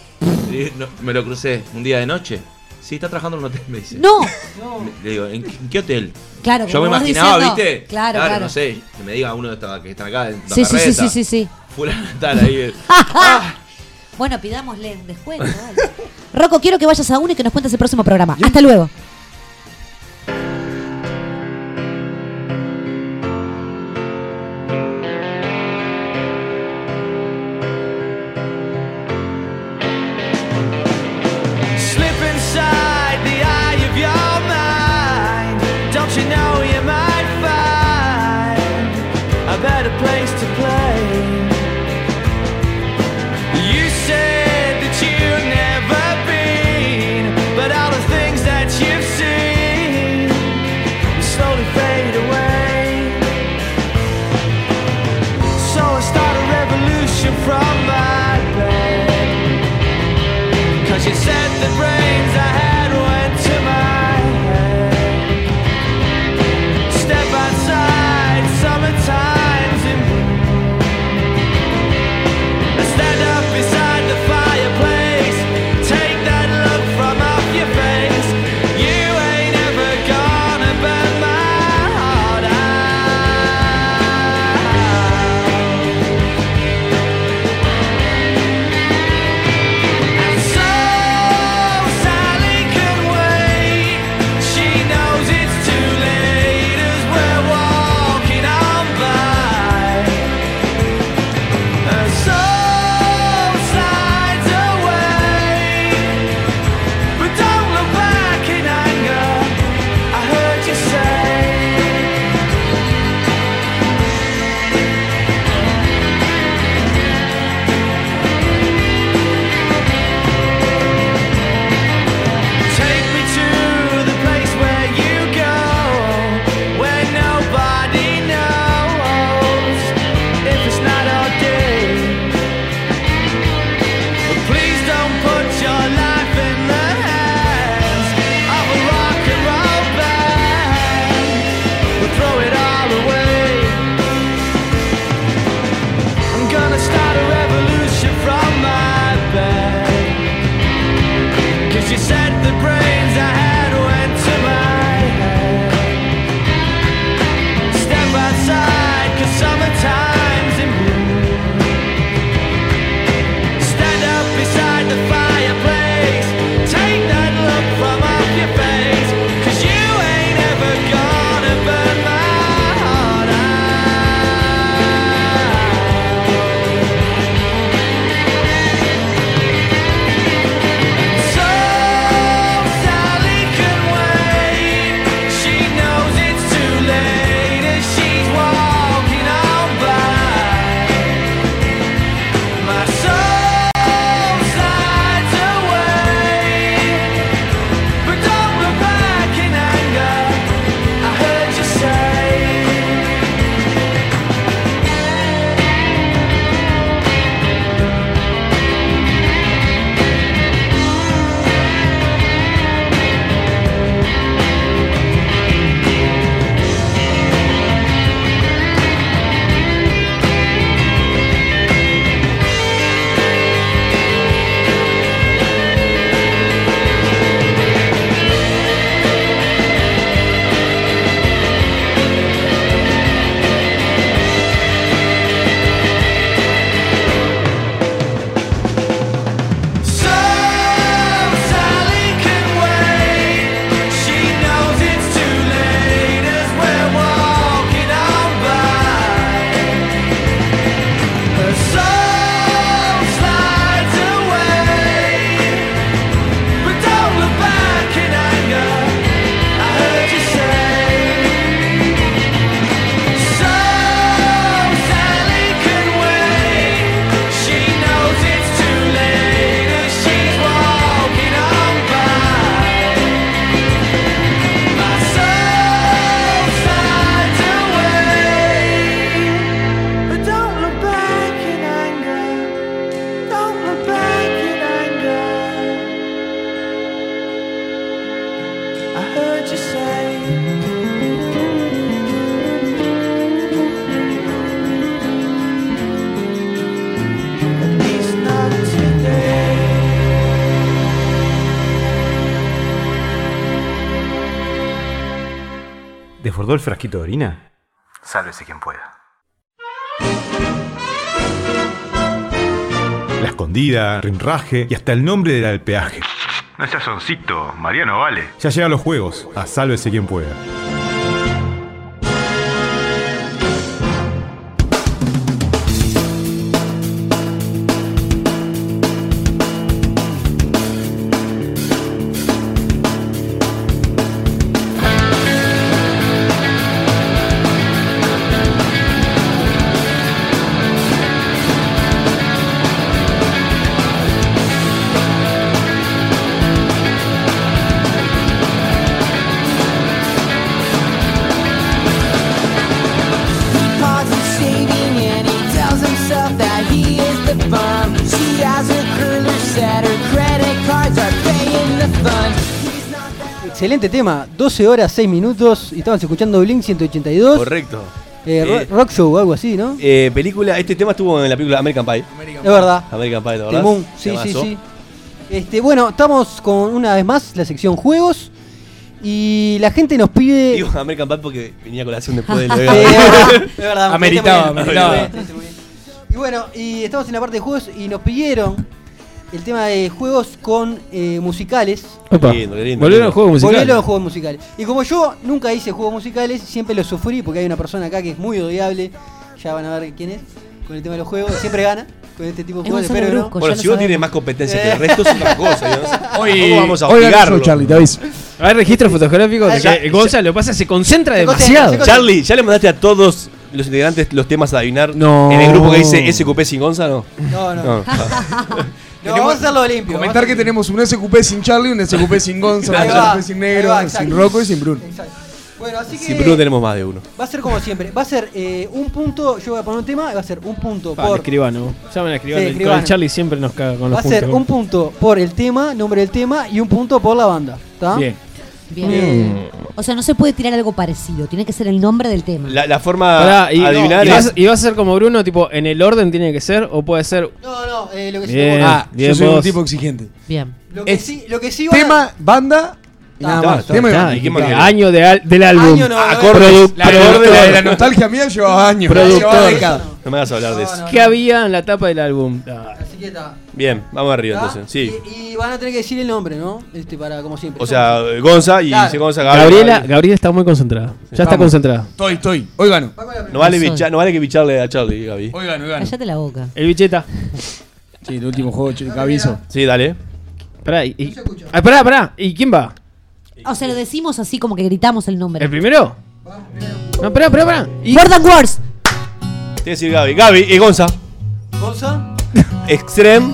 D: Le digo, "No, me lo crucé un día de noche. Sí, está trabajando en un hotel, me dice.
K: ¡No!
D: Le digo, ¿en qué, en qué hotel?
K: Claro,
D: Yo
K: como
D: me
K: vos
D: imaginaba,
K: diciendo.
D: ¿viste?
K: Claro, claro.
D: no sé, que me diga uno de estos que están acá en la
K: Sí, sí, sí,
D: carreta.
K: sí, sí, sí.
D: Fulano tal ahí.
K: Ah. Bueno, pidámosle un descuento. dale. Rocco, quiero que vayas a uno y que nos cuentes el próximo programa. Hasta luego.
I: Slip inside the eye of your mind. Don't you know you might find a better place to play? You said that you've never been, but all the things that you've seen slowly fade away. So I start a revolution from my bed. Cause you said the brains I had went to my head. Step outside, summertime's in bloom.
G: desbordó el frasquito de orina?
J: Sálvese quien pueda.
G: La escondida, rinraje y hasta el nombre del alpeaje.
J: No seas soncito, Mariano vale.
G: Ya llegan los juegos, a sálvese quien pueda.
I: Pods is shaving and he tells himself that he is the bum. She has her curler set, her credit cards are paying the funds.
E: Excelente tema, 12 horas 6 minutos y estaban escuchando Blink 182.
B: Correcto.
E: Eh, ro-
B: Eh,
E: rock show o algo así, ¿no?
B: Eh, película, este tema estuvo en la película American Pie.
E: Es verdad.
B: American Pie, ¿te acordás?
E: Temón, sí, sí,
B: Temazo.
E: sí. Este, bueno, estamos con una vez más la sección juegos y la gente nos pide
B: Digo American Pie porque venía con la acción después del
E: Sí,
B: vegano.
E: es verdad,
B: Ameritaba,
E: muy bien,
B: ameritaba.
E: muy bien, muy bien, muy bien. Y bueno, y estamos en la parte de juegos y nos pidieron el tema de juegos con eh, musicales.
C: Opa.
B: Qué lindo, qué
C: Volvieron
B: lindo, qué lindo.
C: los juegos musicales.
E: Volvieron los juegos musicales. Y como yo nunca hice juegos musicales, siempre los sufrí porque hay una persona acá que es muy odiable. Ya van a ver quién es. Con el tema de los juegos, siempre gana. Con este tipo de
K: Es
E: juegos,
K: Gonzalo
E: pero no. Eh.
K: Brusco,
B: Bueno,
K: ya
B: si
K: lo
B: vos tienes
K: sabemos.
B: más competencia que el resto es otra cosa. yo no sé. Tampoco vamos a
A: Hoy ganó yo,
B: obligarlo.
A: Charlie, te aviso.
C: Hay registros fotográficos de
B: Ya-
C: que Gonzalo, lo que pasa es que se concentra
E: Se concentra,
C: demasiado.
E: se concentra.
B: Charlie, ¿ya le mandaste a todos los integrantes los temas a adivinar
C: No.
B: en el grupo que dice SQP sin Gonzalo?
E: No, no.
B: No.
E: No, vamos a hacerlo limpio. vamos a
A: Comentar
E: hacerlo
A: que
E: limpio.
A: tenemos un SQP sin Charlie, un SQP sin Gonzalo,
E: Ahí
A: un
E: va,
A: SQP sin
E: ahí
A: Negro,
E: va,
A: sin
E: exacto.
A: Rocco y sin Bruno.
E: Exacto. Bueno, así que
B: Sin Bruno tenemos más de uno.
E: va a ser como siempre. Va a ser eh, un punto, yo voy a poner un tema, y va a ser un punto
C: Pa, el
E: por...
C: escribano. Llamen a escribano.
E: Sí,
C: el- con
E: escribano.
C: El Charlie siempre nos caga con los
E: Va a ser
C: puntos.
E: un punto por el tema, nombre del tema, y un punto por la banda. ¿Está?
C: Bien.
K: Bien.
E: Eh,
K: O sea, no se puede tirar algo parecido. Tiene que ser el nombre del tema.
B: La, la forma
C: Pará, y,
B: de adivinar
C: y
B: es.
C: vas, y vas a ser como Bruno, tipo, ¿en el orden tiene que ser? ¿O puede ser
E: No, no, eh, lo que sí.
C: Bien.
A: Ah,
C: bien
A: yo soy un
C: vos.
A: tipo exigente.
K: Bien.
E: Lo que sí, lo que sí va-
A: Tema, banda y
E: Ah,
A: nada
E: está,
A: más.
E: está,
A: Tema y
C: Ya,
A: banda.
C: y
B: ¿qué
C: que-
B: más querés?
C: año de al- del álbum?
E: Año no, no,
B: Acordes.
C: Produ-
A: La,
C: productor.
A: de la, de la nostalgia mía llevaba años.
C: Productor.
A: llevaba décadas.
B: No me hagas hablar de
E: No,
B: eso.
E: no.
C: ¿Qué había en la tapa del álbum? Ah,
E: Así que está.
B: Bien, vamos arriba
E: ¿Está?
B: entonces. Sí.
E: ¿Ah? Y, y van a tener que decir el nombre, ¿no? Este, para, como siempre.
B: O sea, Gonza y
E: Claro.
B: dice Gonza Gabriel.
C: Gabriela, Gabriela está muy concentrada. Ya está
A: Vamos.
C: concentrada.
A: Estoy, estoy. Hoy gano.
B: No vale, bicha- no vale que bicharle a Charlie, Gaby.
A: Hoy gano, hoy gano.
K: Cállate la boca.
C: El bicheta.
A: Sí, el último juego, chico, aviso.
B: Sí, dale.
C: Pará, y, y- Ah, pará, pará. ¿Y quién va?
B: Eh,
K: O sea, lo decimos así como que gritamos el nombre.
C: ¿El primero? No, pará, pará, pará. Y-
K: Gordon Wars.
B: Te voy a decir Gaby. Gaby y Gonza.
E: Gonza,
B: Extreme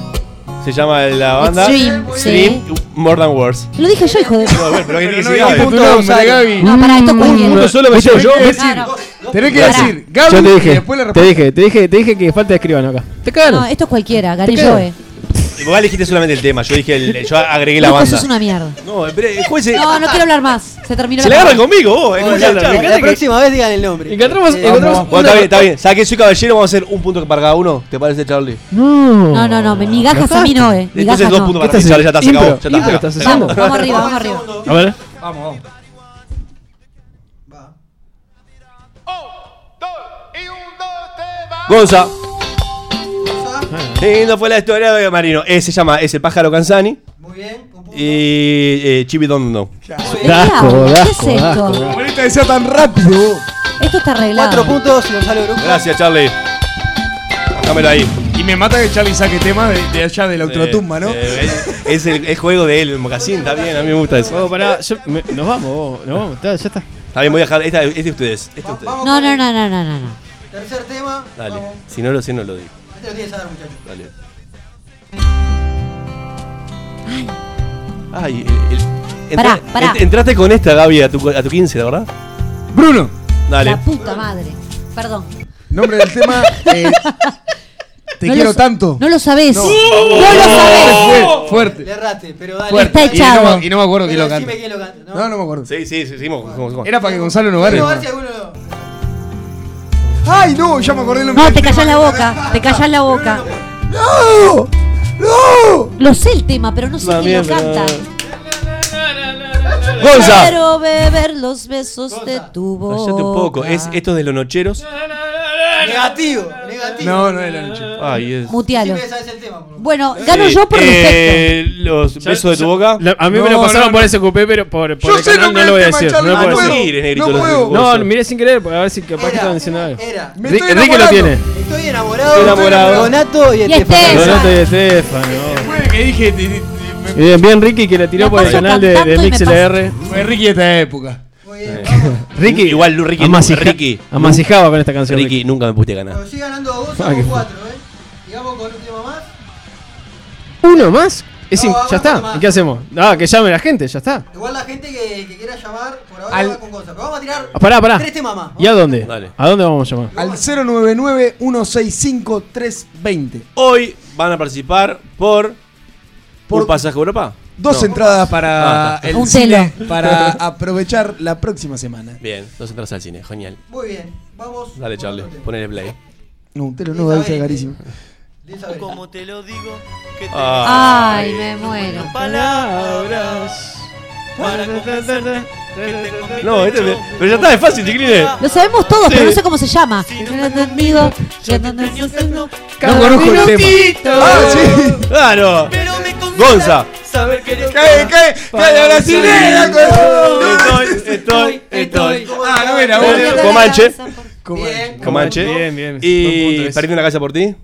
B: se llama la banda.
K: Extreme, sí.
B: More Than Words.
K: Lo dije yo, hijo de.
B: No, bueno, pero hay que
A: Pero no
B: decir Gaby.
A: dijiste tu
E: Punto
A: nombre,
E: Gonzalo.
A: Gaby.
K: No, para esto es cualquiera.
B: Uno solo me
A: Viste,
B: llevo yo.
A: yo-
B: me-
K: Claro.
A: Tenés que
K: Pará.
A: decir Gaby
C: Yo te
A: y
C: dije,
A: después la
C: te
A: respuesta.
C: dije, te dije, te dije que falta de escribano acá. Te cagaron.
K: No, esto es cualquiera. Gané
C: Te quedo.
K: yo, eh.
B: Vos elegiste solamente el tema. Yo dije, el- yo agregué la
K: Lucas,
B: banda.
K: sos una mierda.
B: No, pero eh, juez, eh,
K: No, no quiero hablar más. Se terminó
B: se la agarran conmigo vos. eh,
E: Gonza,
B: con la-
E: la,
B: Charlie.
E: la próxima vez digan el nombre.
C: Encontramos,
E: Eh,
C: encontramos
B: Bueno, está bien, está bien. ¿Sabes que soy caballero? Vamos a hacer un punto para cada uno. ¿Te parece, Charlie?
C: No.
K: No, no, no. me- Migajas a mí no, eh.
B: Entonces
K: Migajas
B: dos
K: no.
B: puntos para mí.
C: ¿Qué
B: Charlie, ya
C: estás
B: está, se acabó.
C: haciendo?
B: Ya
C: Impro,
B: está,
C: impro
B: se
C: estás
B: acabó.
K: Vamos, vamos arriba, vamos arriba.
C: A ver.
A: Vamos, vamos.
B: Gonza. Qué linda fue la historia de Marino. Eh, se llama Es el pájaro Canzani
E: Muy bien, un punto.
B: y eh, Chibi Don No.
K: ¿De qué
C: Dasco,
K: hablan? ¿Qué es
C: dasco,
K: esto?
A: Ah, Como esta decía tan rápido, vos.
K: Esto está
E: Cuatro
K: arreglado.
E: puntos y Gonzalo Brusco.
B: Gracias, Charlie. Dámelo ahí.
A: Y me mata que Charlie saque temas de, de allá de la ultratumba, ¿no?
B: Eh, es- es el, el juego de él, el mocasín. Está bien, a mí me gusta eso.
C: Vos, Oh, pará, yo- me- nos vamos, vos, nos vamos, está, ya está.
B: Está bien, voy a dejar. Esta, este de ustedes. Este de ustedes.
E: Vamos
K: No,
E: con
K: no,
E: el
K: no, no, no, no. no.
E: Tercer tema.
B: Dale.
E: Vamos.
B: Si no lo sé, no lo digo.
E: Este lo tienes a dar, muchachos.
B: Dale. Ay, el- el-
K: Pará,
B: entra-
K: pará.
B: ent- entraste con esta, Gaby, a tu, a tu 15, la verdad.
A: Bruno,
B: Dale.
K: La puta madre. Perdón.
A: nombre del tema. eh, te
K: No
A: quiero
K: lo-
A: tanto.
K: No lo sabés.
A: No.
K: No, lo sabés.
A: Fue-
E: Le
A: Fuerte.
E: erraste, pero dale.
A: fuerte.
K: Está
E: Dale.
A: Y no me-
K: echado.
A: Y no me acuerdo quién
E: Pero
A: lo
E: decime
A: canta.
E: quién lo canta.
A: No, no me acuerdo.
B: Sí, sí, sí, seguimos. seguimos, seguimos.
A: Era para que Gonzalo no
E: Quiero ver
A: gane.
E: si alguno lo-
A: Ay, no, ya me acordé lo
K: No, te callás la boca. Te callás la boca.
A: ¡No! ¡No!
K: Lo sé el tema, pero no sé
B: Una
K: quién lo
B: mierda.
K: canta.
B: Gonza.
K: Quiero beber los besos de tu voz.
B: Cállate un poco. ¿Es, ¿Esto es de los nocheros?
E: Negativo, negativo.
A: No, no es de los nocheros.
B: Ay, es.
K: Mutealo.
E: Siempre sabes el tema, por favor.
K: Bueno, gano yo por defecto.
B: eh, Los
C: Ya-
B: besos de tu
C: ya-
B: boca.
C: la- a mí me
A: No,
C: lo pasaron
A: no,
C: por
A: no.
C: ese cupé, pero por, por
A: Yo
C: el
A: sé
C: canal
A: lo que
C: no
A: es
C: lo voy a
A: el tema,
C: decir. No
A: Charlie,
C: lo puedo
A: no
C: decir.
A: puedo.
B: Sí, negrito,
A: No
B: lo-
A: puedo.
C: No,
B: lo-
C: miré sin querer, porque a ver si capaz que estaban diciendo algo.
E: Era.
A: Me
C: Rick-
A: estoy
C: Ricky lo
A: enamorando.
C: tiene.
E: Estoy enamorado.
C: Estoy enamorado.
E: Donato y el
K: Y Estefan.
E: Estefan.
C: Donato y Estefano.
A: Fue que dije. ti- ti- ti-
C: Bien, bien Ricky que la tiró
K: La
C: por el
K: paso
C: canal de,
K: cantando
C: de
K: y me
C: MixLR.
A: me- Fue Ricky esta época.
C: Ricky.
B: Igual Ricky.
C: Amasija-
B: Ricky.
C: Amasijaba con esta canción.
B: Ricky, nunca me pudiste ganar.
E: Pero sigue ganando a vos,
C: Ah, qué
E: somos cuatro, ¿eh? Digamos con un tema más.
C: ¿Uno más? Es
E: No,
C: in-
E: vamos
C: ya
E: con
C: está.
E: más.
C: ¿Y qué hacemos? Ah, que llame la gente, ya está.
E: Igual la gente que, que quiera llamar por ahora
A: Al-
E: va con cosas. Pero vamos a tirar
C: Ah, Pará, pará.
E: tres temas más.
C: ¿Y a dónde?
B: Dale.
C: ¿A dónde vamos a llamar?
A: Al 099-165-320.
B: Hoy van a participar por. ¿Por
A: Por-
B: un pasaje a Europa?
A: Dos
B: No.
A: entradas para
B: Ah, está.
A: el
K: Un
A: cine para aprovechar la próxima semana.
B: Bien, dos entradas al cine, genial.
E: Muy bien, vamos.
B: Dale, Charlie, ponele play.
A: No, un telo no va a ser carísimo.
I: Como te lo digo, que te
A: Ah.
B: Ah.
K: Ay, me muero.
I: palabras para convencerte que te convierto
B: No, este me- pero ya está, es fácil, chiquilines.
K: Lo sabemos todos, pero
B: Sí.
K: no sé cómo se llama.
I: Si no
K: No
I: te
K: entendido,
I: yo te engaño, no,
A: No conozco el tema. Ah, sí.
B: Claro.
I: Pero me
B: Gonza.
I: convence saber que eres
A: ¡Cae, cae! ¡Cae la brasilera!
B: Estoy, estoy, estoy.
A: Ah, no era,
B: boludo.
A: boludo.
B: Comanche.
E: Bien.
B: Comanche.
C: Bien, bien. Buen punto
B: Y
C: ese.
B: perdiendo una casa por ti.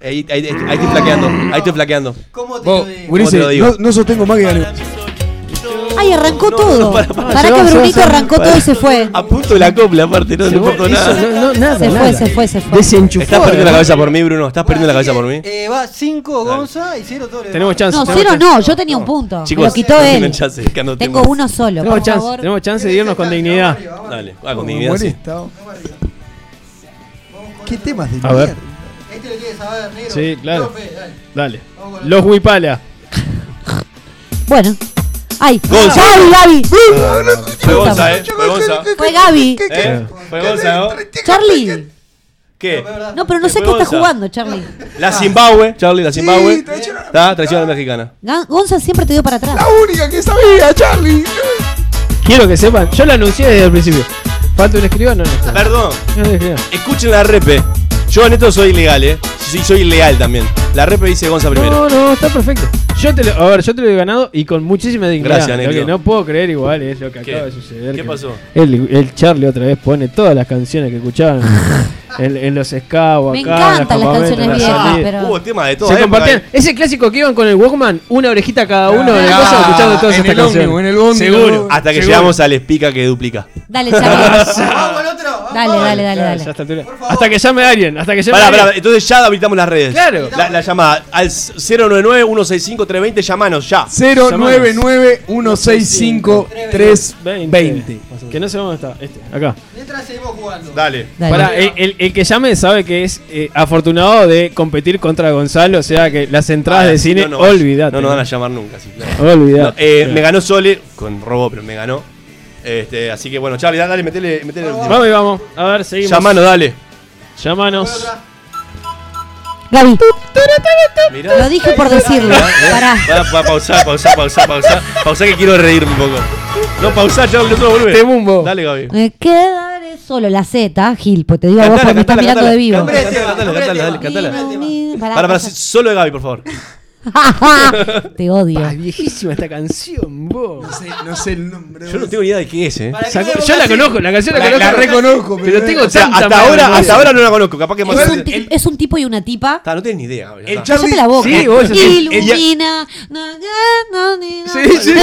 B: Ahí, ahí, ahí- ahí estoy flaqueando. Ahí estoy flaqueando.
E: ¿Cómo te lo
A: Vos,
E: digo?
A: Ulises,
B: te lo digo?
A: no, no sostengo más que gané.
K: Ay, arrancó
B: No,
K: todo.
B: no,
K: para,
B: para, para,
K: que
C: llevamos,
K: Brunito
C: llevamos,
K: arrancó todo y se fue.
B: A punto de la copla, aparte, no le pongo nada.
C: Eso, no, no, nada,
K: Se fue,
C: nada.
K: se fue, se fue.
C: Desenchufó.
B: Estás perdiendo la
C: ¿eh?
B: cabeza por mí, Bruno. Estás
E: Bueno,
B: perdiendo la
E: así
B: cabeza por
E: que,
B: mí.
E: Eh, va 5 Gonza y 0 Torres.
C: Tenemos chance.
K: No,
C: tenemos
K: cero
C: chance.
K: no, yo tenía un punto. Me lo
B: Chicos,
K: quitó
B: no
K: él.
B: tienen chance, que no
K: Tengo
B: tengo-
K: uno solo,
C: Tenemos
K: por
C: chance,
K: favor.
C: tenemos chance de irnos con dignidad.
B: Dale, ah, con dignidad. sí.
A: Humorista. ¿Qué temas de
C: A ver.
A: mierda?
E: Este lo quiere saber, negro.
C: Sí, claro.
E: Profe, dale.
C: Dale.
E: Vamos con la-
C: Los Huipala.
K: Bueno. Ay,
B: Gol.
K: Gaby, Gaby.
B: Fue Gonza, eh. Fue Gonza.
K: Fue Gaby.
B: Eh, Fue Gonza, ¿no?
K: Charlie.
B: ¿Qué?
K: No, pero no sé
B: Fue
K: qué está
B: Gonza.
K: jugando, Charlie.
B: La Zimbabue, Charlie, la Zimbabue.
A: Sí,
E: Eh,
A: traicionó-
B: Está traición a
E: Ah.
B: la mexicana.
K: Ga- Gonza siempre te dio para atrás.
A: La única que sabía, Charlie.
C: Quiero que sepan, yo lo anuncié desde el principio. Falta un escribano. No, está.
B: Perdón,
C: No, no, no.
B: escuchen la repe. Yo en esto soy ilegal, eh. Sí, soy ilegal también. La repe dice Gonza primero.
C: No, no, está perfecto. Yo te lo, a ver, yo te lo he ganado y con muchísima dignidad.
B: Gracias,
C: Lo
B: Negro.
C: que no puedo creer igual es lo que
B: ¿Qué?
C: acaba de suceder.
B: ¿Qué
C: que
B: pasó?
C: El, el Charlie otra vez pone todas las canciones que escuchaban en, en los escabos
K: Me
C: acá. en
K: encantan las
C: campamentos,
K: canciones
C: en las
K: viejas,
C: salidas.
K: pero-
B: Hubo tema de todo. eh,
C: Se compartían. Ese clásico que iban con el Walkman, una orejita cada uno, en el
A: Ah,
C: coso, escuchando todas
A: en
C: estas
A: el ómnibus,
C: canciones.
A: en el ómnibus.
C: Seguro.
B: Hasta que
A: Seguro.
B: llegamos al espica que duplica.
K: Dale, Charlie.
E: Vamos con otro. vamos.
K: Dale, dale, dale,
C: Claro, ya a
K: dale.
C: esta altura.
E: Por favor.
C: Hasta que llame alguien, hasta que llame
B: Pará,
C: alguien.
B: pará, entonces ya habilitamos las redes.
C: Claro.
B: La, la llamada al 099-165-320, llamanos ya.
A: 099-165-320.
C: Que no sé dónde está, este, acá.
E: Mientras seguimos jugando.
B: Dale.
K: Dale.
C: Pará, el, el- el que llame sabe que es eh, afortunado de competir contra Gonzalo, o sea que las entradas de cine,
B: Ah, No, no,
C: olvidate.
B: No nos van a llamar nunca, sí, claro. No,
C: Olvidate.
B: eh, me ganó Sole, con robo, pero me ganó. Este, así que bueno, Charlie, dale, metele, metele el último.
C: Vamos y vamos. A ver, seguimos.
B: Llamanos, dale.
C: Llamanos.
K: Gaby.
B: Mirá.
K: Lo dije por decirlo. Pará.
B: ¿Eh? Pará, pa- pausá, pausá, pausá, pausá. Pausá que quiero reírme un poco. No, pausá, Charlie, no te lo volvés.
C: Te bumbo.
B: Dale, Gaby.
K: Me quedaré solo la Z, Gil, pues te digo a vos
B: Cantala,
K: porque me estás mirando
B: cantala, cantala.
K: de vivo.
B: Cantala,
E: Hombre,
B: cantala,
E: tema,
B: cantala, dale,
E: hombre,
B: cantala.
K: Mi, mi, pará,
B: Para, para,
K: calla.
B: solo de Gaby, por favor.
K: Te odio.
C: Ah, viejísima esta canción,
A: No
C: vos.
A: sé, no sé el nombre.
B: Yo no tengo ni idea de qué es, eh.
E: Para que
C: Sacó-
E: veamos
C: yo la
E: así.
C: conozco, la canción la,
A: La-
C: conozco.
A: la reconozco, pero-
C: pero tengo
B: O sea,
C: tanta
B: hasta
C: mala
B: ahora,
C: memoria.
B: hasta ahora no la conozco. Capaz que más
K: Es un,
B: adelante-
K: ti- es un tipo y una tipa.
B: Ta, no tienes ni idea. Gaby, ya
A: El
B: está.
A: Charlie-
K: Cállate la boca.
C: Sí, vos, el- el- el-
K: Ilumina. na- na- ni- na-
C: Sí, sí.
K: na-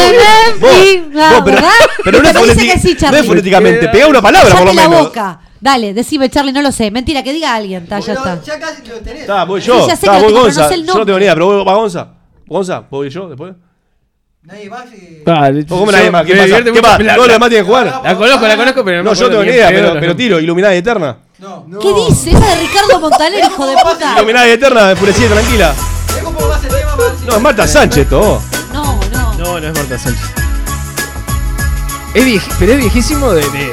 B: Vos,
K: ni-
B: vos,
K: na-
B: pero,
K: ¿verdad?
B: pero no, es
K: Usted me dice
B: fonética-
K: que sí,
B: no
K: Charlie.
B: es fonéticamente. Pega una palabra, por
K: Cállate
B: lo
K: la
B: menos.
K: boca. Dale, decime, Charlie, no lo sé. Mentira, que diga alguien. Está, ya
E: Pero
K: está.
E: Ya casi lo tenés.
B: Está, voy
K: Sí,
B: yo.
K: ya sé
B: Está,
K: que lo
B: voy
K: tengo, pero no
B: Gonza.
K: sé el
B: Yo no
K: nombre.
B: tengo ni idea, pero voy- va Gonza. Gonza, voy yo después.
E: Nadie va y...
C: Dale,
B: ¿Vos cómo la
C: yo-
B: demás? ¿Qué
C: me
B: pasa?
C: divierte
B: ¿Qué
C: mucho-
B: pasa?
C: La,
B: Todos los
C: la-
B: demás tienen que jugar.
C: la conozco, la conozco, pero no
B: No,
C: me
B: yo
C: acuerdo
B: tengo ni
C: bien,
B: idea,
C: peor,
B: pero,
C: no.
B: pero tiro. Iluminada y eterna.
E: No.
K: ¿Qué dice? Esa de Ricardo Montaner, hijo de puta.
B: Iluminada y eterna, enfurecida, tranquila.
E: Es como más el tema más...
B: No, es Marta Sánchez, todo.
K: No, no.
C: No, no es Marta Sánchez. Es vieji- pero es viejísimo de, de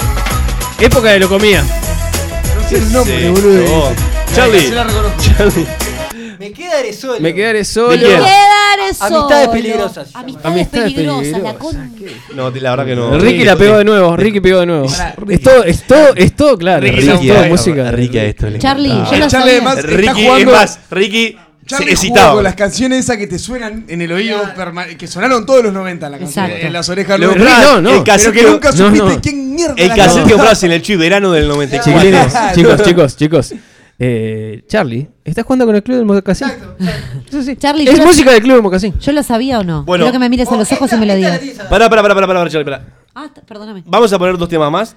C: época de locomía.
A: No sé el nombre,
B: Sí,
A: boludo.
B: todo. Charlie.
A: Se la reconozco.
B: Charlie.
E: Me Me quedaré solo.
C: Me quedaré solo.
E: Me
K: quedaré solo.
E: Amistades peligrosas. se llama.
K: Amistades
C: Amistades
K: peligrosas, la
C: peligrosas.
K: con-
B: No, la verdad que no.
C: Ricky la pegó de nuevo, Ricky pegó de nuevo. Es todo, es todo, es todo claro.
B: Ricky,
C: es todo
B: a-
C: música.
B: a Ricky a esto le
K: Charlie,
B: encantaba.
K: yo lo
A: Charlie,
K: sabía.
A: además,
B: Ricky,
A: está jugando-
B: es más, Ricky se
A: Charlie jugó
B: excitaba.
A: con las canciones esas que te suenan en el oído, perma- que sonaron todos los 90 en, la canción,
K: Exacto.
A: en Eh, las orejas.
B: Lo
A: los-
B: verdad,
A: Pero
B: no, no. el cassette
A: que
B: que-
A: nunca
B: no,
A: supiste
C: no.
A: quién mierda
B: El
A: la
B: cassette que
A: cantaba.
B: compras en el Chuy verano del 94.
C: Chiquilines,
A: Claro.
C: chicos, chicos, chicos. Eh, Charlie, ¿estás jugando con el club del mocasín? Eso sí.
K: Charlie,
C: Es
K: yo-
C: música del club del mocasín.
K: ¿Yo lo sabía o no?
B: Bueno.
K: Quiero que me mires a los ojos y me lo digas.
B: Pará, pará, pará, pará, pará, Charlie, pará.
K: Ah, t- perdóname.
B: Vamos a poner dos temas más.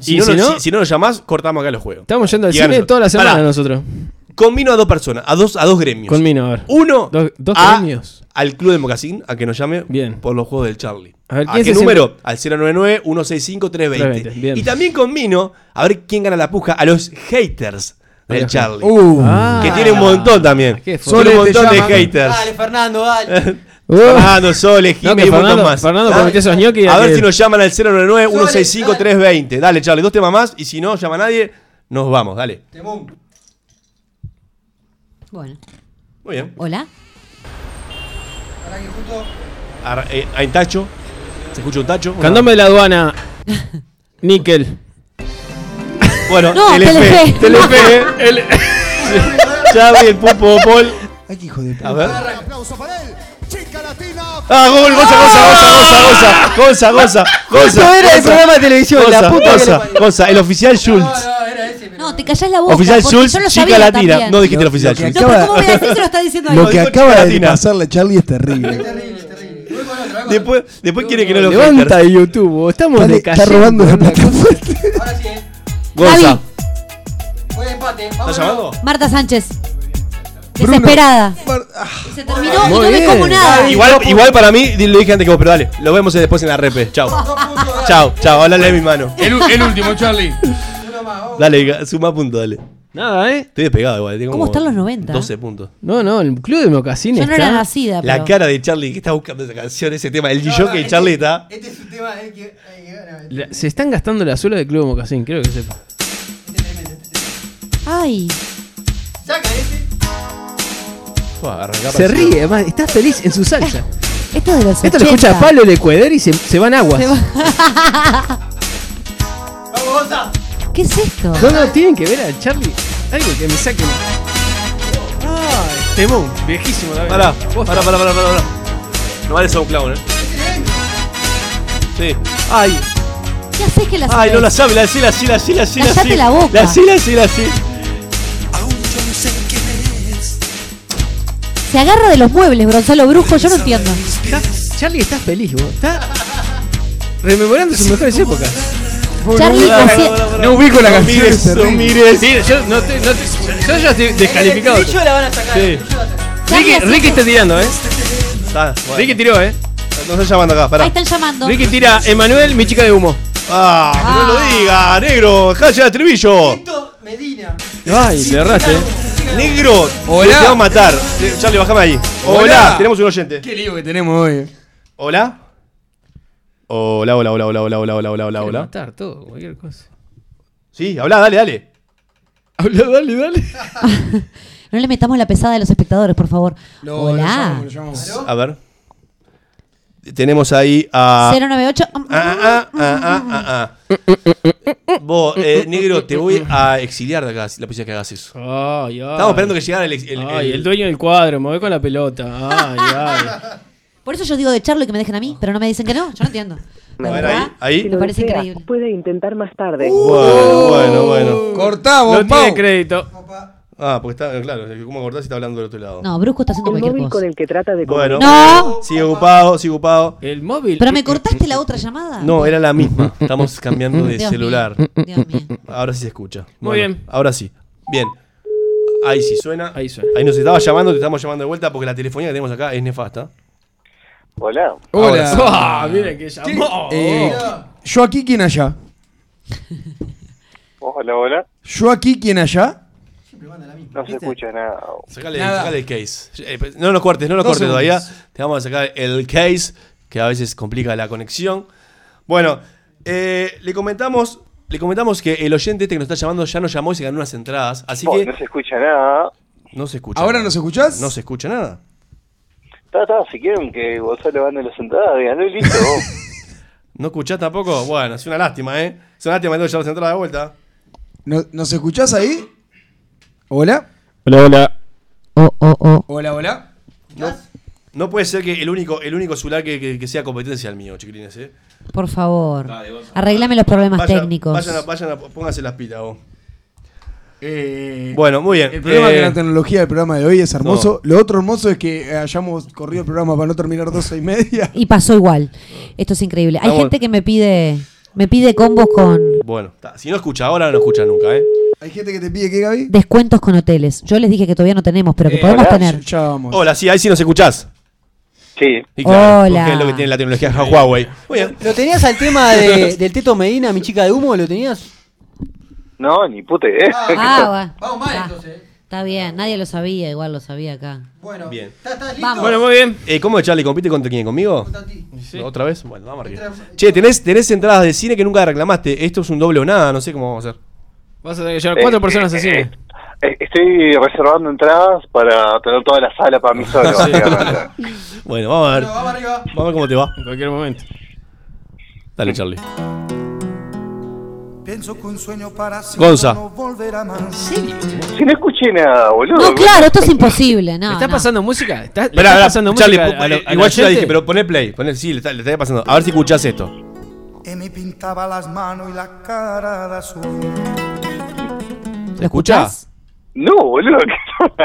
B: Si,
C: Y
B: no,
C: si
B: lo-
C: no-
B: si- si no lo llamás, cortamos acá los juegos.
C: Estamos yendo al
B: Llegan
C: cine
B: nosotros.
C: toda la semana
B: Pará.
C: nosotros.
B: Convino a dos personas, a dos, a dos gremios.
C: Con Mino, a ver.
B: Uno
C: Dos- dos
B: a-
C: gremios.
B: al Club de Mocasín, a que nos llame
C: Bien.
B: por los juegos del Charlie.
C: A ver,
B: ¿A
C: ¿quién
B: qué
C: se
B: número? Al 099-165-320.
C: 320, bien.
B: Y también con Mino, a ver quién gana la puja, a los haters del
C: los Ah.
B: Charlie.
A: Uh,
B: que tiene un montón también.
C: qué fuerte.
B: Solo
A: Sole te
B: un montón de
A: llama.
B: haters.
E: Dale, Fernando, dale.
C: Uh.
B: Fernando, Sole,
C: No,
B: Jimmy
C: que
B: y un montón
C: Fernando,
B: más.
C: Fernando
B: Dale.
C: prometió esos ñoquis.
B: A ver
C: que-
B: si nos llaman al 099-165-320.
E: Dale.
B: Dale, Charlie, dos temas más. Y si no llama nadie, nos vamos. Dale.
E: Temón.
K: Bueno,
B: Muy bien.
K: hola.
E: Para que justo.
B: Ar- eh, Hay un tacho. ¿Se escucha un tacho?
C: Candombe de la aduana. Níquel.
B: Bueno,
K: No,
B: el F.
K: Telefe.
B: Telefe, eh. El... Xavi, el Pupo, Paul.
A: Ay, qué hijo de puta.
B: A ver. Ah, gol, goza, goza, goza, goza, goza, goza, goza.
E: Esto era el programa de televisión, la
B: Goza,
E: puta que le
B: goza,
E: parió.
B: goza. El oficial Schultz.
E: No, era ese, pero.
K: No, te callás la boca.
B: Oficial
K: porque
B: Schultz,
K: yo lo
B: chica
K: sabía
B: latina.
K: también.
B: No dijiste el
A: Lo-
B: oficial
A: lo que
B: Schultz.
K: No, pero ¿cómo voy a decir se lo está diciendo ahí?
A: Lo que
B: Digo,
A: acaba de
B: Latina.
A: pasar la Charlie es terrible.
E: Terrible, terrible. Voy con otro, voy con
B: Después, después quiere que no lo
C: Levanta
B: haters.
C: de YouTube, vos, estamos
A: Dale,
C: de
A: está robando la plata fuerte.
E: otro. Ahora sí, eh.
B: Goza.
K: Gaby,
E: Voy de empate.
B: ¿Estás
E: vámonos.
B: llamando?
K: Marta Sánchez.
A: Bruno.
K: Desesperada.
A: Mar- ah,
K: Y se terminó y
C: Muy
K: no me
C: bien.
K: como nada.
B: Ah, Igual, igual para mí, lo dije antes que vos, pero dale. Lo vemos después en la repe. Chao. Chao, chao. Háblale de mi mano.
M: El, u- el último, Charlie.
E: Uno más, vamos.
B: Dale, suma punto, dale.
C: Nada, ¿eh?
B: Estoy despegado igual. Tengo
K: ¿Cómo
B: como
K: están los 90?
B: 12 puntos.
C: No, no, el club de Mocasín
K: Yo no
C: está-
K: era nacida, pero...
B: La cara de Charlie que está buscando esa canción, ese tema. El
E: No,
B: G-Jockey
E: no,
B: y Charlie está.
E: Este es un tema eh, que. eh, que bueno, este-
C: La- se están gastando la suela del club de Mocasín, creo que sepa.
E: este tremendo, este tremendo.
K: Ay,
E: Saca este.
B: Buah, arrancá
C: Se
B: para
C: ríe, además, está feliz en su salsa.
K: esto es de los
C: Esto lo
K: 80.
C: escucha Pablo Lecueder y se, se van aguas.
K: Se va-
E: Vamos, Gonza.
K: ¿Qué es esto?
C: No, no, tienen que ver a Charlie. Algo que me saquen. Ah, temón, viejísimo también.
B: Pará, pará, pará, pará, pará, pará. No vale un Clown, eh. Sí. Ay,
K: ¿Qué haces que la
B: ay, no la sabe, la sí, la sí, la sí, la sí, la
K: Cállate
B: sí.
K: la boca.
B: La sí, la sí, la sí.
K: Se agarra de los muebles, Gonzalo Brujo, yo no entiendo.
C: Está- Charlie está feliz, vos. Está rememorando sus mejores épocas.
K: Charlie,
B: Pará, pará,
K: consi-
B: pará, pará.
A: No ubico la canción, es
B: mires, no
A: terrible.
B: mires.
C: Sí, yo no te, no te- yo ya estoy descalificado.
E: El cuchillo la van a sacar.
C: Sí.
E: el cuchillo la sacan.
C: Ricky,
K: Charlie, así
C: Ricky
K: que-
C: está tirando, eh.
B: Está, bueno.
C: Ricky tiró, eh.
B: Nos están llamando acá,
K: Ahí
B: pará.
K: están llamando.
C: Ricky tira Emanuel, mi chica de humo.
B: Ah, pero no lo diga, negro. Jaya de estribillo.
E: Tito Medina.
C: Ay, te erraste.
B: Negro,
A: Hola.
B: te va a matar. Eh, Charlie, bajame ahí. Hola.
A: Hola.
B: tenemos un oyente.
A: Qué lío que tenemos hoy.
B: Hola. Hola, hola, hola, hola, hola, hola, hola, hola, hola, hola.
C: Matar todo, cualquier cosa.
B: Sí, habla, dale, dale.
C: Habla, dale, dale.
K: No le metamos la pesada de los espectadores, por favor.
A: Lo- lo
K: Hola.
A: llamamos, lo llamamos.
B: A ver. Tenemos ahí a.
K: 098. mm, mm,
B: Ah, ah, ah, ah, ah, ah. Vos, eh, negro, te voy a exiliar de acá si la policía que hagas eso.
C: Ay, ay.
B: Estamos esperando que llegara el. ex- el-
C: Ay,
B: el-
C: el dueño del cuadro, me voy con la pelota. Ay, ay.
K: Por eso yo digo de Charlo y que me dejen a mí, pero no me dicen que no. Yo no entiendo. La
B: A ver,
K: verdad,
B: ahí, ahí.
K: Me parece increíble.
I: Puede intentar más tarde.
K: Uh.
B: Bueno, bueno, bueno.
A: Cortá, vos,
C: No tiene
A: Pau.
C: crédito.
B: Ah, porque está, claro, ¿cómo cortás si está hablando del otro lado?
K: No, Brusco está haciendo
I: El
K: cualquier
I: móvil con
K: cosa.
I: el que trata de
B: Bueno,
K: No.
B: sigue ocupado, sigue ocupado.
C: El móvil.
K: Pero me cortaste la otra llamada.
B: No, era la misma. Estamos cambiando de
K: Dios mío,
B: celular.
K: Dios mío.
B: Ahora sí se escucha.
C: Muy bien.
B: Ahora sí. Bien. Ahí sí suena.
C: Ahí suena.
B: Ahí nos estaba llamando, te estamos llamando de vuelta porque la telefonía que tenemos acá es nefasta.
M: Hola.
A: Hola.
C: Ah, mira que llamó.
A: Eh, yo aquí, ¿quién allá?
M: Hola, hola.
A: Yo aquí, ¿quién allá?
M: No se escucha nada.
B: Sacale,
A: Nada.
B: sacale el case. Eh, pe- No lo cortes, no lo
A: Dos
B: cortes
A: segundos.
B: todavía. Te vamos a sacar el case, que a veces complica la conexión. Bueno, eh, le comentamos. Le comentamos que el oyente este que nos está llamando ya nos llamó y se ganó unas entradas. Así
M: Oh,
B: que
M: No se escucha nada.
B: No se escucha.
A: ¿Ahora
B: nada.
A: nos escuchás?
B: No se escucha nada.
M: Está, está, si quieren que Gonzalo gane las entradas, ganó y listo.
B: ¿No escuchás tampoco? Bueno, es una lástima, ¿eh? Es una lástima, entonces ya vas a entrar de vuelta.
A: ¿No- ¿Nos escuchás ahí? Hola.
N: Hola, hola.
K: Oh,
A: Hola, hola.
B: No, no puede ser que el único, el único celular que, que- que sea competencia el mío, chiquilines, ¿eh?
K: Por favor. Arreglame los problemas
B: Vaya-
K: técnicos.
B: Vayan a, vayan a- pónganse las pilas, vos. bueno, muy bien.
A: El problema
B: Eh,
A: es que la tecnología del programa de hoy es hermoso. Lo otro hermoso es que eh, hayamos corrido el programa para no terminar 12 y media.
K: Y pasó igual. Esto es increíble.
C: Ah,
K: Hay
B: Vamos.
K: gente que me pide me pide combos con
B: Bueno, ta, si no escucha ahora, no escucha nunca, ¿eh?
A: Hay gente que te pide que Gaby.
K: descuentos con hoteles. Yo les dije que todavía no tenemos, pero que
B: Eh,
K: podemos
B: hola.
K: tener.
A: Ya vamos.
B: Hola, sí, ahí sí nos escuchás.
M: Sí.
K: Hola.
B: Porque es lo que tiene la tecnología Huawei. Muy bien.
E: ¿Lo tenías al tema de- del Teto Medina, mi chica de humo? ¿Lo tenías?
M: No, ni puta idea.
K: Ah, Vamos mal entonces. Está bien, nadie lo sabía, igual lo sabía acá.
E: Bueno,
B: Bien.
K: Vamos.
B: Bueno, muy bien. Eh, ¿Cómo es Charlie? ¿Compite contra quién? ¿Conmigo? ¿Otra vez? Bueno, vamos arriba. Che, tenés, tenés entradas de cine que nunca reclamaste. Esto es un doble o nada, no sé cómo vamos a hacer.
C: Vas a tener que llevar cuatro personas así.
M: Eh, Estoy reservando entradas para tener toda la sala para mí solo. básicamente.
B: Bueno, vamos a ver. vamos arriba. Vamos a ver cómo te va. En cualquier momento. Dale, Charlie.
I: Pienso que un sueño para siempre
B: Gonza.
I: no volverá más.
M: Si no escuché nada, boludo.
K: No, claro, esto es imposible. No,
C: ¿Está
K: no.
C: pasando música? ¿Está, le
B: Esperá,
C: está
B: esperá,
C: pasando
B: Charlie,
C: música?
B: pu- eh, igual yo ya dije, pero poné play. Poné, sí, le, está- le estaría pasando. A ver si escuchás esto.
I: Y me pintaba las manos y la cara de azul.
B: ¿Lo escuchás?
M: No, boludo.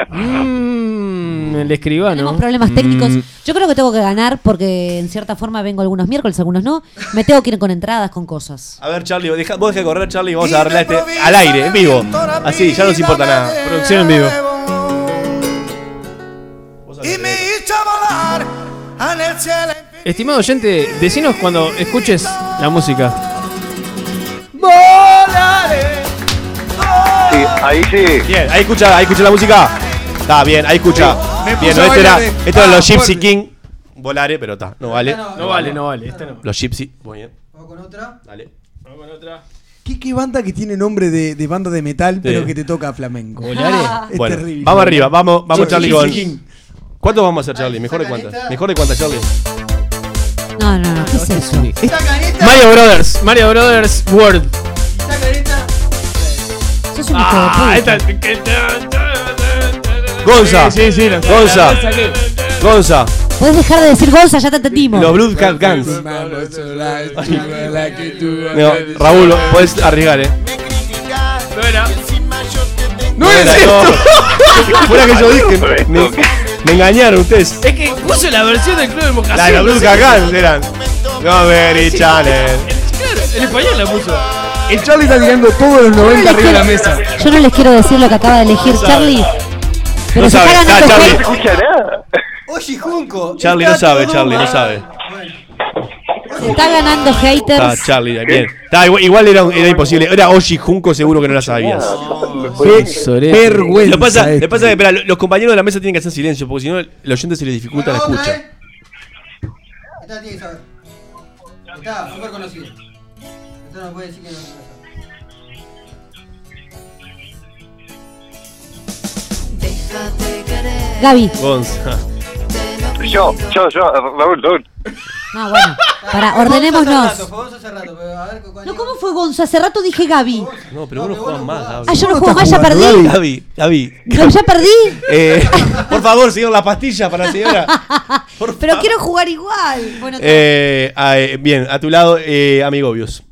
C: Mm, el escribano.
K: Tenemos problemas técnicos.
C: Mm.
K: Yo creo que tengo que ganar porque en cierta forma vengo algunos miércoles, algunos no. Me tengo que ir con entradas, con cosas.
B: A ver, Charlie, deja, vos deja correr, Charlie, y vamos a arreglar este al aire, en vivo. Así, ya no nos importa nada.
C: Producción en vivo.
I: Y me hizo volar Ah, en el cielo.
C: Estimado oyente, decinos cuando escuches la música.
I: Volaré.
B: Sí,
M: ahí sí.
B: Bien, ahí escucha, ahí escucha la música. Está bien, ahí escucha.
C: Me
B: Bien,
C: puse
B: no,
C: a
B: este era,
C: bailar, eh.
B: esto era
C: Ah,
B: los Gypsy
C: fuerte.
B: King. Volare, pero está, no vale.
C: No vale, no vale. Esta no.
B: Los Gypsy, muy bien.
E: con otra?
B: Dale.
C: Vamos con otra.
A: ¿Qué, qué banda que tiene nombre de, de banda de metal, pero que te toca flamenco?
C: Ah,
A: Ah. Es
B: Bueno,
A: terrible.
B: vamos arriba, vamos, vamos
A: Gypsy
B: Charlie
A: King.
B: con. ¿Cuántos vamos a hacer, Charlie? Mejor de cuántas. Mejor de cuántas, Charlie.
K: No, no, no. ¿Qué es eso?
C: Mario Brothers, Mario Brothers World.
K: Sos un
C: Ah,
K: hijo de puta.
C: esta. que-
B: Gonza.
C: Sí, sí, la-
B: Gonza.
C: la saqué.
B: Gonza.
K: Podés dejar de decir Gonza, ya te entendimos.
B: Los Blood Cat Guns. No, Raúl, puedes arriesgar, eh.
C: No era.
I: No
B: era no. Fuera que yo dije. Me, me engañaron ustedes.
C: Es que puso la versión del Club de Mocación.
B: La de los Blood Cat Guns eran. No, Very Challenge.
C: Claro, en español la puso.
A: El Charlie está tirando todos los 90 arriba de la mesa.
K: Yo no les quiero decir lo que acaba de elegir Charlie. Pero se está ganando el juego.
M: escucha nada.
E: Oye, Junco.
B: Charlie no sabe, Charlie no sabe.
K: Se está ganando
B: Está
K: haters.
B: Charlie bien. Está, igual, igual era, era imposible. Era Oshi Junco, seguro que no la sabías.
A: Qué vergüenza.
B: Lo pasa,
A: esto.
B: lo pasa que espera, lo- los compañeros de la mesa tienen que hacer silencio, porque si no, el oyente se le dificulta la escucha.
E: Esta eh. tiene que saber. Está súper conocido. Esta no puede decir que no se
K: Gaby.
B: Gonza.
M: Yo, yo, yo, Raúl, Raúl.
K: No, Ah, bueno. Para, ordenémonos. No, ¿cómo fue Gonza? Hace rato dije Gaby.
B: No, pero uno juega más, Gaby.
K: Ah, yo no juego más, ya perdí.
B: Gaby, Gaby.
K: No, ya perdí.
B: Eh, por favor, señor, la pastilla para la señora.
K: Pero quiero jugar igual. Bueno,
B: Eh, ah, eh, bien, a tu lado, eh, amigobios.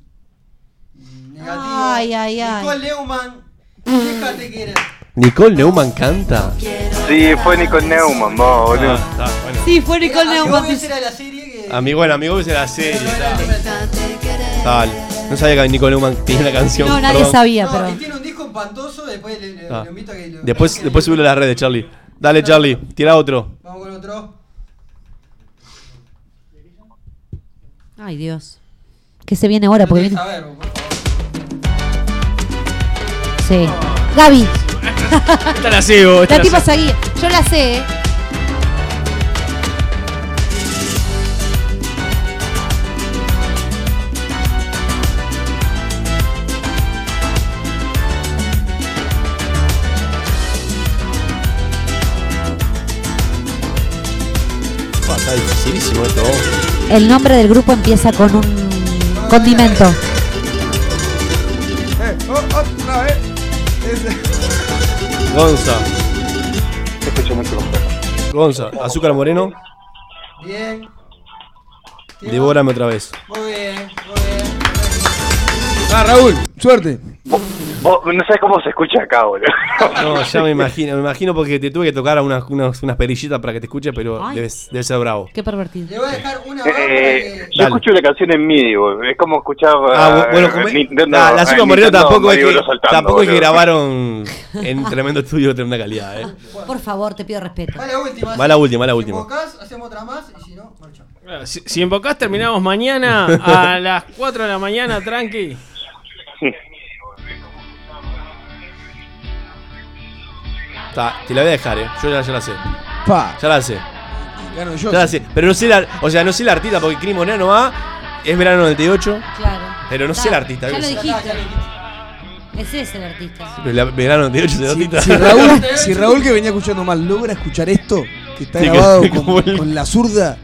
K: ay, ay, ay.
E: Nicole Neumann. Fíjate que era.
B: Nicole Neumann canta.
M: Sí, fue Nicole Neumann, vos, boludo.
B: Ah, está, bueno.
K: Sí, fue Nicole Neumann.
E: Esa era la serie que.
B: Ami- bueno, amigobios era la serie. Tal. No sabía que Nicole Neumann tenía la canción.
K: No, nadie
B: perdón.
K: sabía,
E: No,
K: pero.
E: y tiene un disco espantoso, después le, le-
B: Ah.
E: lo invito a que lo.
B: Después, después subilo a las redes, Charlie. Dale, Charlie, tira otro.
E: Vamos con otro.
K: Ay, Dios. ¿Qué se viene ahora? Porque viene.
E: A ver, vos, por favor.
K: Sí. Gaby.
C: Esta la sigo. esta
K: La tipa
C: sigo.
K: seguía. Yo la sé, ¿eh?
B: facilísimo esto.
K: El nombre del grupo empieza con un condimento.
A: Eh, oh, oh, otra vez. Es-
B: Gonza.
M: Escucho mucho
B: Gonza, azúcar moreno,
E: Bien.
B: devórame otra vez.
E: Muy bien.
A: Ah, Raúl, suerte.
M: Vos no sabés cómo se escucha acá, boludo.
B: No, ya me imagino, me imagino porque te tuve que tocar a unas, unas, unas perillitas para que te escuche, pero
E: Ay.
B: debes, debes ser bravo.
K: Qué pervertido.
E: Le voy a dejar una
M: Eh, yo
B: Dale.
M: escucho la canción en MIDI, boludo. Es como escuchar.
B: Ah, bu- bueno,
M: eh,
B: come-
M: Nintendo-
B: Ah, la
M: eh,
B: azúcar moreno
M: Nintendo
B: tampoco es que,
M: Mario Bros saltando,
B: tampoco es que
M: boludo.
B: grabaron en tremendo estudio de tremenda calidad, eh.
K: Por favor, te pido respeto.
E: Vale, última.
B: Va la última, la última.
E: hacemos otra más y si no, marchamos.
C: Bueno, Si, si invocás, terminamos mañana a las 4 de la mañana, tranqui.
B: Está, te la voy a dejar, eh. Yo ya, ya la sé.
A: Pa.
B: Ya la sé.
A: Gano
B: Ya
A: yo.
B: la sé. Pero no sé la, o sea, no sé la artista porque Cris Moreno va, es verano 98,
K: Claro.
B: pero no sé la artista.
K: Ya
B: ¿ves?
K: lo dijiste. Ese es el artista.
B: Pero la- verano 98 es la artista.
A: Si Raúl, si Raúl que venía escuchando mal logra escuchar esto, que está
B: Sí, que-
A: grabado
B: como
A: con, con la zurda,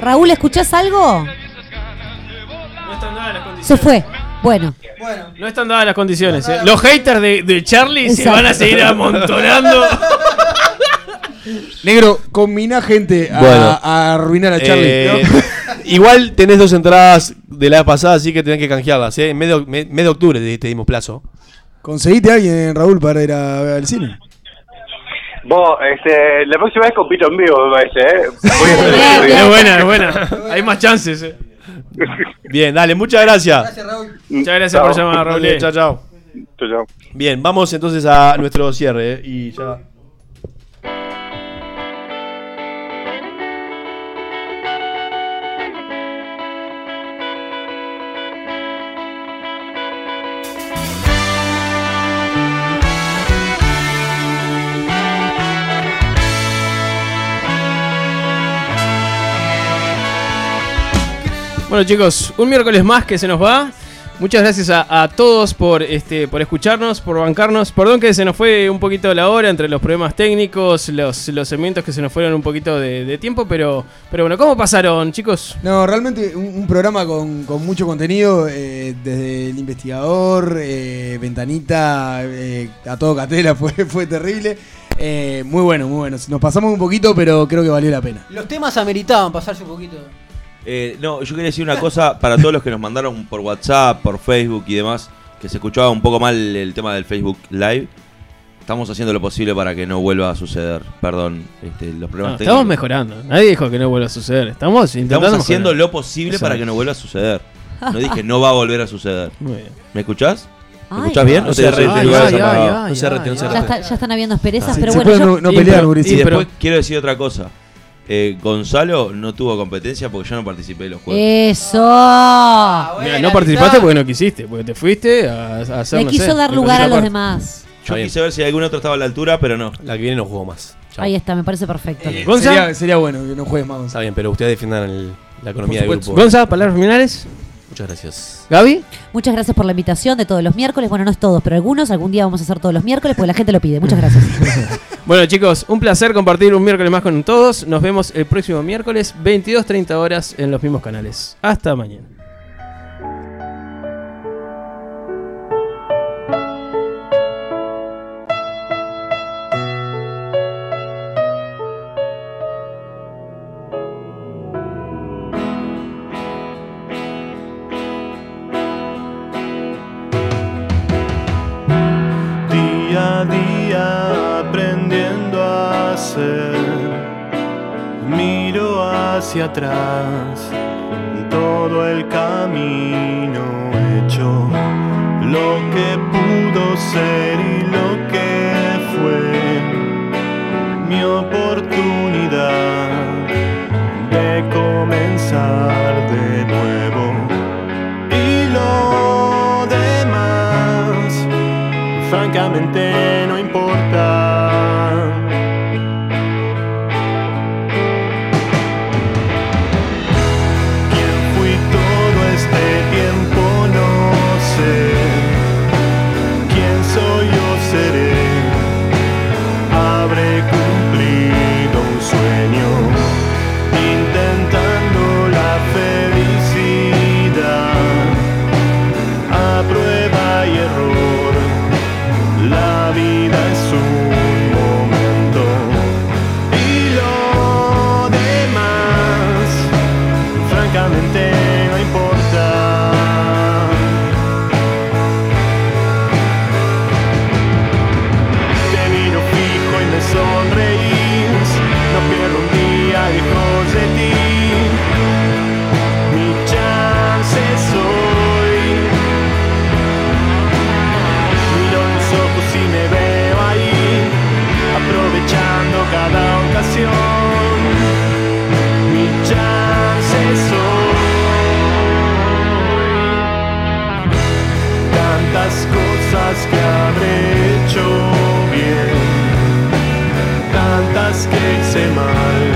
K: Raúl, ¿escuchás algo? Se fue. Bueno.
C: No están dadas las condiciones. eh. Los haters de, de Charlie se
K: Exacto.
C: van a seguir amontonando.
A: negro, combina gente a,
B: Bueno.
A: a arruinar a Charlie.
B: Eh,
A: ¿no?
B: Igual tenés dos entradas de la vez pasada, así que tenés que canjearlas, ¿eh? En medio, me- medio octubre te, te dimos plazo.
A: Conseguiste a alguien, Raúl, para ir a- al cine.
M: Vos, este, la próxima vez compito en vivo, me parece, ¿eh? Voy a-
C: es buena, es buena. Hay más chances. eh.
B: Bien, dale, muchas gracias.
C: Muchas gracias por llamar, Raúl.
B: Dale, Chao, chao.
M: Chao, chao.
B: Bien, vamos entonces a nuestro cierre, ¿eh? Y ya.
C: Bueno chicos, un miércoles más que se nos va. Muchas gracias a, a todos por, este, por escucharnos, por bancarnos. Perdón que se nos fue un poquito la hora entre los problemas técnicos, los, los segmentos que se nos fueron un poquito de, de tiempo, pero, pero bueno, ¿cómo pasaron chicos?
A: No, realmente un, un programa con, con mucho contenido, eh, desde el investigador, eh, Ventanita, eh, a todo Catela, fue, fue terrible. Eh, muy bueno, muy bueno. Nos pasamos un poquito, pero creo que valió la pena.
E: Los temas ameritaban pasarse un poquito.
D: Eh, no, yo quería decir una cosa para todos los que nos mandaron por WhatsApp, por Facebook y demás, que se escuchaba un poco mal el tema del Facebook Live. Estamos haciendo lo posible para que no vuelva a suceder. Perdón, este, los
C: No,
D: problemas
C: estamos
D: técnicos.
C: mejorando. Nadie dijo que no vuelva a suceder. Estamos intentando.
D: Estamos haciendo
C: mejorar.
D: lo posible
C: Exacto.
D: para que no vuelva a suceder. No dije no va a volver a suceder.
C: Muy bien.
D: ¿Me escuchás? ¿Me
K: Ay.
D: escuchás bien?
B: No
D: te-
B: se rete,
D: te-
B: no
D: te-
B: se rete,
D: te-
B: no se rete, no se
K: Ya,
B: rete.
K: está- ya están habiendo asperezas,
A: Ah, Sí,
K: pero
A: se
K: bueno,
A: puede
K: yo-
A: no- no pelear,
D: Y
A: Mauricio.
D: después quiero decir otra cosa. Eh, Gonzalo no tuvo competencia porque yo no participé de los juegos.
K: Eso.
C: Mira, no participaste porque no quisiste, porque te fuiste a, a hacer.
K: Le
C: no
K: quiso
C: sé,
K: dar
C: en
K: lugar a
C: cualquier
K: los
C: parte.
K: demás.
D: Yo quise ver si algún otro estaba a la altura, pero no.
B: La que viene no jugó más. Chao.
K: Ahí está, me parece perfecto.
C: Gonza.
A: Eh, Sería, sería bueno que no juegues más, Gonzalo.
B: Está bien, pero ustedes defiendan el- la economía del grupo.
C: Gonza, palabras finales.
B: Muchas gracias.
C: Gaby.
K: Muchas gracias por la invitación de todos los miércoles. Bueno, no es todos, pero algunos. Algún día vamos a hacer todos los miércoles porque la gente lo pide. Muchas gracias.
C: Bueno, chicos, un placer compartir un miércoles más con todos. Nos vemos el próximo miércoles, 22.30 horas, en los mismos canales. Hasta mañana.
N: día a día aprendiendo a ser. Miro hacia atrás todo el camino hecho, lo que pudo ser y lo que fue mi oportunidad de comenzar de nuevo. Y lo demás francamente no importa. ¿Quién fui todo este tiempo? No sé. ¿Quién soy yo seré? Habré cumplido un sueño y que hice mal.